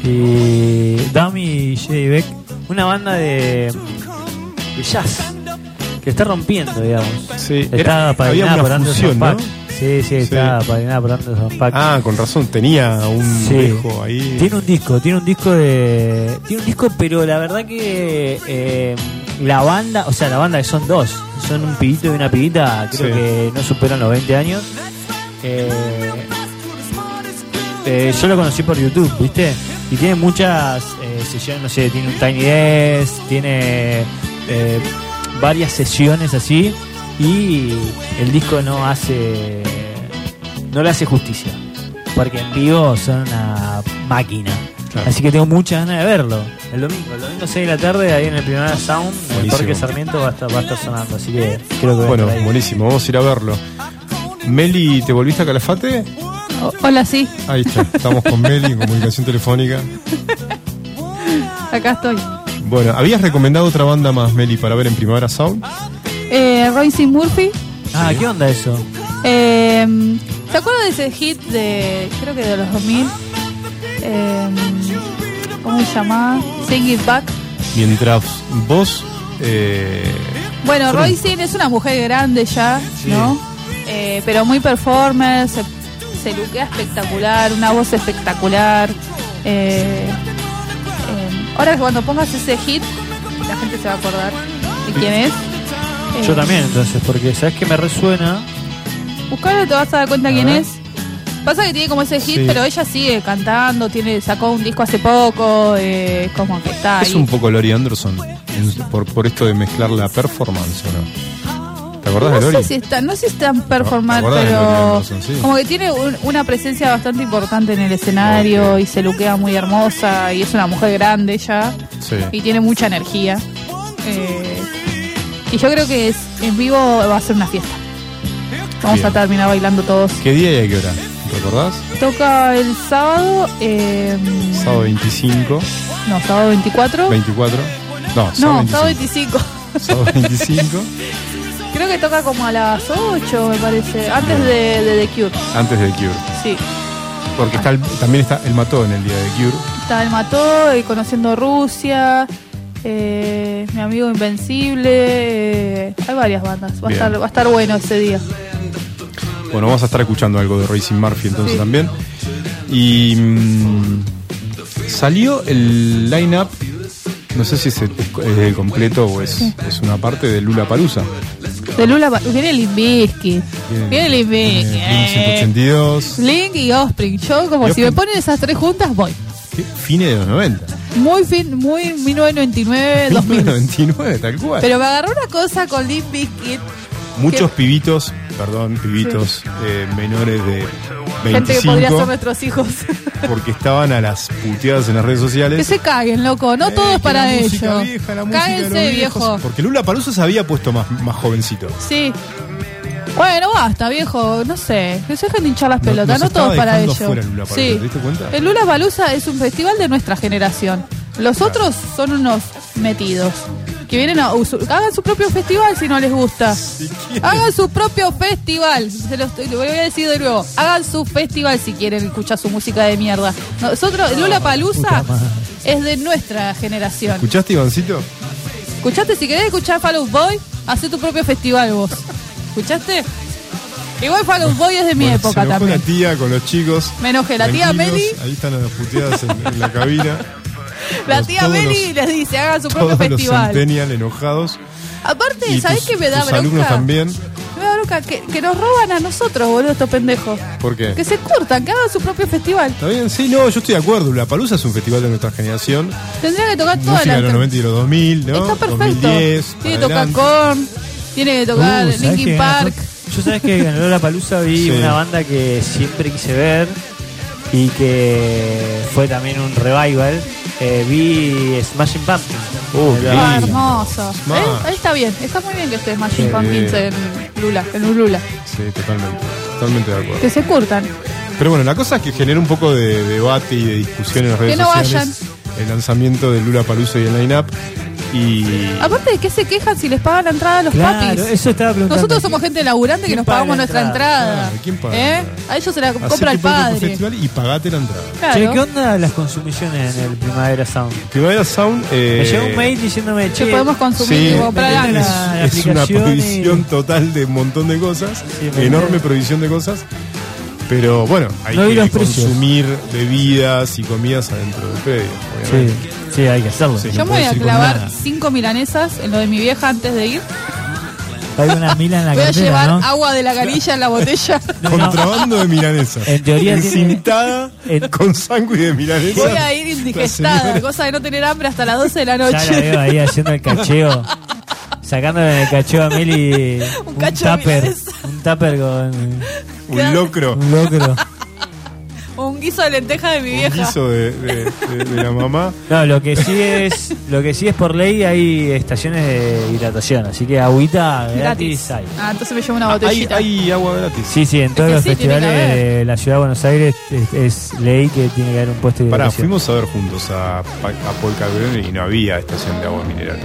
[SPEAKER 4] y Dami y J.D. Beck, una banda de, de jazz que está rompiendo, digamos.
[SPEAKER 1] Sí,
[SPEAKER 4] Está
[SPEAKER 1] era- había
[SPEAKER 4] apadrinada
[SPEAKER 1] una
[SPEAKER 4] por Anderson
[SPEAKER 1] fusión, ¿no?
[SPEAKER 4] Paak. Sí, sí, está
[SPEAKER 1] Sí.
[SPEAKER 4] apadrinada por Anderson Paak.
[SPEAKER 1] Ah, con razón, tenía un
[SPEAKER 4] Sí.
[SPEAKER 1] viejo ahí.
[SPEAKER 4] Tiene un disco, tiene un disco de. Tiene un disco, pero la verdad que eh, la banda, o sea, la banda que son dos, son un pibito y una pibita, creo
[SPEAKER 1] Sí.
[SPEAKER 4] que no superan los 20 años. Eh, eh, yo lo conocí por YouTube, ¿viste? Y tiene muchas eh, sesiones, no sé, tiene un Tiny Desk, tiene eh, varias sesiones así, y el disco no hace, no le hace justicia, porque en vivo son una máquina.
[SPEAKER 1] Claro.
[SPEAKER 4] Así que tengo muchas ganas de verlo. El domingo, el domingo 6 de la tarde, ahí en el primer Sound, en el
[SPEAKER 1] Buenísimo.
[SPEAKER 4] Parque Sarmiento va a estar, va a estar sonando. Así que creo que voy a
[SPEAKER 1] Bueno,
[SPEAKER 4] estar ahí.
[SPEAKER 1] buenísimo, vamos a ir a verlo. Meli, ¿te volviste a Calafate?
[SPEAKER 2] O- hola, sí,
[SPEAKER 1] Ahí está, estamos con Meli en comunicación telefónica.
[SPEAKER 2] acá estoy.
[SPEAKER 1] Bueno, habías recomendado otra banda más, Meli, para ver en Primavera Sound.
[SPEAKER 2] Eh, Royce Murphy.
[SPEAKER 4] Ah, ¿qué onda eso?
[SPEAKER 2] Eh, ¿Se acuerdan de ese hit de, creo que de los 2000? Eh, ¿Cómo se llamaba? Sing It Back.
[SPEAKER 1] Mientras vos. eh,
[SPEAKER 2] Bueno,
[SPEAKER 1] Sí.
[SPEAKER 2] Royce es una mujer grande ya, ¿no? Eh, pero muy performer, se, se luquea espectacular, una voz espectacular. Eh, eh, ahora que cuando pongas ese hit, la gente se va a acordar de quién es. Eh,
[SPEAKER 4] Yo también, entonces, porque sabes que me resuena.
[SPEAKER 2] Buscalo, te vas a dar cuenta
[SPEAKER 4] A
[SPEAKER 2] quién
[SPEAKER 4] ver.
[SPEAKER 2] es. Pasa que tiene como ese hit,
[SPEAKER 1] Sí.
[SPEAKER 2] pero ella sigue cantando, tiene sacó un disco hace poco, eh, como que está ahí.
[SPEAKER 1] es un poco Lori Anderson en- por, por esto de mezclar la performance, ¿o no? ¿Te acordás
[SPEAKER 2] no
[SPEAKER 1] de Lori?
[SPEAKER 2] Sé si está, no sé si es tan performante,
[SPEAKER 1] ¿te acordás de Lori
[SPEAKER 2] pero
[SPEAKER 1] Anderson? Sí.
[SPEAKER 2] como que tiene un- una presencia bastante importante en el escenario
[SPEAKER 1] Ok.
[SPEAKER 2] y se luquea muy hermosa y es una mujer grande ya
[SPEAKER 1] Sí.
[SPEAKER 2] y tiene mucha energía. Eh, y yo creo que es, en vivo va a ser una fiesta. Vamos
[SPEAKER 1] Bien.
[SPEAKER 2] a terminar bailando todos.
[SPEAKER 1] ¿Qué día y a qué hora? ¿Recordás?
[SPEAKER 2] Toca el sábado, eh,
[SPEAKER 1] Sábado 25,
[SPEAKER 2] no, sábado 24.
[SPEAKER 1] 24. No, sábado
[SPEAKER 2] no, sábado
[SPEAKER 1] 25.
[SPEAKER 2] 25.
[SPEAKER 1] Sábado 25,
[SPEAKER 2] Creo que toca como a las 8, me parece, antes de, de The Cure.
[SPEAKER 1] antes de Cure.
[SPEAKER 2] Sí.
[SPEAKER 1] Porque está el- también está el mató en el día de Cure.
[SPEAKER 2] Está el Mató, eh, Conociendo Rusia, eh, Mi Amigo Invencible. eh, hay varias bandas. Va a,
[SPEAKER 1] Bien.
[SPEAKER 2] estar, va a estar bueno ese día.
[SPEAKER 1] Bueno, vamos a estar escuchando algo de Racing Murphy entonces
[SPEAKER 2] Sí.
[SPEAKER 1] también. Y mm, salió el line-up, no sé si es el, es el completo o es, es una parte de Lula Palusa.
[SPEAKER 2] De Lula Pa- viene Limbisky. Viene Limbisky. eh.
[SPEAKER 1] 182.
[SPEAKER 2] Link y Offspring. Yo, como
[SPEAKER 1] Y
[SPEAKER 2] si me
[SPEAKER 1] Offspring.
[SPEAKER 2] ponen esas tres juntas, voy.
[SPEAKER 1] Qué Fines de los 90.
[SPEAKER 2] Muy fin, muy 1999, 2000.
[SPEAKER 1] 1999, tal cual.
[SPEAKER 2] Pero me agarró una cosa con Limp Bizkit.
[SPEAKER 1] Muchos pibitos, perdón, pibitos eh, menores de
[SPEAKER 2] Gente que podría ser
[SPEAKER 1] 25,
[SPEAKER 2] nuestros hijos.
[SPEAKER 1] porque estaban a las puteadas en las redes
[SPEAKER 2] que
[SPEAKER 1] sociales.
[SPEAKER 2] se caguen, loco. No
[SPEAKER 1] Eh,
[SPEAKER 2] todo
[SPEAKER 1] que
[SPEAKER 2] es para
[SPEAKER 1] la música
[SPEAKER 2] ellos.
[SPEAKER 1] vieja, la música de los
[SPEAKER 2] Cáguense,
[SPEAKER 1] viejos.
[SPEAKER 2] viejo.
[SPEAKER 1] Porque Lula Palusa se había puesto más, más jovencito.
[SPEAKER 2] Sí. Bueno, basta, viejo. No sé. Que se dejen de hinchar las
[SPEAKER 1] No-
[SPEAKER 2] pelotas.
[SPEAKER 1] nos
[SPEAKER 2] No, todo
[SPEAKER 1] estaba
[SPEAKER 2] es para
[SPEAKER 1] dejando
[SPEAKER 2] ellos.
[SPEAKER 1] afuera el Lula Palusa, ¿te diste cuenta?
[SPEAKER 2] El Lula Balusa es un festival de nuestra generación. Los otros son unos metidos. Que vienen a usu- hagan su propio festival si no les gusta.
[SPEAKER 1] quieren.
[SPEAKER 2] Hagan su propio festival. Se los estoy- lo voy a decir de nuevo. Hagan su festival si quieren escuchar su música de mierda. Nosotros, Lula Palusa es de nuestra generación.
[SPEAKER 1] ¿Escuchaste, Ivancito?
[SPEAKER 2] ¿Escuchaste? Si querés escuchar Fall Out Boy, hace tu propio festival vos. ¿Escuchaste? Igual Fall Out Boy es de mi
[SPEAKER 1] Bueno, se
[SPEAKER 2] época
[SPEAKER 1] enojó
[SPEAKER 2] también.
[SPEAKER 1] la tía con los chicos.
[SPEAKER 2] Me enojé. La tía
[SPEAKER 1] Tranquilos,
[SPEAKER 2] Meli,
[SPEAKER 1] Ahí están las puteadas en, en la cabina.
[SPEAKER 2] la
[SPEAKER 1] los-
[SPEAKER 2] tía
[SPEAKER 1] todos
[SPEAKER 2] Meli
[SPEAKER 1] los-
[SPEAKER 2] les dice, hagan su propio
[SPEAKER 1] Todos los
[SPEAKER 2] festival.
[SPEAKER 1] centennial enojados.
[SPEAKER 2] Aparte, ¿sabés
[SPEAKER 1] tus-
[SPEAKER 2] qué me da
[SPEAKER 1] tus alumnos
[SPEAKER 2] bronca?
[SPEAKER 1] también.
[SPEAKER 2] Me da bronca que, que nos roban a nosotros, boludo, estos pendejos.
[SPEAKER 1] ¿Por qué?
[SPEAKER 2] Que se curtan, que hagan su propio festival.
[SPEAKER 1] ¿Está bien? Sí, no, yo estoy de acuerdo. La Palusa es un festival de nuestra generación.
[SPEAKER 2] Tendría que tocar toda
[SPEAKER 1] Música
[SPEAKER 2] la...
[SPEAKER 1] de los 90 y los 2000, ¿no?
[SPEAKER 2] Está perfecto.
[SPEAKER 1] 2010.
[SPEAKER 2] tiene
[SPEAKER 1] para
[SPEAKER 2] que tocar
[SPEAKER 1] adelante.
[SPEAKER 2] Korn, tiene que tocar
[SPEAKER 4] Uh, ¿sabés
[SPEAKER 2] Linkin
[SPEAKER 4] que
[SPEAKER 2] Park.
[SPEAKER 4] Yo sabes que en la Palusa vi
[SPEAKER 1] Sí.
[SPEAKER 4] una banda que siempre quise ver y que fue también un revival. Eh, vi Smashing Pumpkins.
[SPEAKER 1] Oh,
[SPEAKER 4] Era-
[SPEAKER 1] qué
[SPEAKER 2] Ah,
[SPEAKER 1] lindo.
[SPEAKER 2] hermoso.
[SPEAKER 1] Más.
[SPEAKER 2] Eh, Está bien, está muy bien que estés Machine
[SPEAKER 1] Sí.
[SPEAKER 2] Pumpkins en Lula, en un Lula.
[SPEAKER 1] Sí, totalmente. Totalmente de acuerdo.
[SPEAKER 2] Que se curtan.
[SPEAKER 1] Pero bueno, la cosa es que genera un poco de debate y de discusión en las redes
[SPEAKER 2] no
[SPEAKER 1] sociales. El lanzamiento de Lula Palusa y el line-up. Y.
[SPEAKER 2] Aparte de que se quejan si les pagan la entrada a los
[SPEAKER 4] Claro,
[SPEAKER 2] papis.
[SPEAKER 4] eso estaba preguntando.
[SPEAKER 2] Nosotros somos gente laburante que
[SPEAKER 4] ¿Quién
[SPEAKER 2] nos
[SPEAKER 4] paga
[SPEAKER 2] pagamos
[SPEAKER 4] la
[SPEAKER 2] nuestra
[SPEAKER 4] entrada?
[SPEAKER 2] entrada.
[SPEAKER 1] Claro, ¿quién paga la
[SPEAKER 2] ¿Eh?
[SPEAKER 1] entrada?
[SPEAKER 2] A ellos se la
[SPEAKER 1] Hacé
[SPEAKER 2] compra
[SPEAKER 1] tu
[SPEAKER 2] el
[SPEAKER 1] propio
[SPEAKER 2] padre.
[SPEAKER 1] festival y pagate la entrada.
[SPEAKER 4] Che, ¿qué
[SPEAKER 2] Claro.
[SPEAKER 4] onda las consumiciones en el Primavera Sound?
[SPEAKER 1] Primavera Sound. eh,
[SPEAKER 4] Me llegó un mail diciéndome,
[SPEAKER 2] Que
[SPEAKER 4] che,
[SPEAKER 2] podemos consumir
[SPEAKER 1] Sí.
[SPEAKER 2] y comprar
[SPEAKER 4] Vendete
[SPEAKER 2] algo.
[SPEAKER 4] la- Ah,
[SPEAKER 1] es una
[SPEAKER 4] aplicaciones.
[SPEAKER 1] prohibición total de un montón de cosas,
[SPEAKER 4] Sí, me
[SPEAKER 1] enorme
[SPEAKER 4] entiendo.
[SPEAKER 1] prohibición de cosas. Pero bueno, hay
[SPEAKER 4] No vi
[SPEAKER 1] que
[SPEAKER 4] los precios.
[SPEAKER 1] consumir bebidas y comidas adentro del predio.
[SPEAKER 4] Sí,
[SPEAKER 1] obviamente.
[SPEAKER 4] sí, hay que hacerlo.
[SPEAKER 1] Sí.
[SPEAKER 2] Yo me voy a clavar cinco milanesas en lo de mi vieja antes de ir.
[SPEAKER 4] Hay unas milas en la
[SPEAKER 2] Voy a
[SPEAKER 4] cartera,
[SPEAKER 2] llevar
[SPEAKER 4] ¿no?
[SPEAKER 2] agua de la canilla en la botella.
[SPEAKER 1] Contrabando de milanesa.
[SPEAKER 4] En teoría tiene-
[SPEAKER 1] Encintada
[SPEAKER 4] en-
[SPEAKER 1] con sangre de milanesa.
[SPEAKER 2] Voy a ir
[SPEAKER 1] La
[SPEAKER 2] indigestada,
[SPEAKER 1] señora-
[SPEAKER 2] cosa de no tener hambre hasta las 12 de la
[SPEAKER 4] Ya la veo
[SPEAKER 2] noche.
[SPEAKER 4] ahí haciendo el cacheo. Sacándome el cacheo a Meli.
[SPEAKER 2] Un
[SPEAKER 4] Un,
[SPEAKER 2] cacho de
[SPEAKER 4] tupper.
[SPEAKER 2] milanesa.
[SPEAKER 4] Un tupper con
[SPEAKER 1] Un locro.
[SPEAKER 4] un locro.
[SPEAKER 2] Un guiso de lenteja de mi
[SPEAKER 1] Un
[SPEAKER 2] vieja.
[SPEAKER 1] guiso de, de- de- de la mamá.
[SPEAKER 4] No, lo que sí es, lo que sí es por ley hay estaciones de hidratación, así que agüita gratis,
[SPEAKER 2] Gratis.
[SPEAKER 4] hay.
[SPEAKER 2] Ah, entonces me llevo una
[SPEAKER 1] Ah, Hay,
[SPEAKER 2] botellita.
[SPEAKER 1] hay agua gratis.
[SPEAKER 4] Sí, sí, en todos
[SPEAKER 2] que
[SPEAKER 4] los
[SPEAKER 2] Este sí, tiene que
[SPEAKER 4] festivales
[SPEAKER 2] haber.
[SPEAKER 4] de la ciudad de Buenos Aires es, es ley que tiene que haber un puesto de
[SPEAKER 1] Pará,
[SPEAKER 4] hidratación.
[SPEAKER 1] fuimos a ver juntos a, Pa- a Polka Green y no había estación de agua mineral.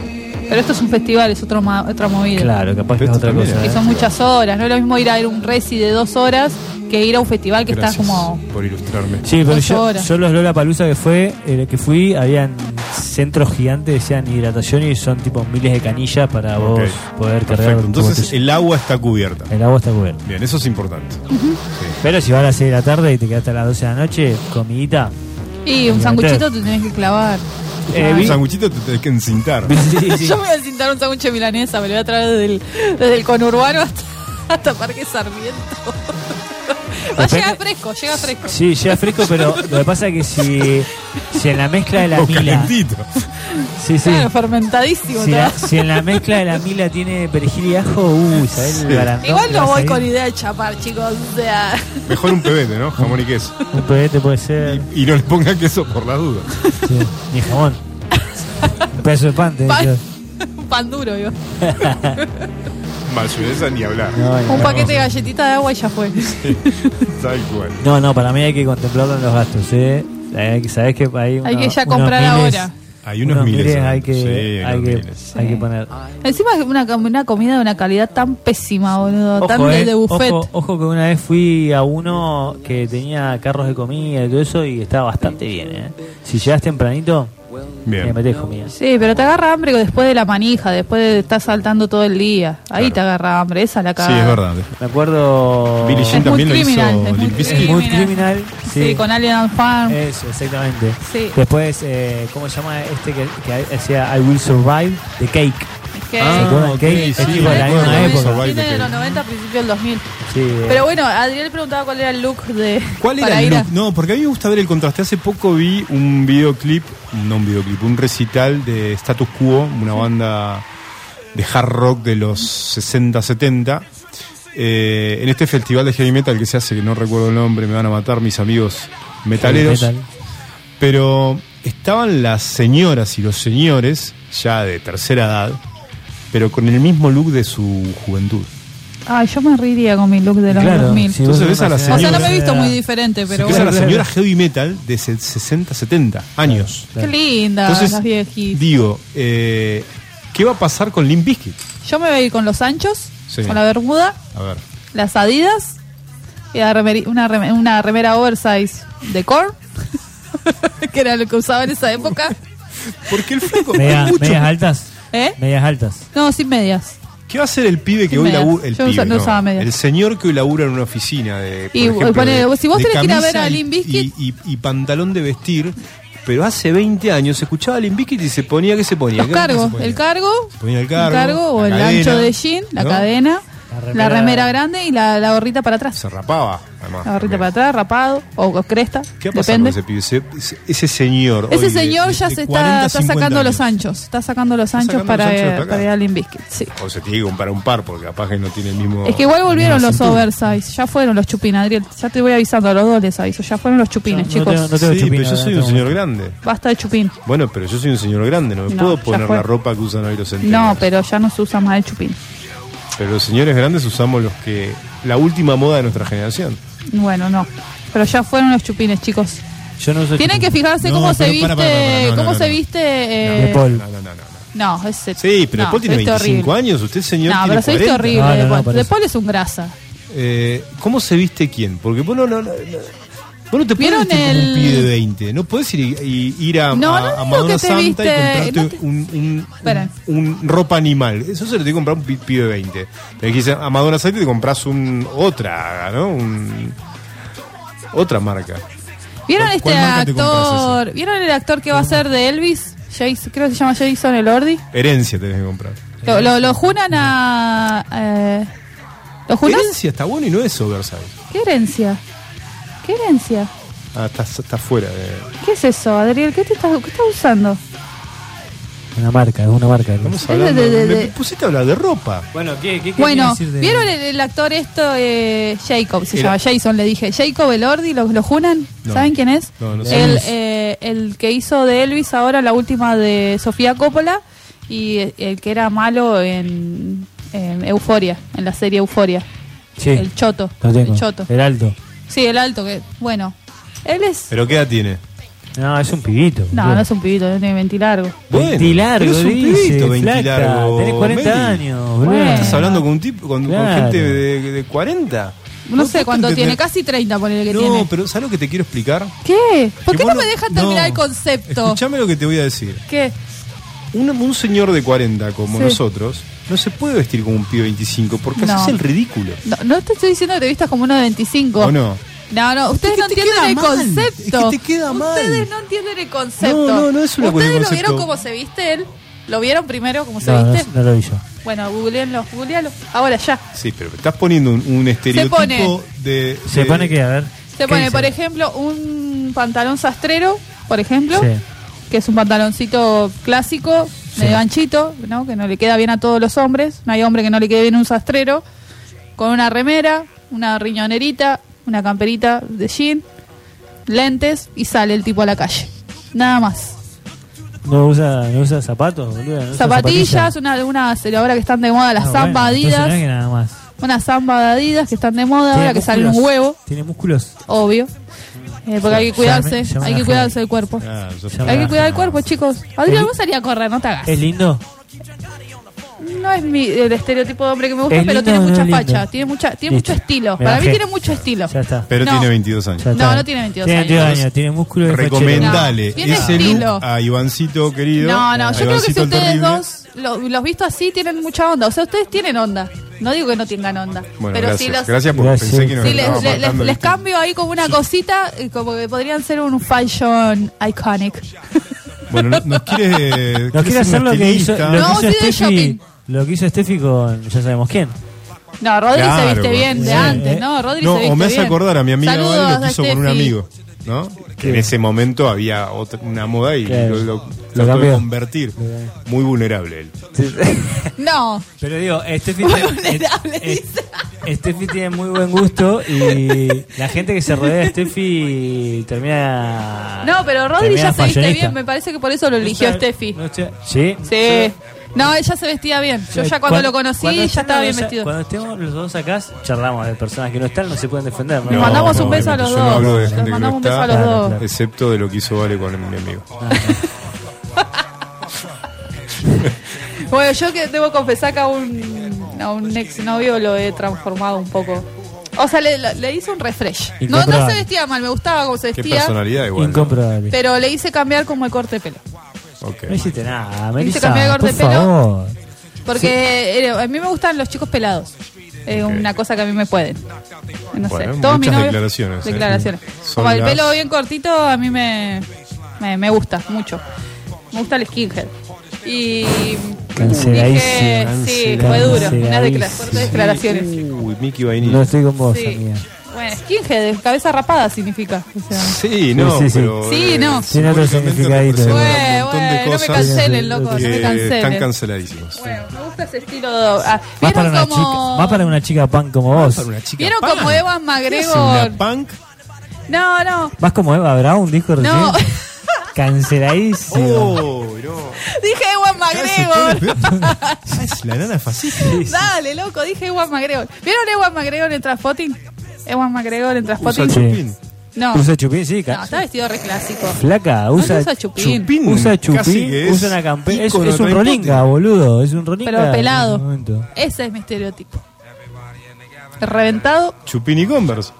[SPEAKER 2] Pero esto es un festival, es otro ma- otra movida.
[SPEAKER 4] Claro, capaz que es
[SPEAKER 1] Esto
[SPEAKER 4] otra
[SPEAKER 1] también
[SPEAKER 4] cosa.
[SPEAKER 2] Que
[SPEAKER 1] es.
[SPEAKER 4] ¿eh?
[SPEAKER 2] son muchas horas. No es lo mismo ir a un resi de dos horas que ir a un festival que
[SPEAKER 1] Gracias
[SPEAKER 2] está como.
[SPEAKER 1] por ilustrarme.
[SPEAKER 4] Sí, pero
[SPEAKER 2] Ocho
[SPEAKER 4] yo,
[SPEAKER 2] horas.
[SPEAKER 4] yo los Lola Palusa que fue, eh, que fui, habían centros gigantes, decían hidratación y son tipo miles de canillas para
[SPEAKER 1] Ok.
[SPEAKER 4] vos poder cargar. Eh.
[SPEAKER 1] Perfecto.
[SPEAKER 4] tu
[SPEAKER 1] Entonces
[SPEAKER 4] botella.
[SPEAKER 1] el agua está cubierta.
[SPEAKER 4] el agua está cubierta.
[SPEAKER 1] Bien, eso es importante.
[SPEAKER 4] Pero si vas a las 6 de la tarde y te quedaste a las 12 de la noche, comidita.
[SPEAKER 1] Ah,
[SPEAKER 2] Y un
[SPEAKER 4] Fíjate.
[SPEAKER 2] sanguchito te tenés que clavar.
[SPEAKER 4] Eh,
[SPEAKER 1] Un
[SPEAKER 4] vi-
[SPEAKER 1] sanguchito te tenés que encintar.
[SPEAKER 4] Sí, sí.
[SPEAKER 2] Yo me voy a cintar un sándwich de milanesa, me lo voy a traer desde el, desde el conurbano hasta, hasta Parque Sarmiento. Va a
[SPEAKER 4] Depende-
[SPEAKER 2] llegar fresco, llega fresco.
[SPEAKER 4] Sí, llega fresco, pero lo que pasa es que si, si en la mezcla de la
[SPEAKER 1] O
[SPEAKER 4] mila.
[SPEAKER 1] calentito.
[SPEAKER 4] Sí, ah. sí.
[SPEAKER 2] Claro, fermentadísimo.
[SPEAKER 4] Si,
[SPEAKER 2] te va.
[SPEAKER 4] la- si en la mezcla de la mila tiene perejil y ajo, uy, ¿sabés el
[SPEAKER 1] Sí.
[SPEAKER 4] barandón
[SPEAKER 2] Igual
[SPEAKER 4] que
[SPEAKER 2] no
[SPEAKER 4] va a
[SPEAKER 2] voy
[SPEAKER 4] salir?
[SPEAKER 2] con idea de chapar, chicos. O sea,
[SPEAKER 1] Mejor un pebete, ¿no? Jamón y queso.
[SPEAKER 4] Un pedete puede ser.
[SPEAKER 1] Y, y no le pongan queso por las dudas.
[SPEAKER 4] sí, Ni jamón. Un pedazo de pan, tenés
[SPEAKER 2] Pan.
[SPEAKER 4] que-
[SPEAKER 2] un pan duro, digo.
[SPEAKER 1] Mayonesa ni hablar.
[SPEAKER 4] No, no.
[SPEAKER 2] Un paquete de galletitas de agua y ya fue.
[SPEAKER 1] Tal cual.
[SPEAKER 4] No, no, para mí hay que contemplarlo en los gastos, ¿eh? Hay que- Sabés que hay
[SPEAKER 2] Hay que
[SPEAKER 4] unos-
[SPEAKER 2] ya
[SPEAKER 4] unos
[SPEAKER 2] comprar
[SPEAKER 4] miles-
[SPEAKER 2] ahora.
[SPEAKER 1] Hay unos, miles.
[SPEAKER 4] hay que,
[SPEAKER 1] Sí,
[SPEAKER 4] hay,
[SPEAKER 1] unos
[SPEAKER 4] que,
[SPEAKER 1] miles.
[SPEAKER 4] hay que poner.
[SPEAKER 2] Encima es una, com- una comida de una calidad tan pésima, boludo. tan de,
[SPEAKER 4] eh,
[SPEAKER 2] de buffet.
[SPEAKER 4] Ojo, ojo que una vez fui a uno que tenía carros de comida y todo eso y estaba bastante bien, ¿eh? Si llegas tempranito, me
[SPEAKER 1] Bien.
[SPEAKER 4] metés comida.
[SPEAKER 2] Sí, pero te agarra hambre después de la manija, después de estar saltando todo el día. Ahí
[SPEAKER 1] Claro.
[SPEAKER 2] te agarra hambre, esa es la
[SPEAKER 1] Sí,
[SPEAKER 2] cara.
[SPEAKER 1] es verdad.
[SPEAKER 4] Me acuerdo...
[SPEAKER 1] Billie Jean
[SPEAKER 2] muy
[SPEAKER 1] también lo
[SPEAKER 2] criminal,
[SPEAKER 1] hizo
[SPEAKER 2] es muy
[SPEAKER 1] Limp Bizkit.
[SPEAKER 4] Es muy
[SPEAKER 2] Criminal.
[SPEAKER 4] criminal. Eh,
[SPEAKER 2] Sí, con Alien and Farm.
[SPEAKER 4] Eso, exactamente.
[SPEAKER 2] Sí.
[SPEAKER 4] Después, eh, ¿cómo se llama este que, que hacía I Will Survive? The Cake.
[SPEAKER 2] que-
[SPEAKER 1] Ah,
[SPEAKER 4] ¿Se acuerdan?
[SPEAKER 1] ok,
[SPEAKER 4] Cake.
[SPEAKER 1] sí,
[SPEAKER 4] es tipo de la
[SPEAKER 1] me
[SPEAKER 2] Fines
[SPEAKER 4] misma
[SPEAKER 1] acuerdo.
[SPEAKER 4] época.
[SPEAKER 1] Survive
[SPEAKER 2] de
[SPEAKER 1] the
[SPEAKER 2] los
[SPEAKER 1] Cake.
[SPEAKER 2] 90, principios del 2000.
[SPEAKER 4] Sí, eh,
[SPEAKER 2] Pero bueno, Adriel preguntaba cuál era el look de.
[SPEAKER 1] ¿Cuál era
[SPEAKER 2] para
[SPEAKER 1] el
[SPEAKER 2] ir a-
[SPEAKER 1] look? No, porque a mí me gusta ver el contraste. Hace poco vi un videoclip, no un videoclip, un recital de Status Quo, una banda de hard rock de los 60, 70. eh, en este festival de heavy metal que se hace, que no recuerdo el nombre, me van a matar mis amigos metaleros.
[SPEAKER 4] metal.
[SPEAKER 1] Pero estaban las señoras y los señores, ya de tercera edad, pero con el mismo look de su juventud.
[SPEAKER 2] Ay, yo me reiría con mi look de los
[SPEAKER 4] Claro,
[SPEAKER 2] 2000.
[SPEAKER 4] si
[SPEAKER 1] Entonces
[SPEAKER 4] vos
[SPEAKER 1] ves a la
[SPEAKER 4] imaginás-
[SPEAKER 2] o sea, no me he
[SPEAKER 1] señora-
[SPEAKER 2] visto muy diferente,
[SPEAKER 1] Pero
[SPEAKER 2] pero
[SPEAKER 1] es a
[SPEAKER 2] bueno.
[SPEAKER 1] la señora heavy metal de se- 60, 70 años.
[SPEAKER 2] Qué linda,
[SPEAKER 1] Entonces,
[SPEAKER 2] las viejitas.
[SPEAKER 1] digo, eh, ¿qué va a pasar con Limp Bizkit?
[SPEAKER 2] Yo me voy a ir con los anchos,
[SPEAKER 1] Sí.
[SPEAKER 2] con la bermuda,
[SPEAKER 1] A ver,
[SPEAKER 2] las adidas y la remeri- una, reme- una remera oversize de core, que era lo que usaba en esa época.
[SPEAKER 1] ¿por qué el flaco?
[SPEAKER 4] Media-
[SPEAKER 1] Hay mucho-
[SPEAKER 4] medias altas.
[SPEAKER 2] ¿Eh?
[SPEAKER 4] Medias altas.
[SPEAKER 2] No, sin medias.
[SPEAKER 1] ¿Qué va a hacer el pibe que
[SPEAKER 2] Sin
[SPEAKER 1] hoy
[SPEAKER 2] medias.
[SPEAKER 1] labura? El,
[SPEAKER 2] Yo
[SPEAKER 1] pibe,
[SPEAKER 2] usa- no
[SPEAKER 1] no.
[SPEAKER 2] usaba medias.
[SPEAKER 1] el señor que hoy labura en una oficina de. por
[SPEAKER 2] Y,
[SPEAKER 1] ejemplo,
[SPEAKER 2] pone-
[SPEAKER 1] de-
[SPEAKER 2] si vos
[SPEAKER 1] de
[SPEAKER 2] tenés que ir a ver
[SPEAKER 1] camisa
[SPEAKER 2] a
[SPEAKER 1] y-
[SPEAKER 2] Limp Bizkit.
[SPEAKER 1] Y, y- y pantalón de vestir, pero hace 20 años escuchaba a Limp Bizkit y se ponía, ¿qué se ponía?
[SPEAKER 2] Los
[SPEAKER 1] ¿Qué- qué se
[SPEAKER 2] cargos,
[SPEAKER 1] ponía?
[SPEAKER 2] el cargo,
[SPEAKER 1] ponía el cargo,
[SPEAKER 2] o
[SPEAKER 1] la
[SPEAKER 2] el
[SPEAKER 1] cadena,
[SPEAKER 2] ancho de jean, la
[SPEAKER 1] ¿no?
[SPEAKER 2] cadena,
[SPEAKER 4] La
[SPEAKER 2] la
[SPEAKER 4] remera-
[SPEAKER 2] remera, grande y la, la gorrita para atrás.
[SPEAKER 1] Se rapaba, además.
[SPEAKER 2] La gorrita
[SPEAKER 1] también.
[SPEAKER 2] para atrás, rapado o, o cresta,
[SPEAKER 1] ¿Qué va a pasar con
[SPEAKER 2] depende.
[SPEAKER 1] ese pibe? Ese, ese- ese señor. hoy
[SPEAKER 2] Ese
[SPEAKER 1] de-
[SPEAKER 2] señor
[SPEAKER 1] de-
[SPEAKER 2] ya
[SPEAKER 1] de
[SPEAKER 2] se está,
[SPEAKER 1] 40,
[SPEAKER 2] está
[SPEAKER 1] 50
[SPEAKER 2] sacando
[SPEAKER 1] años.
[SPEAKER 2] los anchos, está sacando los anchos
[SPEAKER 1] sacando
[SPEAKER 2] para,
[SPEAKER 1] los anchos de
[SPEAKER 2] eh,
[SPEAKER 1] placar.
[SPEAKER 2] para ir a Limp Bizkit, sí.
[SPEAKER 1] O se tiene que comprar un par porque capaz que no tiene el mismo.
[SPEAKER 2] Es que igual volvieron los oversize, ya fueron los chupines, Adriel. Ya te voy avisando, a los dos les aviso, ya fueron los chupines,
[SPEAKER 4] No, no
[SPEAKER 2] chicos.
[SPEAKER 4] tengo- no tengo
[SPEAKER 1] sí,
[SPEAKER 4] chupina,
[SPEAKER 1] pero yo soy
[SPEAKER 4] no
[SPEAKER 1] un
[SPEAKER 4] tengo
[SPEAKER 1] señor grande.
[SPEAKER 2] Basta de chupín.
[SPEAKER 1] Bueno, pero yo soy un señor grande, no me
[SPEAKER 2] No,
[SPEAKER 1] puedo
[SPEAKER 2] ya
[SPEAKER 1] poner
[SPEAKER 2] fue.
[SPEAKER 1] la ropa que usan hoy los
[SPEAKER 2] No,
[SPEAKER 1] centenarios.
[SPEAKER 2] pero ya no se usa más el chupín.
[SPEAKER 1] Pero los señores grandes usamos los que. La última moda de nuestra generación.
[SPEAKER 2] Bueno, no. Pero ya fueron los chupines, chicos.
[SPEAKER 4] Yo no uso
[SPEAKER 2] Tienen que
[SPEAKER 4] chupines.
[SPEAKER 2] fijarse
[SPEAKER 1] No,
[SPEAKER 2] cómo se
[SPEAKER 1] pero
[SPEAKER 2] viste,
[SPEAKER 1] para, para, para, no, no,
[SPEAKER 2] cómo
[SPEAKER 1] no,
[SPEAKER 2] se
[SPEAKER 1] no.
[SPEAKER 2] viste.
[SPEAKER 4] De
[SPEAKER 2] eh,
[SPEAKER 4] Paul.
[SPEAKER 1] No, no, no, no. no.
[SPEAKER 2] no, ese.
[SPEAKER 1] Sí, pero
[SPEAKER 2] no,
[SPEAKER 1] Paul tiene
[SPEAKER 2] se viste
[SPEAKER 1] 25
[SPEAKER 2] horrible.
[SPEAKER 1] años, usted señor.
[SPEAKER 2] No,
[SPEAKER 1] tiene
[SPEAKER 2] pero se viste
[SPEAKER 1] 40.
[SPEAKER 2] horrible.
[SPEAKER 4] No, no,
[SPEAKER 2] de
[SPEAKER 4] no,
[SPEAKER 2] Paul.
[SPEAKER 4] por
[SPEAKER 2] de
[SPEAKER 4] eso.
[SPEAKER 2] Paul es un grasa.
[SPEAKER 1] Eh, ¿Cómo se viste quién? Porque vos no, no, no, no- vos no te puedes
[SPEAKER 2] ¿Vieron
[SPEAKER 1] vestir como un
[SPEAKER 2] el-
[SPEAKER 1] pibe de 20. No puedes ir, y- y- ir a,
[SPEAKER 2] No,
[SPEAKER 1] a-
[SPEAKER 2] no
[SPEAKER 1] a
[SPEAKER 2] digo
[SPEAKER 1] Madonna
[SPEAKER 2] que te
[SPEAKER 1] Santa
[SPEAKER 2] viste,
[SPEAKER 1] y comprarte
[SPEAKER 2] no te-
[SPEAKER 1] un, un-
[SPEAKER 2] Espera.
[SPEAKER 1] un- un ropa animal. Eso se lo tiene que comprar un pi- pibe de 20. Tenés que ir a Madonna Santa y te compras un, otra, ¿no? Un, Otra marca.
[SPEAKER 2] ¿Vieron
[SPEAKER 1] ¿Cuál-
[SPEAKER 2] este
[SPEAKER 1] cuál marca te compras
[SPEAKER 2] actor? ¿Vieron el actor que va a ser de Elvis? Jason, creo que se llama Jason Elordi.
[SPEAKER 1] Herencia tenés que comprar.
[SPEAKER 2] Lo, lo, lo junan a. eh, ¿Lo junan?
[SPEAKER 1] Herencia está bueno y no es Oversize.
[SPEAKER 2] ¿Qué herencia? ¿Qué herencia?
[SPEAKER 1] Ah, está, está fuera de.
[SPEAKER 2] ¿Qué es eso, Adriel? ¿Qué te estás, qué estás usando?
[SPEAKER 4] Una marca, es una marca.
[SPEAKER 1] Estamos
[SPEAKER 2] de-
[SPEAKER 1] hablando.
[SPEAKER 2] de-
[SPEAKER 1] me
[SPEAKER 2] de-
[SPEAKER 1] pusiste a hablar de ropa.
[SPEAKER 4] Bueno, ¿qué, qué, qué
[SPEAKER 2] Bueno,
[SPEAKER 4] decir de-
[SPEAKER 2] ¿vieron el, el actor esto? eh, Jacob, se
[SPEAKER 1] Era-
[SPEAKER 2] llama Jason, le dije. Jacob Elordi, ¿lo, lo junan?
[SPEAKER 1] No.
[SPEAKER 2] ¿Saben quién es?
[SPEAKER 1] No, no sé.
[SPEAKER 2] el,
[SPEAKER 1] Elvis.
[SPEAKER 2] eh, el que hizo de Elvis ahora la última de Sofía Coppola y el, el que era malo en, en Euforia, en la serie Euforia.
[SPEAKER 4] Sí,
[SPEAKER 2] El Choto.
[SPEAKER 4] lo tengo.
[SPEAKER 2] El Choto.
[SPEAKER 4] El alto.
[SPEAKER 2] Sí, el alto, que. Bueno, él es.
[SPEAKER 1] ¿Pero qué edad tiene?
[SPEAKER 4] No, es un pibito.
[SPEAKER 2] No, no es un pibito, no tiene 20 largo.
[SPEAKER 4] Ventilargo,
[SPEAKER 1] pero es un
[SPEAKER 4] dice,
[SPEAKER 1] pibito, ventilargo,
[SPEAKER 4] flaca, tenés 40
[SPEAKER 1] Meli.
[SPEAKER 4] años, boludo.
[SPEAKER 1] Estás hablando con un tipo, con, con
[SPEAKER 4] Claro.
[SPEAKER 1] gente de, de 40.
[SPEAKER 2] No, sé cuánto tiene, casi 30 ponele que
[SPEAKER 1] no,
[SPEAKER 2] tiene.
[SPEAKER 1] pero ¿sabes lo que te quiero explicar?
[SPEAKER 2] ¿Qué? ¿Por
[SPEAKER 1] Que
[SPEAKER 2] qué
[SPEAKER 1] vos
[SPEAKER 2] no me dejas terminar
[SPEAKER 1] no.
[SPEAKER 2] el concepto?
[SPEAKER 1] Escuchame lo que te voy a decir.
[SPEAKER 2] ¿Qué?
[SPEAKER 1] Un, un señor de 40 como
[SPEAKER 2] Sí.
[SPEAKER 1] nosotros no se puede vestir como un pibe 25 porque
[SPEAKER 2] No.
[SPEAKER 1] haces el ridículo.
[SPEAKER 2] No, no te estoy diciendo que te vistas como uno de 25.
[SPEAKER 1] ¿O no?
[SPEAKER 2] No, no, ustedes no entienden el concepto.
[SPEAKER 1] Es que te queda mal.
[SPEAKER 2] Ustedes no entienden el concepto.
[SPEAKER 1] No, no, no es una cuestión de
[SPEAKER 2] ¿Ustedes lo
[SPEAKER 1] concepto.
[SPEAKER 2] vieron cómo se viste él? ¿Lo vieron primero cómo se
[SPEAKER 4] No, no,
[SPEAKER 2] viste?
[SPEAKER 4] no lo vi yo.
[SPEAKER 2] Bueno, googleenlo, googlealo. Ahora ya.
[SPEAKER 1] Sí, pero estás poniendo un, un estereotipo
[SPEAKER 2] pone.
[SPEAKER 1] de,
[SPEAKER 4] Se
[SPEAKER 1] de-
[SPEAKER 4] pone que, a ver.
[SPEAKER 2] Se pone, por ejemplo, un pantalón sastrero, por ejemplo,
[SPEAKER 4] Sí.
[SPEAKER 2] que es un pantaloncito clásico, medio anchito, ¿no? que no le queda bien a todos los hombres. No hay hombre que no le quede bien un sastrero. Con una remera, una riñonerita, una camperita de jean, lentes y sale el tipo a la calle. Nada más.
[SPEAKER 4] No usa, no usa zapatos, boludo. No usa
[SPEAKER 2] Zapatillas,
[SPEAKER 4] zapatillas.
[SPEAKER 2] una, unas, ahora que están de moda, las
[SPEAKER 4] No,
[SPEAKER 2] zamba
[SPEAKER 4] bueno, entonces no es
[SPEAKER 2] Adidas,
[SPEAKER 4] que nada más.
[SPEAKER 2] unas zamba de Adidas que están de moda,
[SPEAKER 4] Tiene
[SPEAKER 2] ahora que sale un
[SPEAKER 4] músculos.
[SPEAKER 2] huevo,
[SPEAKER 4] Tiene músculos.
[SPEAKER 2] obvio. Eh, porque hay que cuidarse,
[SPEAKER 4] Llame- llame
[SPEAKER 2] hay
[SPEAKER 4] a
[SPEAKER 2] que
[SPEAKER 4] la
[SPEAKER 2] cuidarse el cuerpo.
[SPEAKER 1] Ah, yo-
[SPEAKER 4] Ya me
[SPEAKER 2] Hay
[SPEAKER 4] la-
[SPEAKER 2] que cuidar el cuerpo, chicos. Adrián, vos salí a correr, no te hagas.
[SPEAKER 4] ¿Es lindo?
[SPEAKER 2] No es mi, el estereotipo de hombre que me gusta,
[SPEAKER 4] ¿Es
[SPEAKER 2] pero
[SPEAKER 4] lindo
[SPEAKER 2] tiene
[SPEAKER 4] o no
[SPEAKER 2] mucha
[SPEAKER 4] es lindo?
[SPEAKER 2] facha, tiene mucha, tiene
[SPEAKER 4] Listo.
[SPEAKER 2] mucho estilo.
[SPEAKER 4] Me
[SPEAKER 2] Para mí
[SPEAKER 4] bajé.
[SPEAKER 2] tiene mucho estilo.
[SPEAKER 4] Ya está.
[SPEAKER 1] Pero
[SPEAKER 2] No.
[SPEAKER 1] tiene 22 años.
[SPEAKER 4] ya está.
[SPEAKER 2] no tiene 22
[SPEAKER 4] Tiene
[SPEAKER 2] años.
[SPEAKER 4] 22 años, tiene músculos. de
[SPEAKER 1] Recomendale
[SPEAKER 2] No, tiene
[SPEAKER 1] ese
[SPEAKER 2] estilo.
[SPEAKER 1] look a Ivancito querido.
[SPEAKER 2] No,
[SPEAKER 1] a
[SPEAKER 2] no, yo creo que si
[SPEAKER 1] Ivancito el
[SPEAKER 2] ustedes
[SPEAKER 1] terrible.
[SPEAKER 2] dos lo- los visto así tienen mucha onda. O sea, ustedes tienen onda. No digo que no tengan onda.
[SPEAKER 1] Bueno,
[SPEAKER 2] pero
[SPEAKER 1] gracias.
[SPEAKER 2] si los.
[SPEAKER 1] gracias por
[SPEAKER 4] Gracias.
[SPEAKER 1] pensé que nos
[SPEAKER 2] si les,
[SPEAKER 1] estabas
[SPEAKER 2] les- les-
[SPEAKER 1] matando,
[SPEAKER 2] les
[SPEAKER 1] ¿viste?
[SPEAKER 2] cambio ahí como una cosita, eh, como que podrían ser un fashion iconic.
[SPEAKER 1] Bueno, no- nos quieres. eh,
[SPEAKER 4] No
[SPEAKER 1] quieres
[SPEAKER 4] quiere hacer
[SPEAKER 1] un
[SPEAKER 4] lo que hizo,
[SPEAKER 1] estilista.
[SPEAKER 4] lo
[SPEAKER 2] No,
[SPEAKER 4] que
[SPEAKER 2] sí, de
[SPEAKER 4] hizo
[SPEAKER 2] shopping.
[SPEAKER 4] Steffi. Lo que hizo Steffi con ya sabemos quién.
[SPEAKER 2] No, Rodri
[SPEAKER 1] Claro,
[SPEAKER 2] se viste
[SPEAKER 1] bueno.
[SPEAKER 2] bien de
[SPEAKER 1] Sí,
[SPEAKER 2] antes,
[SPEAKER 4] eh.
[SPEAKER 2] ¿no? Rodri
[SPEAKER 1] No,
[SPEAKER 2] se viste
[SPEAKER 1] o me hace
[SPEAKER 2] bien.
[SPEAKER 1] acordar a mi amiga
[SPEAKER 2] Saludos
[SPEAKER 1] Val lo
[SPEAKER 2] a
[SPEAKER 1] que hizo con un
[SPEAKER 2] Steffi.
[SPEAKER 1] amigo, ¿no? Que en ese momento había otra, una moda y
[SPEAKER 4] Claro.
[SPEAKER 1] lo, lo,
[SPEAKER 4] Lo
[SPEAKER 1] trató de
[SPEAKER 4] cambió.
[SPEAKER 1] convertir. Muy vulnerable él.
[SPEAKER 2] No,
[SPEAKER 4] Pero digo, Steffi,
[SPEAKER 2] Muy
[SPEAKER 4] tiene-
[SPEAKER 2] vulnerable,
[SPEAKER 4] eh, eh, Steffi tiene muy buen gusto y la gente que se rodea de Steffi termina.
[SPEAKER 2] no, pero Rodri
[SPEAKER 4] termina
[SPEAKER 2] ya se viste
[SPEAKER 4] fashionista.
[SPEAKER 2] bien. Me parece que por eso lo
[SPEAKER 4] No
[SPEAKER 2] eligió
[SPEAKER 4] sé-
[SPEAKER 2] Steffi.
[SPEAKER 4] no sé- sí. Eh,
[SPEAKER 2] Sí. No, ella se vestía bien. Yo ya cuando lo conocí
[SPEAKER 4] cuando
[SPEAKER 2] ya
[SPEAKER 4] estén
[SPEAKER 2] estaba
[SPEAKER 4] los
[SPEAKER 2] bien
[SPEAKER 4] dos a-
[SPEAKER 2] vestido.
[SPEAKER 4] Cuando estemos los dos acá, charlamos de personas que no están, no se pueden defender. ¿no?
[SPEAKER 2] Le mandamos
[SPEAKER 1] No,
[SPEAKER 2] un
[SPEAKER 1] no,
[SPEAKER 2] beso a
[SPEAKER 1] obviamente, Yo
[SPEAKER 2] los
[SPEAKER 1] no
[SPEAKER 2] dos.
[SPEAKER 1] hablo de
[SPEAKER 2] Les
[SPEAKER 1] gente que no
[SPEAKER 2] mandamos un beso
[SPEAKER 1] está,
[SPEAKER 2] a los
[SPEAKER 4] Claro,
[SPEAKER 2] dos.
[SPEAKER 4] claro.
[SPEAKER 1] excepto de lo que hizo Vale con mi amigo.
[SPEAKER 2] Bueno, yo que debo confesar que a un, a un exnovio lo he transformado un poco. O sea, le, le hice un refresh. No, no
[SPEAKER 4] Incomprobable.
[SPEAKER 2] se vestía mal, me gustaba cómo se
[SPEAKER 1] Qué
[SPEAKER 2] vestía.
[SPEAKER 1] personalidad igual. ¿no?
[SPEAKER 4] Incomprobable.
[SPEAKER 2] Pero le hice cambiar como el corte de pelo.
[SPEAKER 1] Ok.
[SPEAKER 4] No hiciste nada,
[SPEAKER 2] cambiar
[SPEAKER 4] Melissa,
[SPEAKER 2] de
[SPEAKER 4] por
[SPEAKER 2] corte de pelo.
[SPEAKER 4] favor.
[SPEAKER 2] Porque eh, a mí me gustan los chicos pelados. Es
[SPEAKER 1] Ok.
[SPEAKER 2] una cosa que a mí me pueden. No
[SPEAKER 1] Bueno,
[SPEAKER 2] sé. Todos mis
[SPEAKER 1] muchas
[SPEAKER 2] novios-
[SPEAKER 1] declaraciones, ¿eh?
[SPEAKER 2] Declaraciones.
[SPEAKER 1] Son
[SPEAKER 2] Como el
[SPEAKER 1] las-
[SPEAKER 2] pelo bien cortito, a mí me, me, me gusta mucho. Me gusta el skinhead. Y. uh, Dije,
[SPEAKER 4] Canceladísimo,
[SPEAKER 2] sí, fue duro. Unas decla-
[SPEAKER 4] canceladísimo.
[SPEAKER 2] fuertes declaraciones.
[SPEAKER 1] Uy, Mickey Vainilla.
[SPEAKER 4] No estoy con vos,
[SPEAKER 2] Sí.
[SPEAKER 4] amiga.
[SPEAKER 2] Bueno, skinhead, de cabeza rapada significa. O sea,
[SPEAKER 1] Sí, no,
[SPEAKER 4] Sí, sí, sí.
[SPEAKER 1] pero. eh,
[SPEAKER 2] Sí, no.
[SPEAKER 4] Tiene otro
[SPEAKER 1] simbólicamente
[SPEAKER 4] significadito.
[SPEAKER 1] representa
[SPEAKER 2] Güey,
[SPEAKER 1] un montón
[SPEAKER 2] güey,
[SPEAKER 1] de
[SPEAKER 2] no me
[SPEAKER 1] cosas
[SPEAKER 2] cancelen, loco, no
[SPEAKER 1] que
[SPEAKER 2] me
[SPEAKER 1] Están
[SPEAKER 2] cancelen.
[SPEAKER 1] canceladísimos.
[SPEAKER 2] Bueno, me gusta ese estilo. ah,
[SPEAKER 4] Más
[SPEAKER 2] ¿Vieron
[SPEAKER 4] para, una
[SPEAKER 2] como-
[SPEAKER 4] chica, más para una chica punk como
[SPEAKER 1] Vas
[SPEAKER 4] vos.
[SPEAKER 1] para una chica
[SPEAKER 2] ¿Vieron
[SPEAKER 1] punk?
[SPEAKER 2] como Evan
[SPEAKER 1] ¿Qué
[SPEAKER 2] McGregor?
[SPEAKER 1] hace una punk?
[SPEAKER 2] No, no.
[SPEAKER 4] Vas como Eva Brown, dijo recién.
[SPEAKER 2] No.
[SPEAKER 4] Canceladísimo.
[SPEAKER 1] Oh, no.
[SPEAKER 2] Dije Ewan McGregor.
[SPEAKER 1] Esa es la nana fascista.
[SPEAKER 2] Dale, loco, dije Ewan McGregor. ¿Vieron Ewan McGregor en Transpotting? Ewan McGregor en
[SPEAKER 1] Usa
[SPEAKER 2] Transpotting.
[SPEAKER 4] Sí.
[SPEAKER 1] chupín.
[SPEAKER 2] No,
[SPEAKER 4] Usa chupín, sí, ca-
[SPEAKER 2] no, está vestido re clásico.
[SPEAKER 4] flaca.
[SPEAKER 2] No se
[SPEAKER 4] Usa,
[SPEAKER 2] usa chupín.
[SPEAKER 1] chupín.
[SPEAKER 4] Usa
[SPEAKER 1] Casi
[SPEAKER 4] chupín,
[SPEAKER 1] que es
[SPEAKER 4] usa una campera. Es,
[SPEAKER 1] ícono
[SPEAKER 4] es
[SPEAKER 1] de
[SPEAKER 4] un
[SPEAKER 1] Harry
[SPEAKER 4] rolinga,
[SPEAKER 1] Potter.
[SPEAKER 4] boludo. Es un rolinga.
[SPEAKER 2] Pero
[SPEAKER 4] en un
[SPEAKER 2] pelado.
[SPEAKER 4] momento.
[SPEAKER 2] Ese es mi estereotipo. Reventado,
[SPEAKER 1] Chupín y Converse.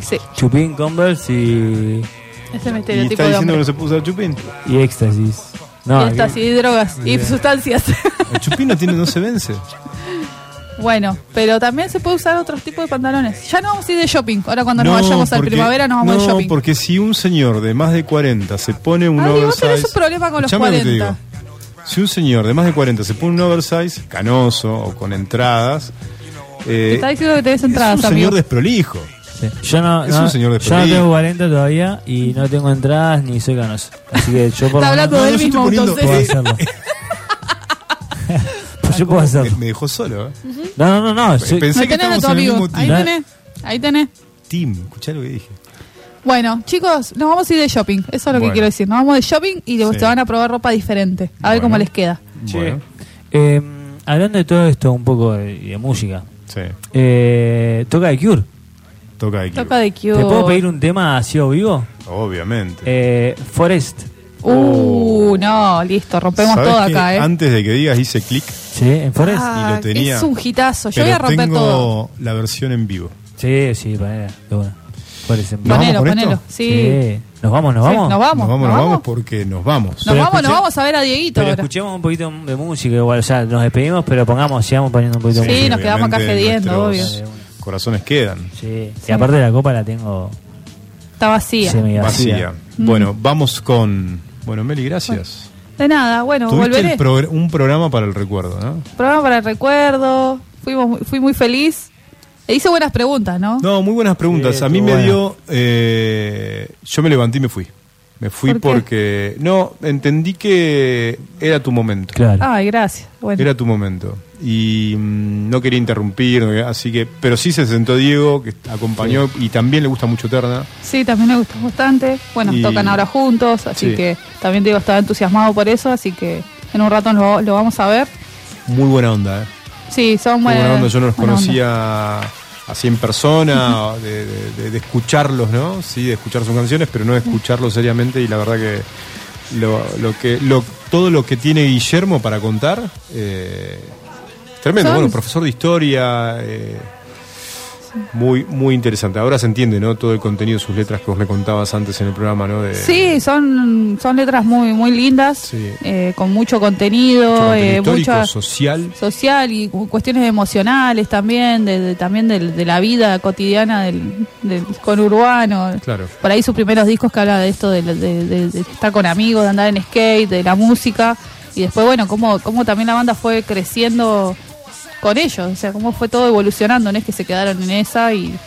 [SPEAKER 2] sí.
[SPEAKER 4] Chupín, Converse y,
[SPEAKER 2] Ese es mi
[SPEAKER 1] Y está
[SPEAKER 2] estereotipo de
[SPEAKER 1] diciendo que no
[SPEAKER 2] hombre.
[SPEAKER 1] se puede usar chupín.
[SPEAKER 4] y éxtasis. No,
[SPEAKER 2] Fiestas y drogas y sustancias.
[SPEAKER 1] El chupín no, tiene, no se vence.
[SPEAKER 2] Bueno, pero también se puede usar otros tipos de pantalones. Ya no vamos a ir de shopping. Ahora cuando nos vayamos al
[SPEAKER 1] porque-
[SPEAKER 2] primavera nos vamos
[SPEAKER 1] no,
[SPEAKER 2] al shopping.
[SPEAKER 1] porque si un señor de más de 40 se pone un
[SPEAKER 2] Ay, vos
[SPEAKER 1] oversize...
[SPEAKER 2] tenés un problema con los
[SPEAKER 1] Escuchame lo que te
[SPEAKER 2] 40.
[SPEAKER 1] digo. Si un señor de más de 40 se pone un oversize, canoso o con entradas... eh,
[SPEAKER 2] Está diciendo que tenés
[SPEAKER 1] es un
[SPEAKER 2] entradas, amigo.
[SPEAKER 1] señor desprolijo.
[SPEAKER 4] Yo no,
[SPEAKER 1] Es
[SPEAKER 4] no-
[SPEAKER 1] un señor de
[SPEAKER 4] yo no
[SPEAKER 1] Perú.
[SPEAKER 4] tengo 40 todavía y no tengo entradas ni soy canoso. Así que yo por
[SPEAKER 2] Está
[SPEAKER 4] lo menos-
[SPEAKER 2] hablando de él
[SPEAKER 4] yo
[SPEAKER 2] mismo,
[SPEAKER 4] estoy poniendo-
[SPEAKER 2] entonces.
[SPEAKER 4] puedo hacerlo. pues yo puedo
[SPEAKER 1] Me,
[SPEAKER 4] hacerlo.
[SPEAKER 1] me dejó solo, ¿eh?
[SPEAKER 4] No, no, no, no. soy-
[SPEAKER 1] Pensé
[SPEAKER 2] Ahí
[SPEAKER 1] que
[SPEAKER 2] tenés a
[SPEAKER 1] estábamos
[SPEAKER 2] tu
[SPEAKER 1] en el
[SPEAKER 2] amigo.
[SPEAKER 1] mismo
[SPEAKER 2] Ahí
[SPEAKER 1] team.
[SPEAKER 2] tenés. Ahí tenés.
[SPEAKER 1] Team, escuchá lo que dije.
[SPEAKER 2] Bueno, chicos, nos vamos a ir de shopping. Eso es lo que
[SPEAKER 1] Bueno.
[SPEAKER 2] quiero decir. Nos vamos de shopping y le-
[SPEAKER 1] Sí.
[SPEAKER 2] se van a probar ropa diferente. A ver
[SPEAKER 1] Bueno.
[SPEAKER 2] cómo les queda.
[SPEAKER 4] Che,
[SPEAKER 1] Bueno,
[SPEAKER 4] eh, hablando de todo esto un poco de, de música.
[SPEAKER 1] sí.
[SPEAKER 4] eh, toca de Cure.
[SPEAKER 1] Toca de
[SPEAKER 2] Toca de Cure.
[SPEAKER 4] ¿Te puedo pedir un tema así o vivo?
[SPEAKER 1] Obviamente.
[SPEAKER 4] Eh, Forest.
[SPEAKER 2] Uh, no, listo.
[SPEAKER 1] Oh.
[SPEAKER 2] Rompemos
[SPEAKER 1] ¿Sabés
[SPEAKER 2] todo
[SPEAKER 1] qué?
[SPEAKER 2] acá, ¿eh?
[SPEAKER 1] Antes de que digas, hice clic.
[SPEAKER 4] Sí, en Forest.
[SPEAKER 2] Ah,
[SPEAKER 1] y lo tenía.
[SPEAKER 2] Es un hitazo. Yo
[SPEAKER 1] pero
[SPEAKER 2] voy a romper
[SPEAKER 1] tengo
[SPEAKER 2] todo.
[SPEAKER 1] la versión en vivo.
[SPEAKER 4] Sí, sí, para de una. Forest en
[SPEAKER 1] ¿Nos vamos
[SPEAKER 2] Ponelo,
[SPEAKER 1] con
[SPEAKER 2] ponelo.
[SPEAKER 1] esto?
[SPEAKER 2] Sí.
[SPEAKER 4] Sí. ¿Nos vamos, nos
[SPEAKER 2] Sí,
[SPEAKER 4] vamos?
[SPEAKER 2] Nos
[SPEAKER 1] nos
[SPEAKER 2] vamos.
[SPEAKER 1] vamos,
[SPEAKER 2] nos vamos.
[SPEAKER 1] porque nos vamos.
[SPEAKER 2] Nos
[SPEAKER 4] Pero
[SPEAKER 2] vamos, nos
[SPEAKER 4] escuché-
[SPEAKER 2] vamos a ver a Dieguito
[SPEAKER 4] Pero
[SPEAKER 2] ahora.
[SPEAKER 4] escuchemos un poquito de música igual, o sea, nos despedimos, pero pongamos, sigamos poniendo un poquito de
[SPEAKER 2] Sí,
[SPEAKER 4] música.
[SPEAKER 2] nos quedamos acá
[SPEAKER 1] obviamente
[SPEAKER 2] gediendo,
[SPEAKER 1] nuestros
[SPEAKER 4] obvio.
[SPEAKER 1] Corazones quedan.
[SPEAKER 4] Sí. Y aparte la copa la tengo
[SPEAKER 2] Está vacía.
[SPEAKER 4] semi
[SPEAKER 1] Vacía.
[SPEAKER 4] vacía.
[SPEAKER 2] Mm.
[SPEAKER 1] Bueno, vamos con. Bueno, Meli, gracias.
[SPEAKER 2] De nada, bueno,
[SPEAKER 1] Tuviste el
[SPEAKER 2] volveré.
[SPEAKER 1] progr- un programa para el recuerdo, ¿no?
[SPEAKER 2] Programa para el recuerdo. Fuimos, muy- fui muy feliz. Le hice buenas preguntas, ¿no?
[SPEAKER 1] No, muy buenas preguntas.
[SPEAKER 4] Sí,
[SPEAKER 1] a mí
[SPEAKER 4] estuvo
[SPEAKER 1] me
[SPEAKER 4] bueno.
[SPEAKER 1] dio. eh, yo me levanté y me fui. Me fui
[SPEAKER 2] ¿Por qué?
[SPEAKER 1] porque. No, entendí que era tu momento.
[SPEAKER 4] Claro.
[SPEAKER 2] Ay, gracias. Bueno,
[SPEAKER 1] Era tu momento. Y mm, no quería interrumpir, no quería- así que. Pero sí se sentó Diego, que acompañó y también le gusta mucho Terna.
[SPEAKER 2] sí, también me gustó bastante. Bueno,
[SPEAKER 1] Y-
[SPEAKER 2] tocan ahora juntos, así
[SPEAKER 1] Sí.
[SPEAKER 2] que también digo, estaba entusiasmado por eso, así que en un rato lo, lo vamos a ver.
[SPEAKER 1] Muy buena onda, ¿eh?
[SPEAKER 2] Sí, son
[SPEAKER 1] Muy
[SPEAKER 2] buenas.
[SPEAKER 1] buena onda. Yo no los
[SPEAKER 2] buena onda.
[SPEAKER 1] conocía así en persona, de, de- de- de escucharlos, ¿no? Sí, de escuchar sus canciones, pero no de escucharlos seriamente. Y la verdad que, lo, lo que lo- todo lo que tiene Guillermo para contar, eh, tremendo.
[SPEAKER 2] Son-
[SPEAKER 1] Bueno, profesor de historia. eh, muy, muy interesante. Ahora se entiende, ¿no? Todo el contenido de sus letras que vos me contabas antes en el programa, ¿no? De,
[SPEAKER 2] Sí, son, son letras muy, muy lindas,
[SPEAKER 1] eh, Sí.
[SPEAKER 2] eh, con mucho contenido,
[SPEAKER 1] mucho contenido
[SPEAKER 2] eh,
[SPEAKER 1] histórico,
[SPEAKER 2] mucha-
[SPEAKER 1] social.
[SPEAKER 2] social y cu- cuestiones emocionales también, de, de- también del- de, la vida cotidiana del, del conurbano.
[SPEAKER 1] Claro.
[SPEAKER 2] Por ahí sus primeros discos que habla de esto, de, de- de- de estar con amigos, de andar en skate, de la música. Y después, bueno, cómo, cómo también la banda fue creciendo con ellos, o sea, cómo fue todo evolucionando, no es que se quedaron en esa y...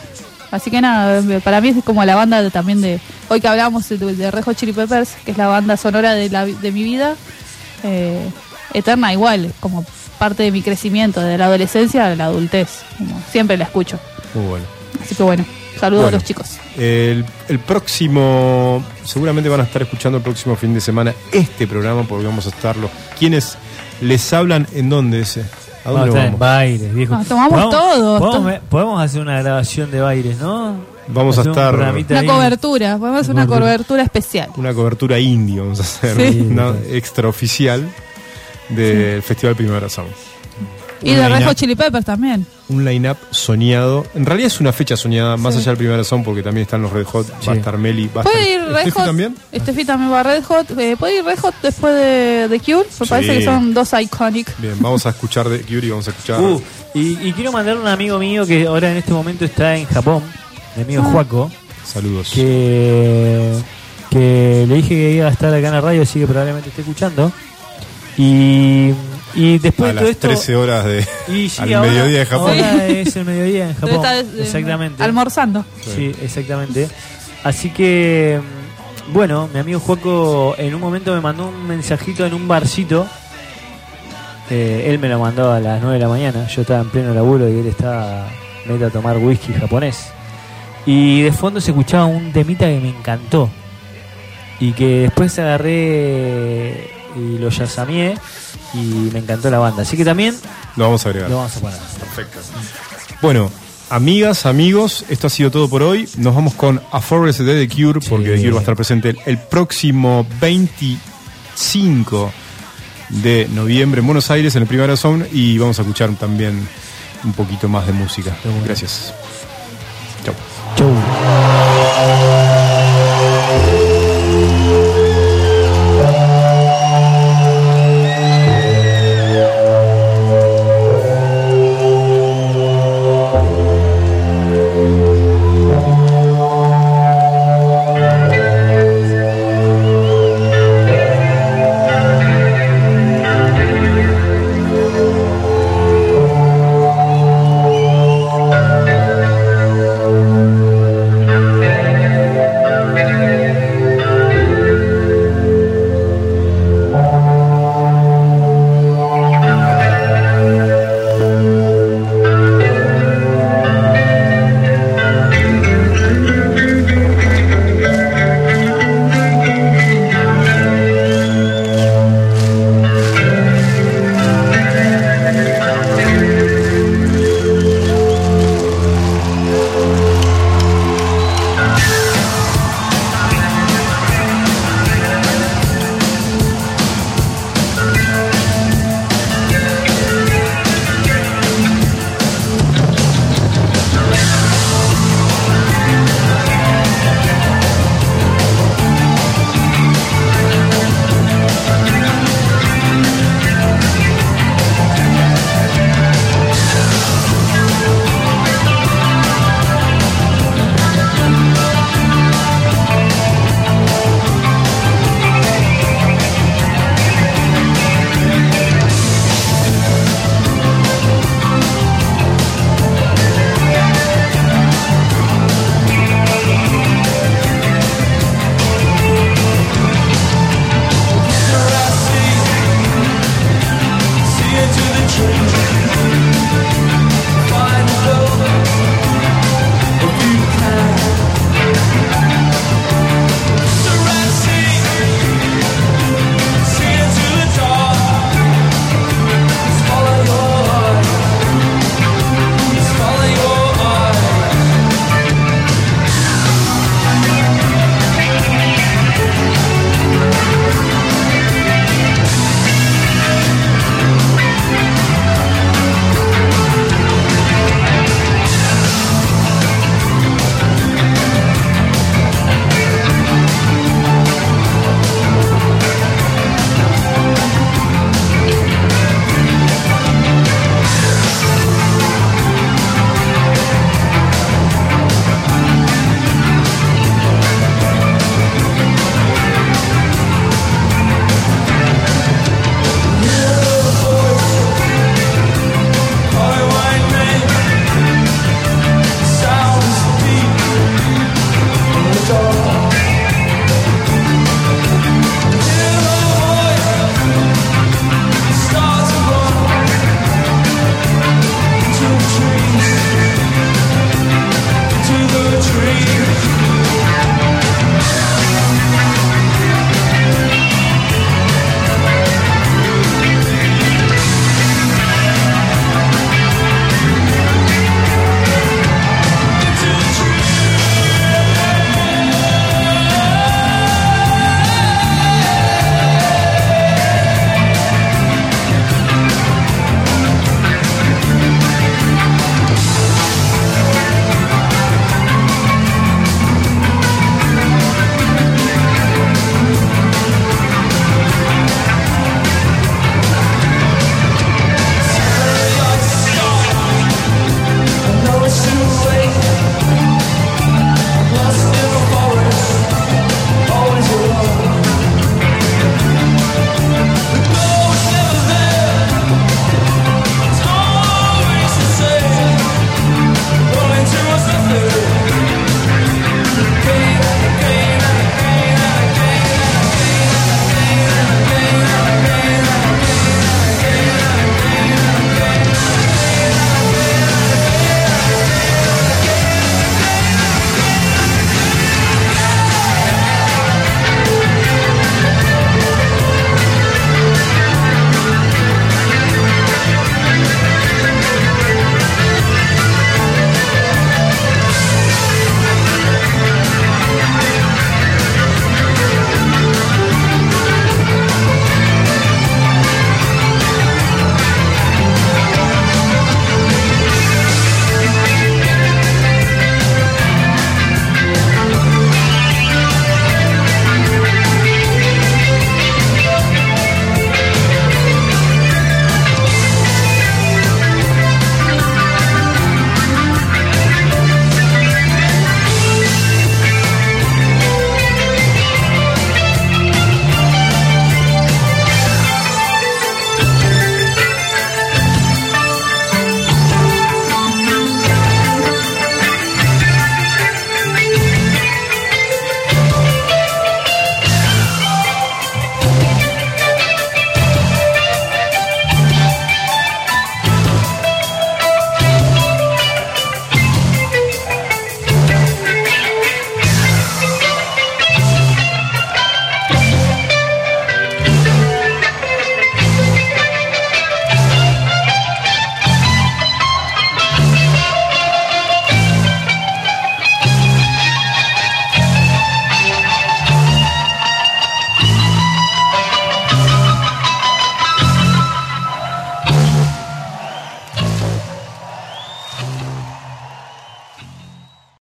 [SPEAKER 2] Así que nada, me- para mí es como la banda de- también de... Hoy que hablamos de, de Rejo Chili Peppers, que es la banda sonora de, la, vi- de mi vida, eh, Eterna igual, como parte de mi crecimiento, desde la adolescencia a la adultez, como siempre la escucho.
[SPEAKER 1] Muy bueno.
[SPEAKER 2] Así que bueno, saludos
[SPEAKER 1] Bueno.
[SPEAKER 2] a los chicos.
[SPEAKER 1] El, el próximo, seguramente van a estar escuchando el próximo fin de semana este programa porque vamos a estarlo. ¿Quiénes les hablan en dónde ese? ¿A dónde
[SPEAKER 4] Vamos a estar en
[SPEAKER 1] vamos?
[SPEAKER 4] bailes, viejo.
[SPEAKER 2] Nos tomamos
[SPEAKER 4] Podemos-
[SPEAKER 2] todo,
[SPEAKER 4] Podemos,
[SPEAKER 2] to-
[SPEAKER 4] podemos hacer una grabación de bailes, ¿no?
[SPEAKER 1] Vamos a
[SPEAKER 4] Hacer un
[SPEAKER 1] estar-
[SPEAKER 4] programita
[SPEAKER 2] Una
[SPEAKER 4] ahí.
[SPEAKER 2] cobertura, vamos a hacer una
[SPEAKER 4] Cobertura.
[SPEAKER 2] cobertura especial.
[SPEAKER 1] Una cobertura indie vamos a hacer,
[SPEAKER 2] Sí.
[SPEAKER 1] una extraoficial del Festival Primavera Sound.
[SPEAKER 2] Y
[SPEAKER 1] Un
[SPEAKER 2] de
[SPEAKER 1] line-up-
[SPEAKER 2] Rejo Chili Peppers también.
[SPEAKER 1] Un line-up soñado. En realidad es una fecha soñada, más allá del Primavera Sound, porque también están los Red Hot, va a
[SPEAKER 4] Sí.
[SPEAKER 1] estar Meli, va a
[SPEAKER 2] Puede ir
[SPEAKER 1] estar
[SPEAKER 2] Red
[SPEAKER 1] ¿Estefi
[SPEAKER 2] Hot.
[SPEAKER 1] también.
[SPEAKER 2] Steffi también va a Red Hot. Eh, puede ir Red Hot después de, de Cure. Me
[SPEAKER 1] Sí.
[SPEAKER 2] parece que son dos iconic.
[SPEAKER 1] Bien, vamos a escuchar de Yuri, vamos a escuchar.
[SPEAKER 4] Uh, y, y quiero mandar a un amigo mío que ahora en este momento está en Japón, mi amigo
[SPEAKER 2] Ah.
[SPEAKER 4] Juaco,
[SPEAKER 1] Saludos.
[SPEAKER 4] que, que le dije que iba a estar acá en la radio, así que probablemente esté escuchando. Y, y después
[SPEAKER 1] a
[SPEAKER 4] de todo
[SPEAKER 1] las
[SPEAKER 4] esto...
[SPEAKER 1] 13 horas de
[SPEAKER 4] Y sí,
[SPEAKER 1] al
[SPEAKER 4] ahora-
[SPEAKER 1] mediodía de Japón.
[SPEAKER 4] Ahora es el mediodía en
[SPEAKER 2] Debe
[SPEAKER 4] Japón.
[SPEAKER 2] estar, eh,
[SPEAKER 4] exactamente.
[SPEAKER 2] Almorzando.
[SPEAKER 4] Sí, exactamente. Así que, mm, bueno, mi amigo Juaco en un momento me mandó un mensajito en un barcito. Eh, él me lo mandó a las 9 de la mañana. Yo estaba en pleno laburo y él estaba meta a tomar whisky japonés. Y de fondo se escuchaba un temita que me encantó. Y que después agarré y lo yasameé y me encantó la banda. Así que también
[SPEAKER 1] Lo vamos a agregar.
[SPEAKER 4] lo vamos a poner.
[SPEAKER 1] Perfecto. Bueno, amigas, amigos, esto ha sido todo por hoy. Nos vamos con A Forest de The Cure, porque The Cure va a estar presente el, el próximo 25 de noviembre en Buenos Aires, en el Primera Zone, y vamos a escuchar también un poquito más de música. Gracias. Chao.
[SPEAKER 4] Chau.